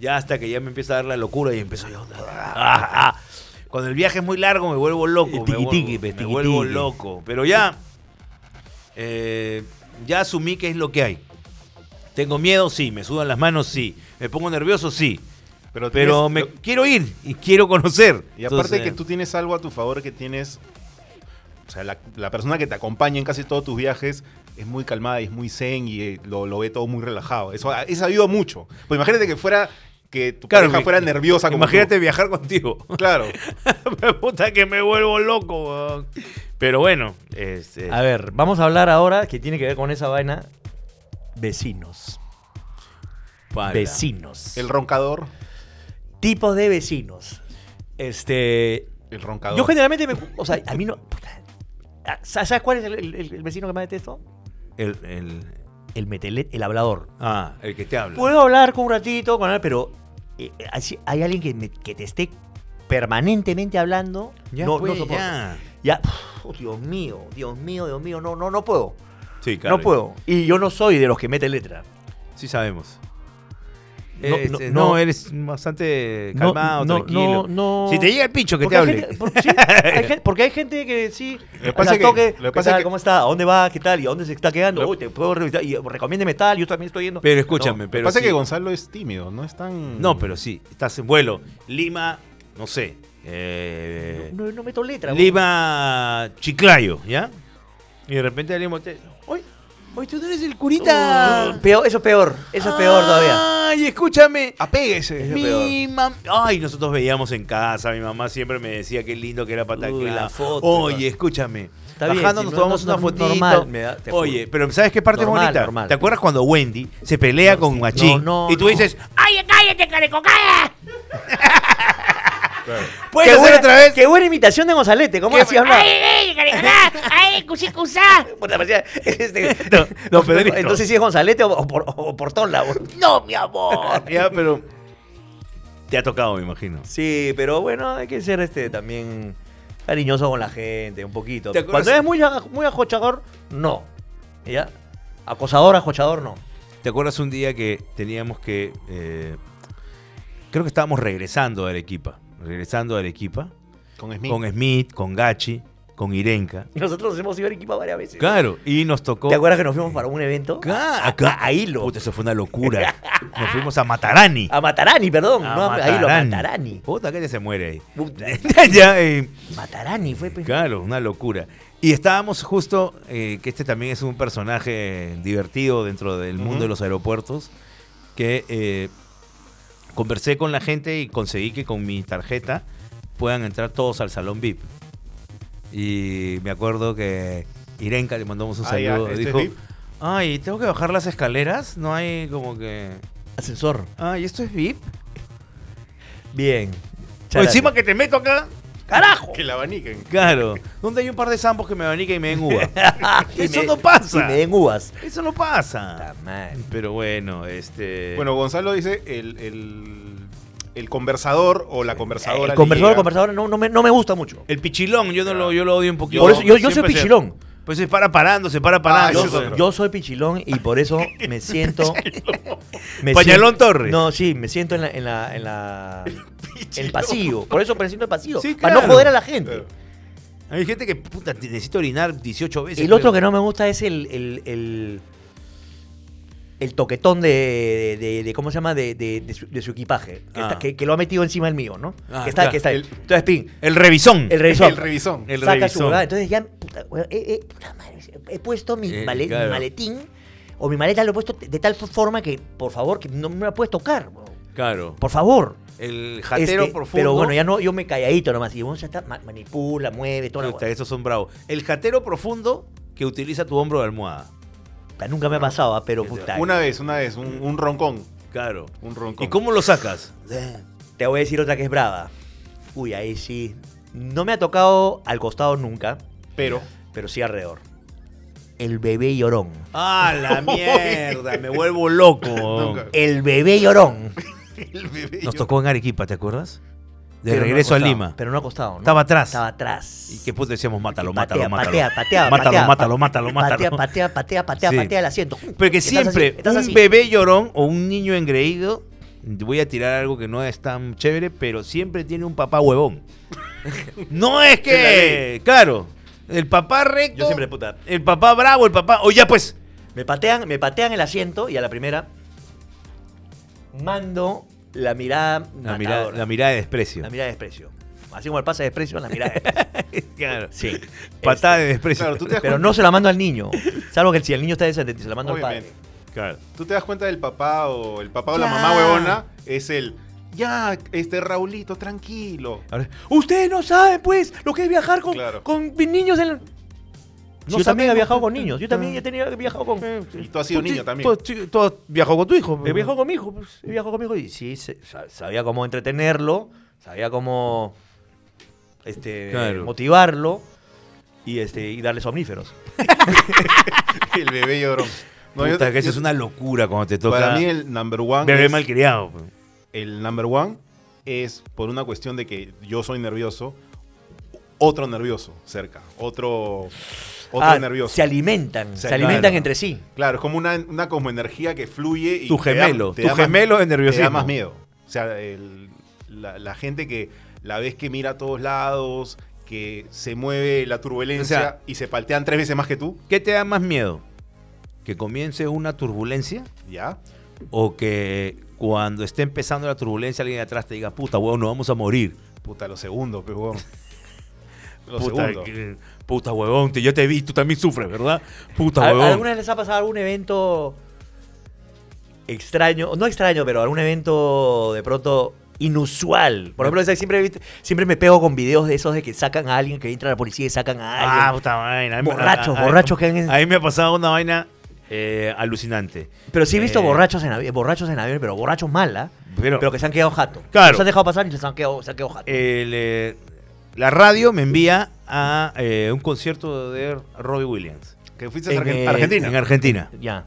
[SPEAKER 3] Ya hasta que ya me empieza a dar la locura y empiezo yo. ah, ah. Cuando el viaje es muy largo me vuelvo
[SPEAKER 2] Y
[SPEAKER 3] loco. Me
[SPEAKER 2] tiqui,
[SPEAKER 3] vuelvo,
[SPEAKER 2] tiqui, pues,
[SPEAKER 3] me
[SPEAKER 2] tiqui,
[SPEAKER 3] vuelvo
[SPEAKER 2] tiqui.
[SPEAKER 3] loco. Pero ya, eh, ya asumí que es lo que hay. Tengo miedo, sí. Me sudan las manos, sí. Me pongo nervioso, sí.
[SPEAKER 1] Pero,
[SPEAKER 3] Pero me
[SPEAKER 1] tienes-
[SPEAKER 3] quiero ir y quiero conocer.
[SPEAKER 1] Y aparte
[SPEAKER 3] Entonces,
[SPEAKER 1] que tú tienes algo a tu favor que tienes... O sea, la, la persona que te acompaña en casi todos tus viajes es muy calmada y es muy zen y eh, lo, lo ve todo muy relajado. Eso, ha- eso ayuda mucho. Pues imagínate que fuera... Que tu
[SPEAKER 3] Claro,
[SPEAKER 1] pareja
[SPEAKER 3] que-
[SPEAKER 1] fuera nerviosa como
[SPEAKER 3] Imagínate viajar contigo.
[SPEAKER 1] tú. Claro.
[SPEAKER 3] Puta que me vuelvo loco, weón. Pero bueno, este,
[SPEAKER 2] Eh, A ver, vamos a hablar ahora que tiene que ver con esa vaina. Vecinos.
[SPEAKER 3] para.
[SPEAKER 2] Vecinos.
[SPEAKER 1] El roncador.
[SPEAKER 2] Tipos de vecinos. Este.
[SPEAKER 1] El roncador.
[SPEAKER 2] Yo generalmente me. O sea, a mí no. puta. Ah, ¿Sabes cuál es el, el- el vecino que más detesto?
[SPEAKER 3] El, el-
[SPEAKER 2] El metelet, el hablador.
[SPEAKER 3] ah, el que te habla.
[SPEAKER 2] Puedo hablar con un ratito, con pero eh, así- hay alguien que, me- que te esté permanentemente hablando.
[SPEAKER 3] Ya,
[SPEAKER 2] no,
[SPEAKER 3] pues,
[SPEAKER 2] no soporto. Ya.
[SPEAKER 3] ya.
[SPEAKER 2] uf, Dios mío, Dios mío, Dios mío, no, no, no puedo.
[SPEAKER 3] Sí, claro.
[SPEAKER 2] No puedo. Y yo no soy de los que mete letra.
[SPEAKER 3] Sí sabemos.
[SPEAKER 2] No,
[SPEAKER 3] Este, No,
[SPEAKER 2] no, Eh, no.
[SPEAKER 3] eres bastante
[SPEAKER 2] No,
[SPEAKER 3] calmado,
[SPEAKER 2] no,
[SPEAKER 3] tranquilo.
[SPEAKER 2] no, no.
[SPEAKER 3] Si te llega el pincho, que
[SPEAKER 2] porque
[SPEAKER 3] te
[SPEAKER 2] hay
[SPEAKER 3] hable.
[SPEAKER 2] gente- por- sí, hay gen- porque hay gente que sí,
[SPEAKER 1] Lo que pasa
[SPEAKER 2] al
[SPEAKER 1] es que-
[SPEAKER 2] toque,
[SPEAKER 1] lo que
[SPEAKER 2] ¿qué
[SPEAKER 1] pasa es
[SPEAKER 2] tal?
[SPEAKER 1] que-
[SPEAKER 2] ¿cómo está? ¿A dónde va? ¿Qué tal? ¿Y a dónde se está quedando?
[SPEAKER 1] Lo-
[SPEAKER 2] Uy, te puedo revisar. Y oh, recomiéndeme tal, yo también estoy yendo.
[SPEAKER 3] Pero escúchame,
[SPEAKER 1] Lo que
[SPEAKER 3] pero.
[SPEAKER 1] pasa
[SPEAKER 3] sí.
[SPEAKER 1] es que Gonzalo es tímido, no es tan.
[SPEAKER 3] No, pero sí, estás en vuelo. Lima, no sé. eh,
[SPEAKER 2] No, no meto letra.
[SPEAKER 3] Lima, Chiclayo, ¿ya? Y de repente alguien voltea, Oye, oye, tú no eres el curita.
[SPEAKER 2] Uh, peor, eso es peor. Eso es
[SPEAKER 3] Ah.
[SPEAKER 2] peor todavía.
[SPEAKER 3] Ay, escúchame.
[SPEAKER 1] Apéguese.
[SPEAKER 2] Es lo
[SPEAKER 3] Este, Mi mam- Ay, nosotros veíamos en casa. Mi mamá siempre me decía qué lindo que era Pataclán.
[SPEAKER 2] Uy, la foto.
[SPEAKER 3] Oye, escúchame.
[SPEAKER 2] Está bien,
[SPEAKER 3] Bajando
[SPEAKER 2] si
[SPEAKER 3] nos
[SPEAKER 2] no-
[SPEAKER 3] tomamos
[SPEAKER 2] no-
[SPEAKER 3] una
[SPEAKER 2] no-
[SPEAKER 3] fotito.
[SPEAKER 2] normal, me da- te juro.
[SPEAKER 3] Oye, pero ¿sabes qué parte es
[SPEAKER 2] Normal,
[SPEAKER 3] bonita?
[SPEAKER 2] normal.
[SPEAKER 3] ¿Te acuerdas cuando Wendy se pelea con Machín?
[SPEAKER 2] no,
[SPEAKER 3] y tú
[SPEAKER 2] no.
[SPEAKER 3] dices,
[SPEAKER 4] ¡Ay, cállate, carecocada!
[SPEAKER 3] ¿puedes hacer otra vez?
[SPEAKER 2] Qué buena imitación de Gonzalete. ¿Cómo así habla?
[SPEAKER 4] ¡Ay, ay, carecocada! ¡Ay, cusicusá!
[SPEAKER 2] Puta, parecía, este,
[SPEAKER 3] No, no, Pedrito.
[SPEAKER 2] Entonces sí es Gonzalete o, o por, o Portola. o-
[SPEAKER 4] ¡No, mi amor!
[SPEAKER 3] Ya, pero. Te ha tocado, me imagino.
[SPEAKER 2] Sí, pero bueno, hay que ser este también cariñoso con la gente, un poquito.
[SPEAKER 3] ¿Te acuerdas?
[SPEAKER 2] Cuando es muy, a- muy acochador, no. ¿Ya? Acosador, acochador, no.
[SPEAKER 3] ¿Te acuerdas un día que teníamos que. eh, creo que estábamos regresando a Arequipa. Regresando a Arequipa.
[SPEAKER 1] Con Smith.
[SPEAKER 3] Con Smith, con Gachi, con Irenka.
[SPEAKER 2] Y nosotros nos hemos ido a Arequipa varias veces.
[SPEAKER 3] Claro, y nos tocó.
[SPEAKER 2] ¿Te acuerdas que nos fuimos para un evento?
[SPEAKER 3] Claro, acá, a Hilo. Puta, eso fue una locura. Nos fuimos a Matarani.
[SPEAKER 2] A Matarani, perdón. no, a- ahí lo Matarani.
[SPEAKER 3] Puta, que ya se muere ahí.
[SPEAKER 2] Puta,
[SPEAKER 3] ya, eh,
[SPEAKER 2] Matarani fue. pues, pe-
[SPEAKER 3] Claro, una locura. Y estábamos justo, eh, que este también es un personaje divertido dentro del mundo
[SPEAKER 1] Ujú.
[SPEAKER 3] de los aeropuertos, que eh, conversé con la gente y conseguí que con mi tarjeta puedan entrar todos al salón VIP. Y me acuerdo que Irenka le mandamos un
[SPEAKER 1] Ah, ya,
[SPEAKER 3] saludo.
[SPEAKER 1] ¿este es
[SPEAKER 3] dijo,
[SPEAKER 1] VIP?
[SPEAKER 3] ay, tengo que bajar las escaleras, no hay como que...
[SPEAKER 2] Ascensor.
[SPEAKER 3] Ay, ¿esto es VIP?
[SPEAKER 2] Bien.
[SPEAKER 3] O Pues encima que te meto acá.
[SPEAKER 2] ¡Carajo!
[SPEAKER 1] Que la abaniquen.
[SPEAKER 3] Claro. Donde hay un par de zambos que me abanican y me den uva. Eso
[SPEAKER 2] me-
[SPEAKER 3] no pasa.
[SPEAKER 2] Ah, Y me den uvas.
[SPEAKER 3] Eso no pasa.
[SPEAKER 2] Puta madre.
[SPEAKER 3] Pero bueno, este.
[SPEAKER 1] Bueno, Gonzalo dice el, el, el conversador o la conversadora.
[SPEAKER 2] El conversador,
[SPEAKER 1] liga.
[SPEAKER 2] conversador, no, no, me, no me gusta mucho.
[SPEAKER 3] el pichilón, yo no lo, yo lo odio un poquito.
[SPEAKER 2] Por eso, yo, yo soy
[SPEAKER 3] Siempre se-
[SPEAKER 2] pichilón.
[SPEAKER 3] Pues se para parando, se para
[SPEAKER 1] Ah,
[SPEAKER 3] parando.
[SPEAKER 2] Yo,
[SPEAKER 1] eso es
[SPEAKER 2] soy-
[SPEAKER 1] otro.
[SPEAKER 2] yo soy pichilón y por eso me siento. me
[SPEAKER 3] Pañalón
[SPEAKER 2] siento-
[SPEAKER 3] Torres.
[SPEAKER 2] No, sí, me siento en la. En la, en la- el pasillo. Por eso me siento en el pasillo.
[SPEAKER 3] Sí,
[SPEAKER 2] Para no
[SPEAKER 3] claro. Eh,
[SPEAKER 2] joder a la gente.
[SPEAKER 3] Hay gente que, puta, te- necesito orinar 18 veces.
[SPEAKER 2] el otro que
[SPEAKER 3] creo.
[SPEAKER 2] no me gusta es el. el, el- el toquetón de, de- de- de- ¿Cómo se llama? De, de- de su, de su equipaje. Que,
[SPEAKER 3] Ah.
[SPEAKER 2] está- que- que lo ha metido encima del mío, ¿no?
[SPEAKER 3] Ah,
[SPEAKER 2] que está,
[SPEAKER 3] claro.
[SPEAKER 2] que está ahí.
[SPEAKER 1] El-
[SPEAKER 2] Entonces, pin,
[SPEAKER 3] El revisón.
[SPEAKER 2] el revisor.
[SPEAKER 1] El revisón.
[SPEAKER 3] El
[SPEAKER 2] saca su
[SPEAKER 3] revisón.
[SPEAKER 2] huevada. Entonces ya, puta, weón, eh, eh, puta madre, he puesto mi,
[SPEAKER 3] Eh,
[SPEAKER 2] male- mi
[SPEAKER 3] claro.
[SPEAKER 2] maletín o mi maleta lo he puesto de tal forma que, por favor, que no me la puedes tocar. weón.
[SPEAKER 3] Claro.
[SPEAKER 2] Por favor.
[SPEAKER 3] El jatero
[SPEAKER 2] Este,
[SPEAKER 3] profundo.
[SPEAKER 2] Pero bueno, ya no, yo me calladito nomás. Y vos ya está, ma- manipula, mueve, toda la
[SPEAKER 3] Puta,
[SPEAKER 2] huevada.
[SPEAKER 3] esos son bravos. El jatero profundo que utiliza tu hombro de almohada.
[SPEAKER 2] Puta, Nunca me ha pasado, ah, pero puta.
[SPEAKER 1] Una vez, una vez, un, un roncón.
[SPEAKER 3] Claro.
[SPEAKER 1] Un roncón.
[SPEAKER 3] ¿Y cómo lo sacas?
[SPEAKER 2] Te voy a decir otra que es brava. Uy, ahí sí. No me ha tocado al costado nunca,
[SPEAKER 1] Pero.
[SPEAKER 2] pero sí alrededor. El bebé llorón.
[SPEAKER 3] ¡Ah, la mierda! Me vuelvo loco.
[SPEAKER 1] Nunca.
[SPEAKER 2] El bebé llorón.
[SPEAKER 1] El bebé
[SPEAKER 3] Nos
[SPEAKER 1] yo-
[SPEAKER 3] tocó en Arequipa, ¿te acuerdas? De
[SPEAKER 2] Pero no
[SPEAKER 3] regreso
[SPEAKER 2] ha
[SPEAKER 3] a
[SPEAKER 2] costado,
[SPEAKER 3] Lima.
[SPEAKER 2] Pero no ha costado. ¿no?
[SPEAKER 3] Estaba atrás.
[SPEAKER 2] Estaba atrás.
[SPEAKER 3] Y que pues decíamos, mátalo,
[SPEAKER 2] Patea,
[SPEAKER 3] mátalo, mátalo.
[SPEAKER 2] patea, patea,
[SPEAKER 3] mátalo,
[SPEAKER 2] patea,
[SPEAKER 3] mátalo,
[SPEAKER 2] pa-
[SPEAKER 3] mátalo, mátalo.
[SPEAKER 2] Patea, patea, patea, patea,
[SPEAKER 3] Sí.
[SPEAKER 2] patea el asiento.
[SPEAKER 3] Porque
[SPEAKER 2] Estás así,
[SPEAKER 3] siempre
[SPEAKER 2] estás
[SPEAKER 3] un
[SPEAKER 2] así.
[SPEAKER 3] bebé llorón o un niño engreído, voy a tirar algo que no es tan chévere, pero siempre tiene un papá huevón. no es que, claro, el papá recto,
[SPEAKER 2] Yo siempre, puta,
[SPEAKER 3] el papá bravo, el papá, oye ya pues,
[SPEAKER 2] me patean, me patean el asiento y a la primera mando la mirada
[SPEAKER 3] la mirada,
[SPEAKER 2] matadora,
[SPEAKER 3] la mirada de desprecio.
[SPEAKER 2] la mirada de desprecio. Así como el pase de desprecio, la mirada de desprecio.
[SPEAKER 3] Claro.
[SPEAKER 2] Sí. Este,
[SPEAKER 3] Patada de desprecio.
[SPEAKER 1] Claro, tú te das
[SPEAKER 2] Pero no se la mando al niño, salvo que si el niño está decente, se la mando
[SPEAKER 1] Obviamente.
[SPEAKER 2] al padre.
[SPEAKER 3] Claro.
[SPEAKER 1] Tú te das cuenta del papá o el papá o la
[SPEAKER 2] Ya.
[SPEAKER 1] mamá huevona es el ya, este Raulito, tranquilo.
[SPEAKER 3] Ahora,
[SPEAKER 2] Ustedes no saben, pues, lo que es viajar con,
[SPEAKER 1] Claro.
[SPEAKER 2] con niños en la-
[SPEAKER 3] No
[SPEAKER 2] yo también he
[SPEAKER 3] sabemos,
[SPEAKER 2] viajado
[SPEAKER 3] pues,
[SPEAKER 2] con niños, yo también he tenido he viajado con...
[SPEAKER 1] Y tú has sido niño también.
[SPEAKER 3] Tú, tú has viajado con tu hijo.
[SPEAKER 2] He viajado con mi hijo, pues, he viajado con mi hijo y sí, se- sa- sabía cómo entretenerlo, sabía cómo este,
[SPEAKER 3] Claro.
[SPEAKER 2] motivarlo y, este, y darle somníferos.
[SPEAKER 1] El bebé llorón. No, yo-
[SPEAKER 3] Puta, que eso
[SPEAKER 1] yo-
[SPEAKER 3] es una locura cuando te toca.
[SPEAKER 1] Para mí el number one
[SPEAKER 3] bebé
[SPEAKER 1] es-
[SPEAKER 3] malcriado. pues.
[SPEAKER 1] el number one es por una cuestión de que yo soy nervioso, otro nervioso cerca, otro Otro
[SPEAKER 2] Ah,
[SPEAKER 1] nervioso.
[SPEAKER 2] Se alimentan,
[SPEAKER 1] Se
[SPEAKER 2] se, alimentan
[SPEAKER 1] alimentan.
[SPEAKER 2] entre sí.
[SPEAKER 1] Claro, es como una, una como energía que fluye y
[SPEAKER 3] Tu
[SPEAKER 1] te da-
[SPEAKER 3] gemelo,
[SPEAKER 1] te
[SPEAKER 3] tu
[SPEAKER 1] da más-
[SPEAKER 3] gemelo de nerviosismo.
[SPEAKER 1] Te da más miedo. O sea, el- la, la gente que la ves que mira a todos lados, que se mueve la turbulencia
[SPEAKER 3] O sea,
[SPEAKER 1] y se paltean tres veces más que tú,
[SPEAKER 3] ¿Qué te da más miedo? ¿Que comience una turbulencia?
[SPEAKER 1] ya.
[SPEAKER 3] ¿O que cuando esté empezando la turbulencia alguien de atrás te diga, puta, weón, nos vamos a morir?
[SPEAKER 1] Puta, lo segundo, pues, huevón. Lo
[SPEAKER 3] puta,
[SPEAKER 1] segundo.
[SPEAKER 3] que- puta, huevón, te- yo te vi, tú también sufres, ¿verdad? Puta,
[SPEAKER 2] ¿Al-
[SPEAKER 3] huevón.
[SPEAKER 2] ¿Alguna vez les ha pasado algún evento extraño? No extraño, pero algún evento de pronto inusual. Por ejemplo, siempre, viste- siempre me pego con videos de esos de que sacan a alguien, que entra la policía y sacan a alguien.
[SPEAKER 3] Ah, puta vaina. A mí-
[SPEAKER 2] Borrachos,
[SPEAKER 3] a- a-
[SPEAKER 2] borrachos que han en-
[SPEAKER 3] A mí me ha pasado una vaina eh, alucinante.
[SPEAKER 2] pero sí he visto
[SPEAKER 3] eh.
[SPEAKER 2] borrachos en avión, borrachos en avión, pero borrachos mal, ¿ah?
[SPEAKER 3] Pero-
[SPEAKER 2] Pero, que se han quedado jato.
[SPEAKER 3] Claro.
[SPEAKER 2] Los han dejado pasar y se han quedado, se han quedado jato.
[SPEAKER 3] El, eh, la radio me envía a eh, un concierto de Robbie Williams.
[SPEAKER 1] Que fuiste a
[SPEAKER 2] en,
[SPEAKER 1] Argen-
[SPEAKER 2] eh,
[SPEAKER 1] Argentina.
[SPEAKER 3] En Argentina.
[SPEAKER 2] ya.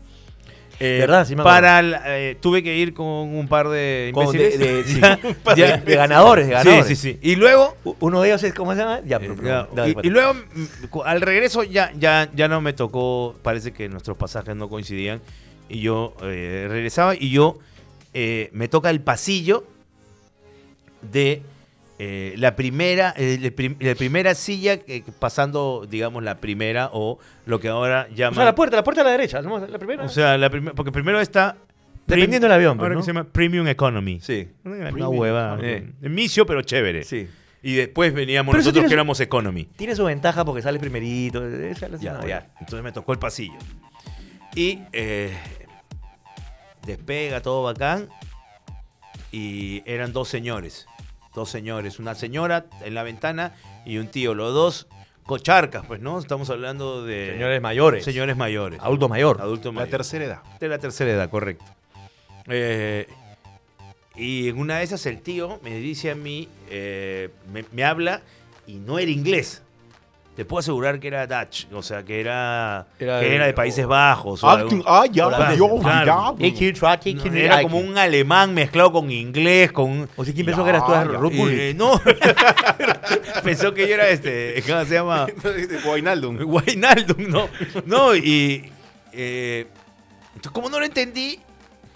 [SPEAKER 3] Eh,
[SPEAKER 2] ¿Verdad? Sí me acuerdo.
[SPEAKER 3] para el, eh, tuve que ir con un par de
[SPEAKER 2] Con-
[SPEAKER 3] imbéciles.
[SPEAKER 2] de- de- sí.
[SPEAKER 3] Ya,
[SPEAKER 2] De-
[SPEAKER 3] ya.
[SPEAKER 2] de ganadores, de ganadores.
[SPEAKER 3] Sí, sí, sí. Y luego
[SPEAKER 2] U- Uno de ellos es, ¿cómo se llama? Ya,
[SPEAKER 3] Eh,
[SPEAKER 2] pero-
[SPEAKER 3] ya,
[SPEAKER 2] dale, pues.
[SPEAKER 3] y,
[SPEAKER 2] cuenta.
[SPEAKER 3] y luego, mm, cu- al regreso, ya, ya, ya no me tocó. Parece que nuestros pasajes no coincidían. Y yo eh, regresaba y yo eh, me toca el pasillo de eh, la primera eh, la, prim- la primera silla que- que pasando, digamos, la primera o lo que ahora
[SPEAKER 2] o
[SPEAKER 3] llaman.
[SPEAKER 2] sea, la puerta, la puerta a la derecha, ¿no? la primera.
[SPEAKER 3] o sea, la prim- porque primero está.
[SPEAKER 2] Dependiendo del avión, pues,
[SPEAKER 3] Ahora
[SPEAKER 2] ¿no?
[SPEAKER 3] que se llama Premium Economy.
[SPEAKER 2] sí.
[SPEAKER 3] Una
[SPEAKER 2] Premium
[SPEAKER 3] hueva.
[SPEAKER 2] Economy.
[SPEAKER 3] Micio, pero chévere.
[SPEAKER 2] Sí.
[SPEAKER 3] Y después veníamos
[SPEAKER 2] Pero eso
[SPEAKER 3] nosotros
[SPEAKER 2] tiene
[SPEAKER 3] que
[SPEAKER 2] su-
[SPEAKER 3] éramos Economy.
[SPEAKER 2] Tiene su ventaja porque sale primerito. esa es la-
[SPEAKER 3] Ya,
[SPEAKER 2] no,
[SPEAKER 3] ya. Entonces me tocó el pasillo. Y eh, despega todo bacán. Y eran dos señores. Dos señores. Una señora en la ventana y un tío. Los dos cocharcas, pues, ¿no? Estamos hablando de.
[SPEAKER 2] Señores mayores.
[SPEAKER 3] Señores mayores.
[SPEAKER 2] Adulto mayor.
[SPEAKER 3] Adultos
[SPEAKER 1] La
[SPEAKER 3] mayores.
[SPEAKER 1] tercera edad.
[SPEAKER 3] De la tercera edad, correcto. Eh, y en una de esas el tío me dice a mí, eh, me, me habla y no era inglés. Te puedo asegurar que era Dutch, o sea, que era,
[SPEAKER 2] Era
[SPEAKER 3] que
[SPEAKER 2] de-
[SPEAKER 3] era de Países Bajos. o
[SPEAKER 1] Ah,
[SPEAKER 3] algún-
[SPEAKER 1] ah, ya,
[SPEAKER 3] Holandés,
[SPEAKER 1] yo,
[SPEAKER 3] claro.
[SPEAKER 1] ya.
[SPEAKER 2] AQ, Trot, AQ,
[SPEAKER 3] no, era
[SPEAKER 2] AQ.
[SPEAKER 3] como un alemán mezclado con inglés, con... un-
[SPEAKER 2] O sea, ¿quién pensó que eras tú?
[SPEAKER 1] Ya,
[SPEAKER 2] Ruth
[SPEAKER 3] Eh,
[SPEAKER 2] Bullitt?
[SPEAKER 3] no, pensó que yo era este, ¿cómo se llama?
[SPEAKER 1] Guainaldum.
[SPEAKER 3] Guainaldum, no. No, y. eh, entonces, como no lo entendí,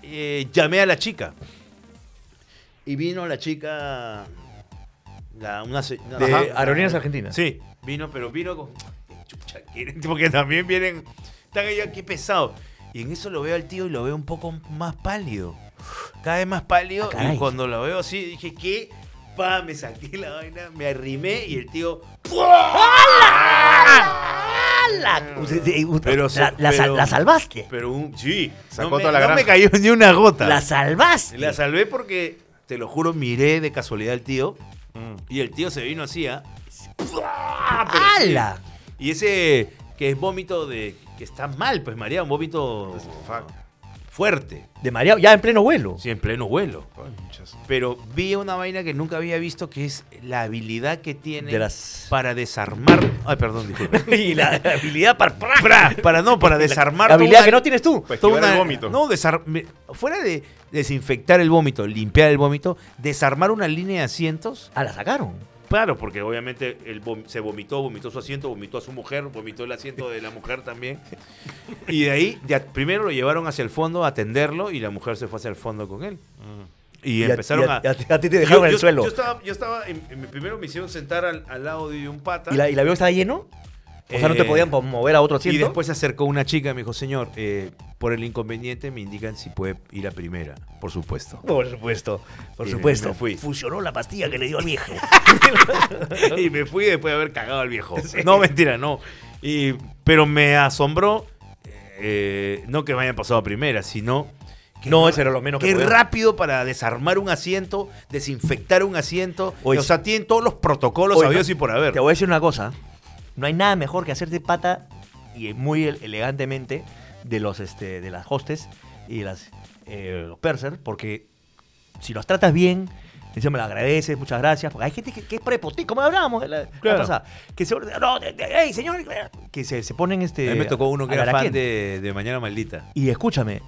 [SPEAKER 3] eh, llamé a la chica. Y vino la chica. la- una, se- una-
[SPEAKER 2] de
[SPEAKER 3] ajá.
[SPEAKER 2] Aerolíneas Argentinas.
[SPEAKER 3] Sí, vino, pero vino con. Chucha, ¿quieren? Porque también vienen. Están ellos aquí pesados. Y en eso lo veo al tío y lo veo un poco más pálido. Cada vez más
[SPEAKER 2] Ah,
[SPEAKER 3] pálido.
[SPEAKER 2] caray.
[SPEAKER 3] y cuando lo veo así, dije, ¿qué? Pa, me saqué la vaina, me arrimé y el tío.
[SPEAKER 2] O sea, sí, u-
[SPEAKER 3] Pero
[SPEAKER 2] la,
[SPEAKER 3] se-
[SPEAKER 2] la sal-
[SPEAKER 3] pero-
[SPEAKER 2] la salvaste.
[SPEAKER 3] Pero un. Sí.
[SPEAKER 1] Sacó
[SPEAKER 3] no me,
[SPEAKER 1] toda la
[SPEAKER 3] no
[SPEAKER 1] granja.
[SPEAKER 3] me cayó ni una gota.
[SPEAKER 2] La salvaste.
[SPEAKER 3] La salvé porque, te lo juro, miré de casualidad al tío.
[SPEAKER 1] Mm.
[SPEAKER 3] Y el tío se vino así, ¿ah?
[SPEAKER 2] ¡Hala!
[SPEAKER 3] Y ese que es vómito de. que está mal, pues María, un vómito
[SPEAKER 1] Fuck.
[SPEAKER 3] fuerte.
[SPEAKER 2] De mareado, ya en pleno vuelo.
[SPEAKER 3] Sí, en pleno vuelo.
[SPEAKER 1] Conchas.
[SPEAKER 3] Pero vi una vaina que nunca había visto que es la habilidad que tiene
[SPEAKER 2] De las-
[SPEAKER 3] para desarmar. Ay, perdón, disculpe.
[SPEAKER 2] y la habilidad para.
[SPEAKER 3] Pra, para no, para desarmar.
[SPEAKER 2] La habilidad
[SPEAKER 3] toda
[SPEAKER 2] que
[SPEAKER 3] una-
[SPEAKER 2] no tienes tú.
[SPEAKER 1] Pues,
[SPEAKER 3] toda
[SPEAKER 1] esquivar el
[SPEAKER 3] una-
[SPEAKER 1] vómito.
[SPEAKER 3] No, desar- me- fuera de desinfectar el vómito, limpiar el vómito, desarmar una línea de asientos.
[SPEAKER 2] Ah, la sacaron.
[SPEAKER 3] Claro, porque obviamente el vom- se vomitó, vomitó su asiento, vomitó a su mujer, vomitó el asiento de la mujer también. Y de ahí, de a- primero lo llevaron hacia el fondo a atenderlo y la mujer se fue hacia el fondo con él. Y,
[SPEAKER 2] a-
[SPEAKER 3] empezaron
[SPEAKER 2] Mm. y
[SPEAKER 3] a...
[SPEAKER 2] A, a ti te dejaron
[SPEAKER 3] yo,
[SPEAKER 2] en
[SPEAKER 3] yo-
[SPEAKER 2] el suelo.
[SPEAKER 3] Yo estaba, yo estaba en, en- primero me hicieron sentar al, al lado de un pata.
[SPEAKER 2] ¿Y la, ¿Y la avión estaba lleno? O sea, no te
[SPEAKER 3] Eh,
[SPEAKER 2] podían po- mover a otro
[SPEAKER 3] Y
[SPEAKER 2] asiento.
[SPEAKER 3] después se acercó una chica y me dijo, señor, eh, por el inconveniente me indican si puede ir a primera, por supuesto.
[SPEAKER 2] Por supuesto, por
[SPEAKER 3] Y
[SPEAKER 2] supuesto.
[SPEAKER 3] me fui.
[SPEAKER 2] Funcionó la pastilla que le dio al viejo.
[SPEAKER 3] y me fui después de haber cagado al viejo. No, mentira, no. Y, pero me asombró, eh, no que me hayan pasado a primera, sino... que
[SPEAKER 2] No, eso era lo menos que
[SPEAKER 3] Qué
[SPEAKER 2] podía.
[SPEAKER 3] rápido para desarmar un asiento, desinfectar un asiento.
[SPEAKER 2] Oye,
[SPEAKER 3] o sea, tienen todos los protocolos
[SPEAKER 2] Oye,
[SPEAKER 3] sabidos
[SPEAKER 2] ma-
[SPEAKER 3] y por haber.
[SPEAKER 2] Te voy a decir una cosa. No hay nada mejor que hacerte pata y muy ele- elegantemente de los este, de las hostes y las eh, los persers, porque si los tratas bien, eso me lo agradeces, muchas gracias. Porque hay gente que, que es prepotente, como hablábamos la, la
[SPEAKER 3] Claro.
[SPEAKER 2] pasada, que se no, de- de- "Ey, señor, que se, se ponen este.
[SPEAKER 3] a mí me tocó uno que
[SPEAKER 2] a
[SPEAKER 3] era fan
[SPEAKER 2] garaquén.
[SPEAKER 3] de, de Mañana Maldita.
[SPEAKER 2] Y escúchame,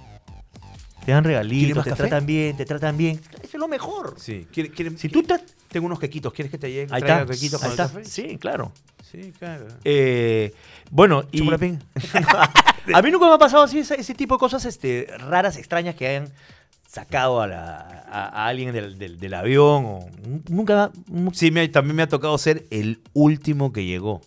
[SPEAKER 2] te dan
[SPEAKER 3] ¿Quiere
[SPEAKER 2] regalitos,
[SPEAKER 3] más
[SPEAKER 2] te
[SPEAKER 3] café?
[SPEAKER 2] tratan bien, te tratan bien. Eso es lo mejor.
[SPEAKER 3] Sí. ¿Quiere- quiere-
[SPEAKER 2] Si tú te
[SPEAKER 3] Tengo unos quequitos. ¿Quieres que te llegue?
[SPEAKER 2] Ahí
[SPEAKER 3] traiga
[SPEAKER 2] está.
[SPEAKER 3] quequitos
[SPEAKER 2] ahí
[SPEAKER 3] con el
[SPEAKER 2] está.
[SPEAKER 3] café?
[SPEAKER 2] Sí, claro.
[SPEAKER 3] Sí, claro.
[SPEAKER 2] Eh, bueno, y...
[SPEAKER 3] Chupalapín.
[SPEAKER 2] a mí nunca me ha pasado así esa- ese tipo de cosas este, raras, extrañas que hayan sacado a, la- a- a alguien del, del- del avión. o- nunca. nu-
[SPEAKER 3] Sí, me ha- también me ha tocado ser el último que llegó.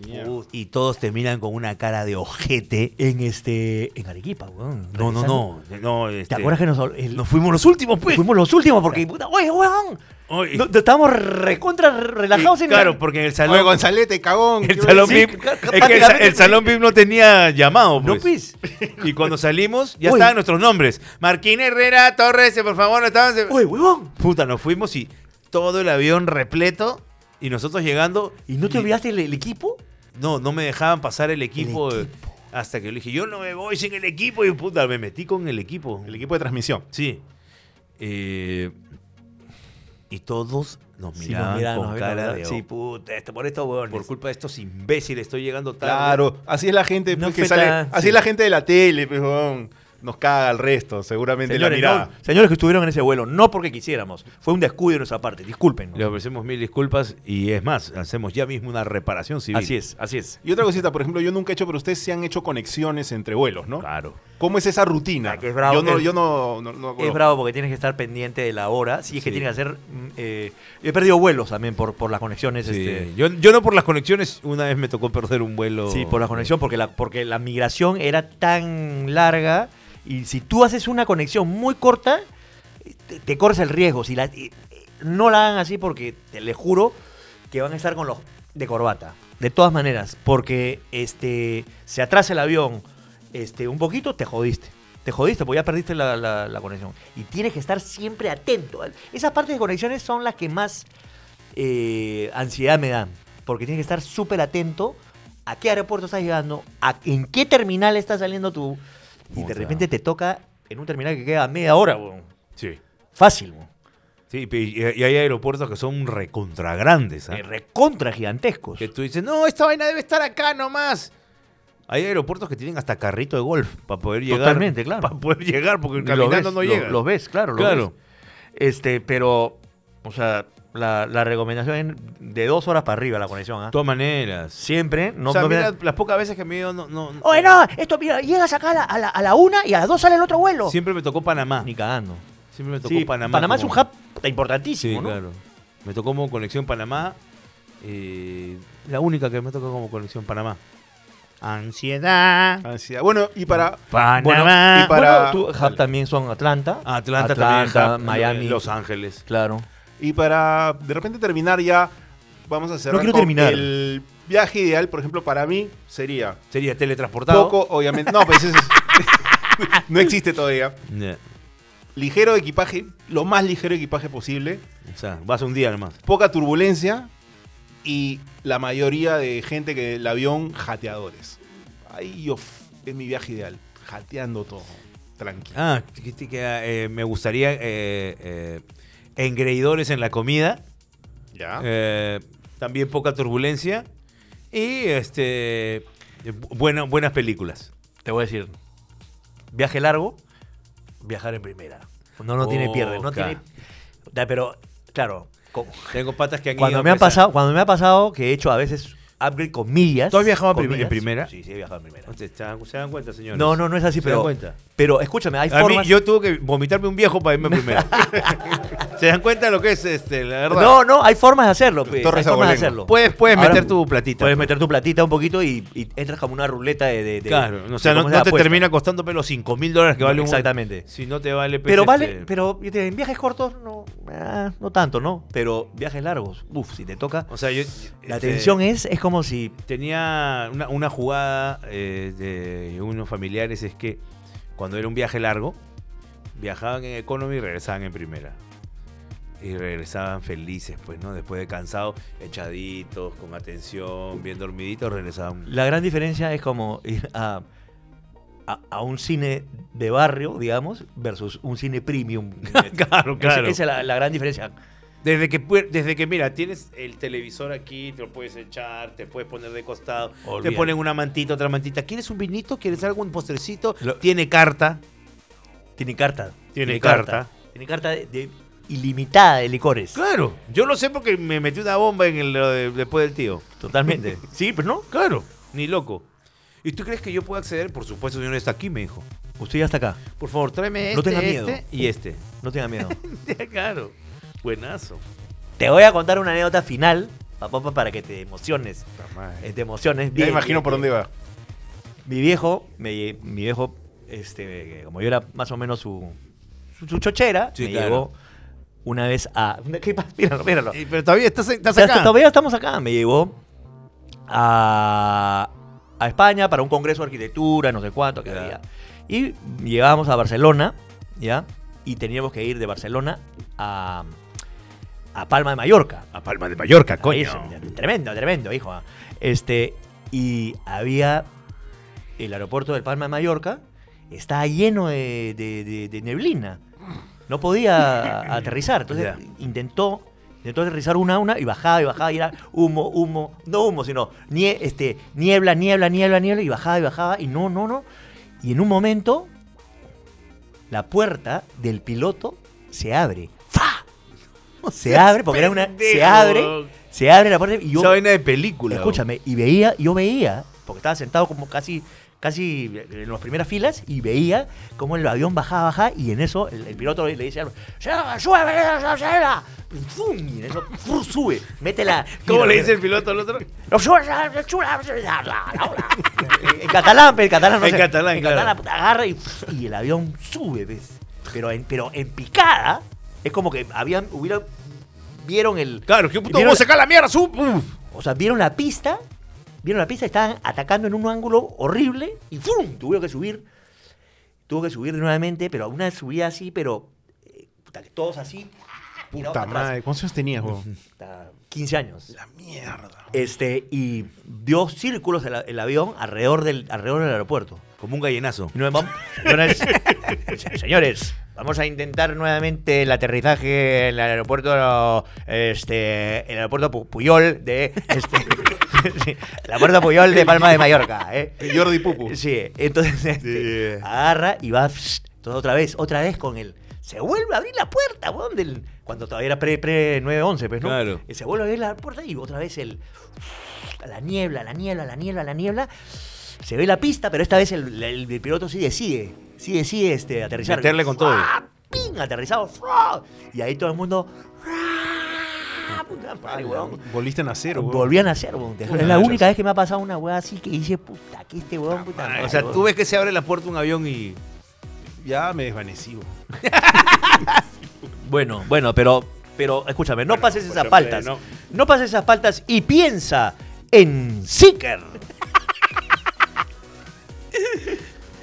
[SPEAKER 1] Mierda.
[SPEAKER 3] Uh, y todos terminan con una cara de ojete.
[SPEAKER 2] En este. En Arequipa, weón.
[SPEAKER 3] No, no,
[SPEAKER 2] Regresando.
[SPEAKER 3] no. no este,
[SPEAKER 2] ¿Te acuerdas que nos, el-
[SPEAKER 3] Nos fuimos los últimos, pues.
[SPEAKER 2] fuimos los últimos? Porque, puta, oye, weón.
[SPEAKER 3] Oye.
[SPEAKER 2] No, estábamos recontra relajados
[SPEAKER 3] Y,
[SPEAKER 2] en el-
[SPEAKER 3] claro, porque en el salón.
[SPEAKER 1] Oye, Gonzalete, cagón. ¿qué
[SPEAKER 3] El
[SPEAKER 1] vas a
[SPEAKER 3] salón
[SPEAKER 1] decir?
[SPEAKER 3] VIP. Es que el, sa- el salón VIP no tenía llamado,
[SPEAKER 2] No,
[SPEAKER 3] pues.
[SPEAKER 2] pues.
[SPEAKER 3] Y cuando salimos, ya
[SPEAKER 2] Oye.
[SPEAKER 3] estaban nuestros nombres. Marquín Herrera, Torres, por favor, estaban.
[SPEAKER 2] Oye, weón.
[SPEAKER 3] Puta, nos fuimos y todo el avión repleto. Y nosotros llegando.
[SPEAKER 2] ¿Y no te olvidaste el, el equipo?
[SPEAKER 3] No, no me dejaban pasar el equipo. eh, Hasta que yo le dije, yo no me voy sin el equipo. Y puta, me metí con el equipo.
[SPEAKER 1] El equipo de transmisión.
[SPEAKER 3] Sí. Eh, y todos nos
[SPEAKER 2] Sí,
[SPEAKER 3] miraban
[SPEAKER 2] nos miraban,
[SPEAKER 3] con
[SPEAKER 2] nos
[SPEAKER 3] cara
[SPEAKER 2] miraban.
[SPEAKER 3] de. "Oh,
[SPEAKER 2] Sí, puta, este- por esto, weón.
[SPEAKER 3] Por culpa de estos imbéciles, estoy llegando tarde.
[SPEAKER 1] Claro, así es la gente
[SPEAKER 2] No
[SPEAKER 1] pues, que
[SPEAKER 2] fue
[SPEAKER 1] sale.
[SPEAKER 2] tan-
[SPEAKER 1] Así
[SPEAKER 2] sí.
[SPEAKER 1] es la gente de la tele, pues, weón. Nos caga el resto, seguramente la
[SPEAKER 2] Señores,
[SPEAKER 1] mirada.
[SPEAKER 2] no, señores que estuvieron en ese vuelo, no porque quisiéramos. Fue un descuido de nuestra parte, disculpen.
[SPEAKER 3] Le ofrecemos mil disculpas y es más, hacemos ya mismo una reparación civil.
[SPEAKER 2] Así es, así es.
[SPEAKER 1] Y otra cosita, por ejemplo, yo nunca he hecho, pero ustedes se han hecho conexiones entre vuelos, ¿no?
[SPEAKER 3] Claro.
[SPEAKER 1] ¿Cómo es esa rutina?
[SPEAKER 2] Ah, que es bravo,
[SPEAKER 1] yo no,
[SPEAKER 2] que-
[SPEAKER 1] yo no, no- no
[SPEAKER 2] Es
[SPEAKER 1] conozco.
[SPEAKER 2] bravo porque tienes que estar pendiente de la hora. Sí, es que
[SPEAKER 3] Sí.
[SPEAKER 2] tienes que hacer. mm, eh, he perdido vuelos también por, por las conexiones.
[SPEAKER 3] Sí,
[SPEAKER 2] este,
[SPEAKER 3] Yo, yo no por las conexiones, una vez me tocó perder un vuelo.
[SPEAKER 2] Sí, por la conexión, porque la, porque la migración era tan larga y si tú haces una conexión muy corta, te, te corres el riesgo. Si la, y- y no la hagan así porque te le juro que van a estar con los de corbata. De todas maneras, porque este se atrasa el avión este, un poquito, te jodiste. Te jodiste porque ya perdiste la, la- la conexión. Y tienes que estar siempre atento. Esas partes de conexiones son las que más eh, ansiedad me dan. Porque tienes que estar súper atento a qué aeropuerto estás llegando, a en qué terminal estás saliendo tú. Y de
[SPEAKER 3] Puta.
[SPEAKER 2] repente te toca en un terminal que queda media hora, weón.
[SPEAKER 3] Sí.
[SPEAKER 2] Fácil, weón.
[SPEAKER 3] Sí, pe- y, y hay aeropuertos que son recontra grandes. ¿ah?
[SPEAKER 2] Eh, recontra gigantescos.
[SPEAKER 3] Que tú dices, no, esta vaina debe estar acá nomás. Hay aeropuertos que tienen hasta carrito de golf para poder llegar.
[SPEAKER 2] Totalmente, claro.
[SPEAKER 3] Para poder llegar, porque
[SPEAKER 2] Y
[SPEAKER 3] caminando
[SPEAKER 2] los ves,
[SPEAKER 3] no
[SPEAKER 2] lo-
[SPEAKER 3] llega.
[SPEAKER 2] Los ves, claro, los
[SPEAKER 3] Claro.
[SPEAKER 2] ves. Este, pero, o sea, la, la recomendación es de dos horas para arriba la conexión, ¿ah?
[SPEAKER 3] De todas maneras.
[SPEAKER 2] Siempre, no,
[SPEAKER 3] o sea,
[SPEAKER 2] no me
[SPEAKER 3] mira,
[SPEAKER 2] da-
[SPEAKER 3] las pocas veces que me he ido, no. no- no-
[SPEAKER 2] Oye, no, esto, mira, llegas acá a la, a la- a la una y a las dos sale el otro vuelo.
[SPEAKER 3] Siempre me tocó Panamá.
[SPEAKER 2] Ni cagando.
[SPEAKER 3] Siempre me tocó
[SPEAKER 2] Sí,
[SPEAKER 3] Panamá.
[SPEAKER 2] Panamá, es un
[SPEAKER 3] como-
[SPEAKER 2] hub
[SPEAKER 3] Sí,
[SPEAKER 2] importantísimo, ¿no?
[SPEAKER 3] claro. Me tocó como conexión Panamá. eh, la única que me tocó como conexión Panamá. Ansiedad.
[SPEAKER 1] Ansiedad. Bueno, y para.
[SPEAKER 2] Bueno,
[SPEAKER 3] Panamá.
[SPEAKER 1] y para-
[SPEAKER 2] bueno, tú- hub también son Atlanta.
[SPEAKER 3] Atlanta,
[SPEAKER 2] Atlanta,
[SPEAKER 3] también.
[SPEAKER 2] Miami.
[SPEAKER 3] Los Ángeles.
[SPEAKER 2] Claro.
[SPEAKER 1] Y para de repente terminar ya. Vamos a cerrar.
[SPEAKER 2] quiero
[SPEAKER 1] con
[SPEAKER 2] terminar.
[SPEAKER 1] El viaje ideal, por ejemplo, para mí sería.
[SPEAKER 3] Sería teletransportado.
[SPEAKER 1] Poco, obviamente. No, pues eso es- no existe todavía.
[SPEAKER 3] Ya,
[SPEAKER 1] Ligero equipaje, lo más ligero equipaje posible.
[SPEAKER 3] O sea, vas un día nomás.
[SPEAKER 1] Poca turbulencia. Y la mayoría de gente que el avión, jateadores. Ahí yo. f- Es mi viaje ideal. Jateando todo. Tranquilo.
[SPEAKER 3] Ah, dijiste que, eh, me gustaría eh, eh, engreidores en la comida.
[SPEAKER 1] Ya.
[SPEAKER 3] Eh, también poca turbulencia. Y este eh, bu- buena- buenas películas.
[SPEAKER 2] Te voy a decir, viaje largo, viajar en primera. No, no tiene pierde, no
[SPEAKER 3] Oca.
[SPEAKER 2] tiene... Da, Pero, claro, co-
[SPEAKER 3] Tengo patas que han ido
[SPEAKER 2] cuando
[SPEAKER 3] a
[SPEAKER 2] me, han
[SPEAKER 3] pesar.
[SPEAKER 2] pasado, cuando me ha pasado que he hecho a veces upgrade con millas...
[SPEAKER 3] ¿Tú has viajado a prim-
[SPEAKER 2] comillas.
[SPEAKER 3] en primera?
[SPEAKER 2] Sí, sí, he viajado en primera.
[SPEAKER 3] ¿Se dan, se dan cuenta, señores?
[SPEAKER 2] No, no, no es así,
[SPEAKER 3] ¿Se dan
[SPEAKER 2] pero...
[SPEAKER 3] cuenta?
[SPEAKER 2] Pero escúchame, hay
[SPEAKER 3] A mí,
[SPEAKER 2] formas...
[SPEAKER 3] yo tuve que vomitarme un viejo para irme primero. ¿Se dan cuenta lo que es este, la verdad?
[SPEAKER 2] No, no, hay formas de hacerlo. pe,
[SPEAKER 1] Torres
[SPEAKER 2] hay formas de
[SPEAKER 1] Abolengo.
[SPEAKER 2] hacerlo.
[SPEAKER 3] Puedes, puedes
[SPEAKER 2] Ahora,
[SPEAKER 3] meter tu platita. pues.
[SPEAKER 2] Puedes meter tu platita un poquito y, y entras como una ruleta de. de- de-
[SPEAKER 3] Claro,
[SPEAKER 2] de
[SPEAKER 3] o sea, no,
[SPEAKER 2] cómo
[SPEAKER 3] no
[SPEAKER 2] es la
[SPEAKER 3] te
[SPEAKER 2] apuesta.
[SPEAKER 3] termina costando pero los 5 mil dólares que vale un.
[SPEAKER 2] Exactamente.
[SPEAKER 3] Si no te vale. pues,
[SPEAKER 2] Pero
[SPEAKER 3] este,
[SPEAKER 2] vale, pero yo te- en viajes cortos no, ah, no tanto, ¿no? Pero viajes largos, uff, si te toca.
[SPEAKER 3] O sea, yo.
[SPEAKER 2] La
[SPEAKER 3] este,
[SPEAKER 2] tensión es, es como si.
[SPEAKER 3] Tenía una, una jugada eh, de unos familiares, es que cuando era un viaje largo, viajaban en economy y regresaban en primera. Y regresaban felices, pues, ¿no? Después de cansados, echaditos, con atención, bien dormiditos, regresaban.
[SPEAKER 2] La gran diferencia es como ir a, a, a un cine de barrio, digamos, versus un cine premium.
[SPEAKER 3] claro,
[SPEAKER 2] Esa- Esa es la, la gran diferencia.
[SPEAKER 3] Desde que, puer- desde que, mira, tienes el televisor aquí, te lo puedes echar, te puedes poner de costado,
[SPEAKER 2] Olvídate.
[SPEAKER 3] te ponen una mantita, otra mantita. ¿Quieres un vinito? ¿Quieres algún postrecito?
[SPEAKER 2] Lo-
[SPEAKER 3] Tiene carta.
[SPEAKER 2] Tiene carta.
[SPEAKER 3] Tiene carta.
[SPEAKER 2] Tiene carta de, de ilimitada de licores.
[SPEAKER 3] Claro, yo lo sé porque me metí una bomba en el, lo de- después del tío. pues
[SPEAKER 2] Totalmente. Sí, pero no.
[SPEAKER 3] Claro, ni loco. ¿Y tú crees que yo puedo acceder? Por supuesto, señor, está aquí, me dijo.
[SPEAKER 2] Usted ya está acá.
[SPEAKER 3] Por favor, tráeme este,
[SPEAKER 2] No tenga miedo.
[SPEAKER 3] este y este.
[SPEAKER 2] No tenga miedo.
[SPEAKER 3] claro, buenazo.
[SPEAKER 2] te voy a contar una anécdota final, papá, pa- para que te emociones. Eh, te emociones.
[SPEAKER 1] Ya
[SPEAKER 2] Bien,
[SPEAKER 1] imagino
[SPEAKER 2] bien,
[SPEAKER 1] por
[SPEAKER 2] bien.
[SPEAKER 1] dónde va.
[SPEAKER 2] Mi viejo, me lle- mi viejo, este, como yo era más o menos su, su, su chochera,
[SPEAKER 3] Sí,
[SPEAKER 2] me
[SPEAKER 3] claro.
[SPEAKER 2] llevó una vez a. ¿Qué pasa? Míralo, míralo.
[SPEAKER 3] Eh, pero todavía estás, estás
[SPEAKER 2] O sea,
[SPEAKER 3] acá.
[SPEAKER 2] Todavía estamos acá. Me llevó a, a España para un congreso de arquitectura, no sé cuánto que
[SPEAKER 3] Ya.
[SPEAKER 2] había. Y llegábamos a Barcelona, ¿ya? Y teníamos que ir de Barcelona a, a Palma de Mallorca.
[SPEAKER 3] A Palma de Mallorca, coño.
[SPEAKER 2] Ahí es- tremendo, tremendo, hijo. ah. Este, y había el aeropuerto de Palma de Mallorca, estaba lleno de, de- de- de neblina. No podía aterrizar. Entonces
[SPEAKER 3] Ya.
[SPEAKER 2] intentó, intentó aterrizar una a una y bajaba y bajaba y era humo, humo, no humo, sino nie- este, niebla, niebla, niebla, niebla y bajaba y bajaba y no, no, no. Y en un momento la puerta del piloto se abre. ¡Fa! Se abre, porque era una. Se
[SPEAKER 3] pendejo,
[SPEAKER 2] abre,
[SPEAKER 3] weón.
[SPEAKER 2] se abre la puerta y yo.
[SPEAKER 3] Esa vaina de película.
[SPEAKER 2] Escúchame, y veía, yo veía, porque estaba sentado como casi, casi en las primeras filas, y veía cómo el avión bajaba, bajaba, y en eso el, el piloto le le dice, al- "Seba, sube, sube, sube". ¡Fum! Y en eso ¡fum! sube, métela.
[SPEAKER 3] ¿Cómo
[SPEAKER 2] Mira,
[SPEAKER 3] le
[SPEAKER 2] mira.
[SPEAKER 3] dice el piloto al otro?
[SPEAKER 2] No, sube, sube, sube, sube. En catalán, pe, en catalán, no
[SPEAKER 3] En
[SPEAKER 2] sé.
[SPEAKER 3] catalán,
[SPEAKER 2] en
[SPEAKER 3] claro.
[SPEAKER 2] catalán, puta, agarra y, y el avión sube, ¿ves? Pero en, pero en picada, es como que habían, hubieran, vieron el,
[SPEAKER 3] Claro, que puto
[SPEAKER 2] Vieron-
[SPEAKER 3] vos sacar la mierda, su. uf.
[SPEAKER 2] o sea, vieron la pista, vieron la pista, estaban atacando en un ángulo horrible y ¡fum! Tuvieron que subir. Tuvo que subir nuevamente, pero a una subida así, pero. eh, puta, que todos así. ¡ah!
[SPEAKER 1] Puta
[SPEAKER 2] tirados para atrás.
[SPEAKER 1] madre, ¿cuántos años tenías, weón?
[SPEAKER 2] Puta, 15 años.
[SPEAKER 1] La mierda.
[SPEAKER 2] Este, y dio círculos el, a- el avión alrededor del, alrededor del aeropuerto.
[SPEAKER 3] Como un gallinazo.
[SPEAKER 2] Y nos vamos- señores, se- señores, vamos a intentar nuevamente el aterrizaje en el aeropuerto este, en el aeropuerto Pu- Puyol de este, sí, el aeropuerto Puyol de Palma de Mallorca, ¿eh?
[SPEAKER 1] Jordi Pupu.
[SPEAKER 2] Sí, entonces este,
[SPEAKER 3] Sí.
[SPEAKER 2] agarra y va pss, todo otra vez, otra vez con él. Se vuelve a abrir la puerta, weón, del- cuando todavía era pre, pre 911, pues, ¿no?
[SPEAKER 3] Claro.
[SPEAKER 2] Y Se vuelve a abrir la puerta y otra vez el la niebla, la niebla, la niebla, la niebla. Se ve la pista, pero esta vez el, el- el piloto sí decide, sí decide este, aterrizar.
[SPEAKER 3] Meterle con todo.
[SPEAKER 2] ¡Fua! ¡Ping! Aterrizado. ¡Fua! Y ahí todo el mundo. ¡Fua! Puta madre, weón.
[SPEAKER 1] Volviste en acero, weón.
[SPEAKER 2] Volvían a hacer, weón. Te juro, Es la
[SPEAKER 1] Puta,
[SPEAKER 2] única vez que me ha pasado una weá así que dice, puta, que este weón, puta. madre,
[SPEAKER 3] O sea,
[SPEAKER 2] weón".
[SPEAKER 3] tú ves que se abre la puerta de un avión y.
[SPEAKER 1] Ya me desvanecí, weón.
[SPEAKER 2] Bueno, bueno, pero, pero escúchame, no pases
[SPEAKER 3] pues,
[SPEAKER 2] esas
[SPEAKER 3] hombre,
[SPEAKER 2] paltas.
[SPEAKER 3] no.
[SPEAKER 2] No. pases esas paltas y piensa en Seeker.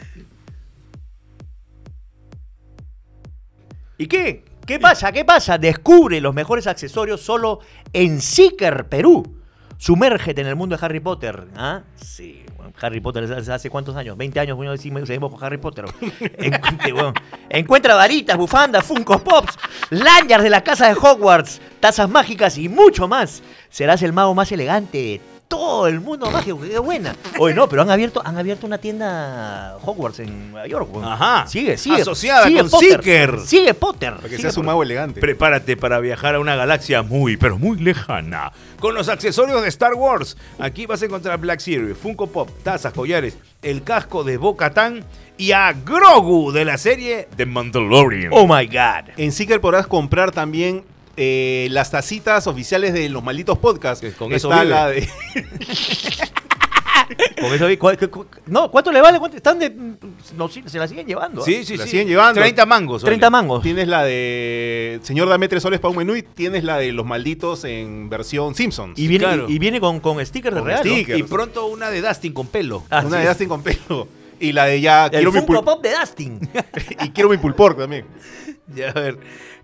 [SPEAKER 2] ¿Y qué? ¿Qué pasa? ¿Qué pasa? Descubre los mejores accesorios solo en Seeker Perú. Sumérgete en el mundo de Harry Potter. ¿Ah? Sí, bueno, Harry Potter ¿hace- hace cuántos años, 20 años, bueno, decimos, seguimos con Harry Potter. Encuentra, bueno, encuentra varitas, bufandas, Funko Pops, lanyards de la casa de Hogwarts, tazas mágicas y mucho más. Serás el mago más elegante de todo el mundo mágico. ¡Qué buena! Oye, no, pero han abierto, han abierto una tienda Hogwarts en Nueva York. bueno.
[SPEAKER 3] Ajá.
[SPEAKER 2] Sigue, sigue.
[SPEAKER 3] Asociada
[SPEAKER 2] sigue
[SPEAKER 3] con Seeker.
[SPEAKER 2] Sigue Potter.
[SPEAKER 1] Para que
[SPEAKER 2] sigue
[SPEAKER 1] seas un
[SPEAKER 2] Potter.
[SPEAKER 1] mago elegante.
[SPEAKER 3] Este, Prepárate para viajar a una galaxia muy, pero muy lejana. Con los accesorios de Star Wars. Aquí vas a encontrar Black Series, Funko Pop, tazas, collares, el casco de Boca Tan y a Grogu de la serie The Mandalorian.
[SPEAKER 2] Oh my God.
[SPEAKER 1] En Seeker podrás comprar también eh, las tacitas oficiales de los malditos podcasts.
[SPEAKER 3] Que con eso
[SPEAKER 1] Está
[SPEAKER 3] vive.
[SPEAKER 1] la de
[SPEAKER 2] Con eso vi- ¿cuál- cu- cu- no, ¿cuánto le vale? ¿Cuánto? Están de. no, sí, se la siguen llevando. ¿ah?
[SPEAKER 3] Sí, sí,
[SPEAKER 1] La
[SPEAKER 3] sí.
[SPEAKER 1] siguen llevando.
[SPEAKER 3] 30 mangos.
[SPEAKER 2] 30
[SPEAKER 3] 30 mangos.
[SPEAKER 2] mangos.
[SPEAKER 1] Tienes la de Señor Dame tres soles para un menú y tienes la de los malditos en versión Simpsons.
[SPEAKER 2] Y viene,
[SPEAKER 3] claro.
[SPEAKER 2] y, y viene con, con stickers
[SPEAKER 1] Con
[SPEAKER 2] de regalo.
[SPEAKER 1] stickers.
[SPEAKER 3] Y pronto una de Dustin con pelo.
[SPEAKER 2] Así
[SPEAKER 1] Una de
[SPEAKER 2] es.
[SPEAKER 1] Dustin con pelo. Y la de ya
[SPEAKER 2] El
[SPEAKER 1] quiero mi,
[SPEAKER 2] Funko
[SPEAKER 1] pul-
[SPEAKER 2] Pop de Dustin.
[SPEAKER 1] y quiero mi pulpor también.
[SPEAKER 3] Ya, a ver.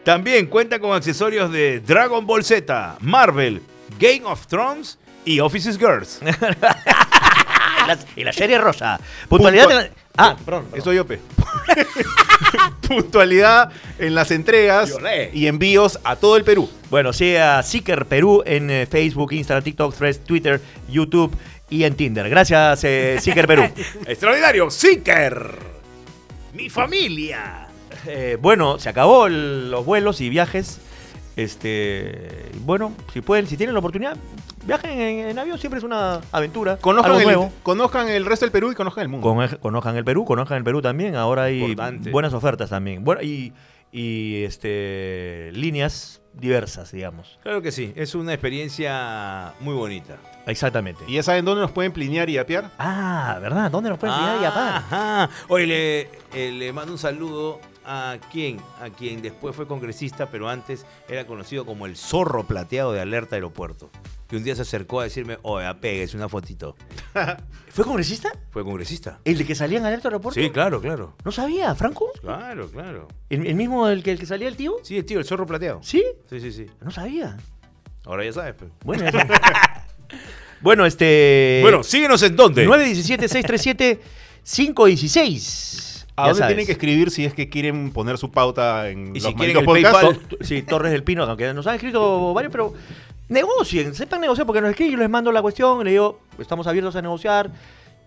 [SPEAKER 3] También cuenta con accesorios de Dragon Ball Z, Marvel, Game of Thrones y Offices Girls.
[SPEAKER 2] Ah, y, la, y la serie rosa. Puntualidad.
[SPEAKER 1] Punto-
[SPEAKER 2] en la- ah, perdón. perdón.
[SPEAKER 1] Eso yo, pe. Puntualidad en las entregas
[SPEAKER 3] Y olé.
[SPEAKER 1] y envíos a todo el Perú.
[SPEAKER 2] Bueno, sea Seeker Perú en eh, Facebook, Instagram, TikTok, Threads, Twitter, YouTube y en Tinder. Gracias, eh, Seeker Perú.
[SPEAKER 3] Extraordinario, Seeker. Mi familia.
[SPEAKER 2] Eh, bueno, se acabó el- los vuelos y viajes. Este, y bueno, si pueden, si tienen la oportunidad, viajen en, en avión, siempre es una aventura.
[SPEAKER 1] Conozcan
[SPEAKER 2] algo
[SPEAKER 1] el,
[SPEAKER 2] nuevo.
[SPEAKER 1] conozcan el resto del Perú y conozcan el mundo.
[SPEAKER 2] Conoz- Conozcan el Perú, conozcan el Perú también. Ahora hay
[SPEAKER 3] Importante.
[SPEAKER 2] buenas ofertas también. Bueno, y, y, este, líneas diversas, digamos.
[SPEAKER 3] Claro que sí, es una experiencia muy bonita.
[SPEAKER 2] Exactamente.
[SPEAKER 1] Y ya saben dónde nos pueden plinear y apear.
[SPEAKER 2] Ah, ¿verdad? ¿Dónde nos pueden
[SPEAKER 1] Ah.
[SPEAKER 2] llegar y apagar?
[SPEAKER 3] Ajá. Oye, le, eh, le mando un saludo a quien, a quien después fue congresista, pero antes era conocido como el zorro plateado de Alerta Aeropuerto. Que un día se acercó a decirme, oye, apegues una fotito.
[SPEAKER 2] ¿Fue congresista?
[SPEAKER 3] Fue congresista.
[SPEAKER 2] ¿El de que salía en Alerta Aeropuerto?
[SPEAKER 3] Sí, claro, claro.
[SPEAKER 2] ¿No sabía, Franco?
[SPEAKER 3] Claro, claro.
[SPEAKER 2] ¿El, el mismo el que, el que salía el tío?
[SPEAKER 3] Sí, el tío, el zorro plateado.
[SPEAKER 2] ¿Sí?
[SPEAKER 3] Sí, sí, sí.
[SPEAKER 2] No sabía.
[SPEAKER 3] Ahora ya sabes. pues.
[SPEAKER 2] Bueno, eso. bueno este.
[SPEAKER 3] bueno, síguenos en dónde.
[SPEAKER 2] 917-637-516.
[SPEAKER 1] ¿A
[SPEAKER 2] Ya
[SPEAKER 1] dónde
[SPEAKER 2] sabes.
[SPEAKER 1] tienen que escribir si es que quieren poner su pauta en
[SPEAKER 3] Y
[SPEAKER 1] los
[SPEAKER 3] si quieren
[SPEAKER 1] malditos
[SPEAKER 3] el
[SPEAKER 1] podcasts?
[SPEAKER 3] PayPal.
[SPEAKER 2] To- to- Sí, Torres del Pino, aunque nos han escrito varios, pero negocien, sepan negociar, porque nos escriben, yo les mando la cuestión, le digo, estamos abiertos a negociar,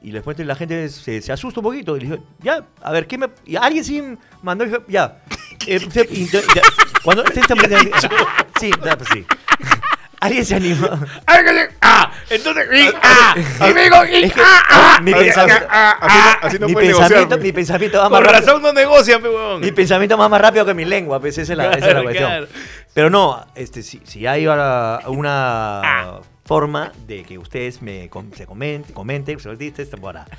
[SPEAKER 2] y después la gente se, se asusta un poquito, y le digo, ya, a ver, ¿qué me...? y alguien sí mandó, y dijo, ya, eh, se- y yo- ya, cuando... se- se- sí, ya, pues sí. Alguien se animó.
[SPEAKER 3] Ah, entonces. y- ah, y me digo, y-
[SPEAKER 2] Es que
[SPEAKER 3] ah, ah,
[SPEAKER 2] mi,
[SPEAKER 3] y-
[SPEAKER 2] pensa-
[SPEAKER 3] ah, ah,
[SPEAKER 1] Así no- así no
[SPEAKER 2] mi
[SPEAKER 1] pueden negociar.
[SPEAKER 2] pensamiento,
[SPEAKER 1] pues.
[SPEAKER 2] mi pensamiento va más
[SPEAKER 3] Con
[SPEAKER 2] rápido.
[SPEAKER 3] razón no negocia, pe, huevón.
[SPEAKER 2] Mi pensamiento va más rápido que mi lengua, pues esa es la, esa es la
[SPEAKER 3] Claro,
[SPEAKER 2] cuestión.
[SPEAKER 3] claro.
[SPEAKER 2] Pero no, este, si, si hay ahora una
[SPEAKER 3] Ah.
[SPEAKER 2] forma de que ustedes me com- se comenten, comenten, se los diste esta temporada.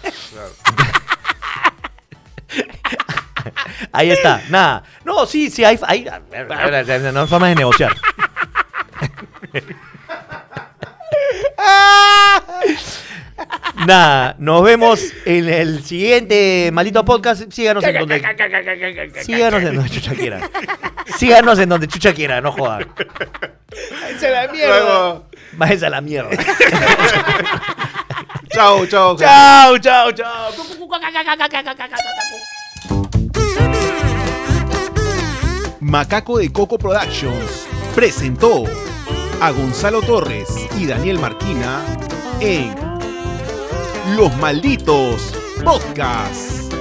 [SPEAKER 2] Ahí está, nada. No, sí, sí, hay, hay, no hay forma de negociar. Nada, nos vemos en el siguiente maldito podcast. Síganos en donde. Síganos en donde chucha quieran. Síganos en donde chucha quiera, no jodan.
[SPEAKER 3] Se la
[SPEAKER 1] Luego,
[SPEAKER 2] Váyanse a la mierda.
[SPEAKER 1] chao, chao.
[SPEAKER 3] Chao, chao, chao.
[SPEAKER 1] Macaco de Coco Productions presentó a Gonzalo Torres y Daniel Marquina en Los Malditos Podcasts.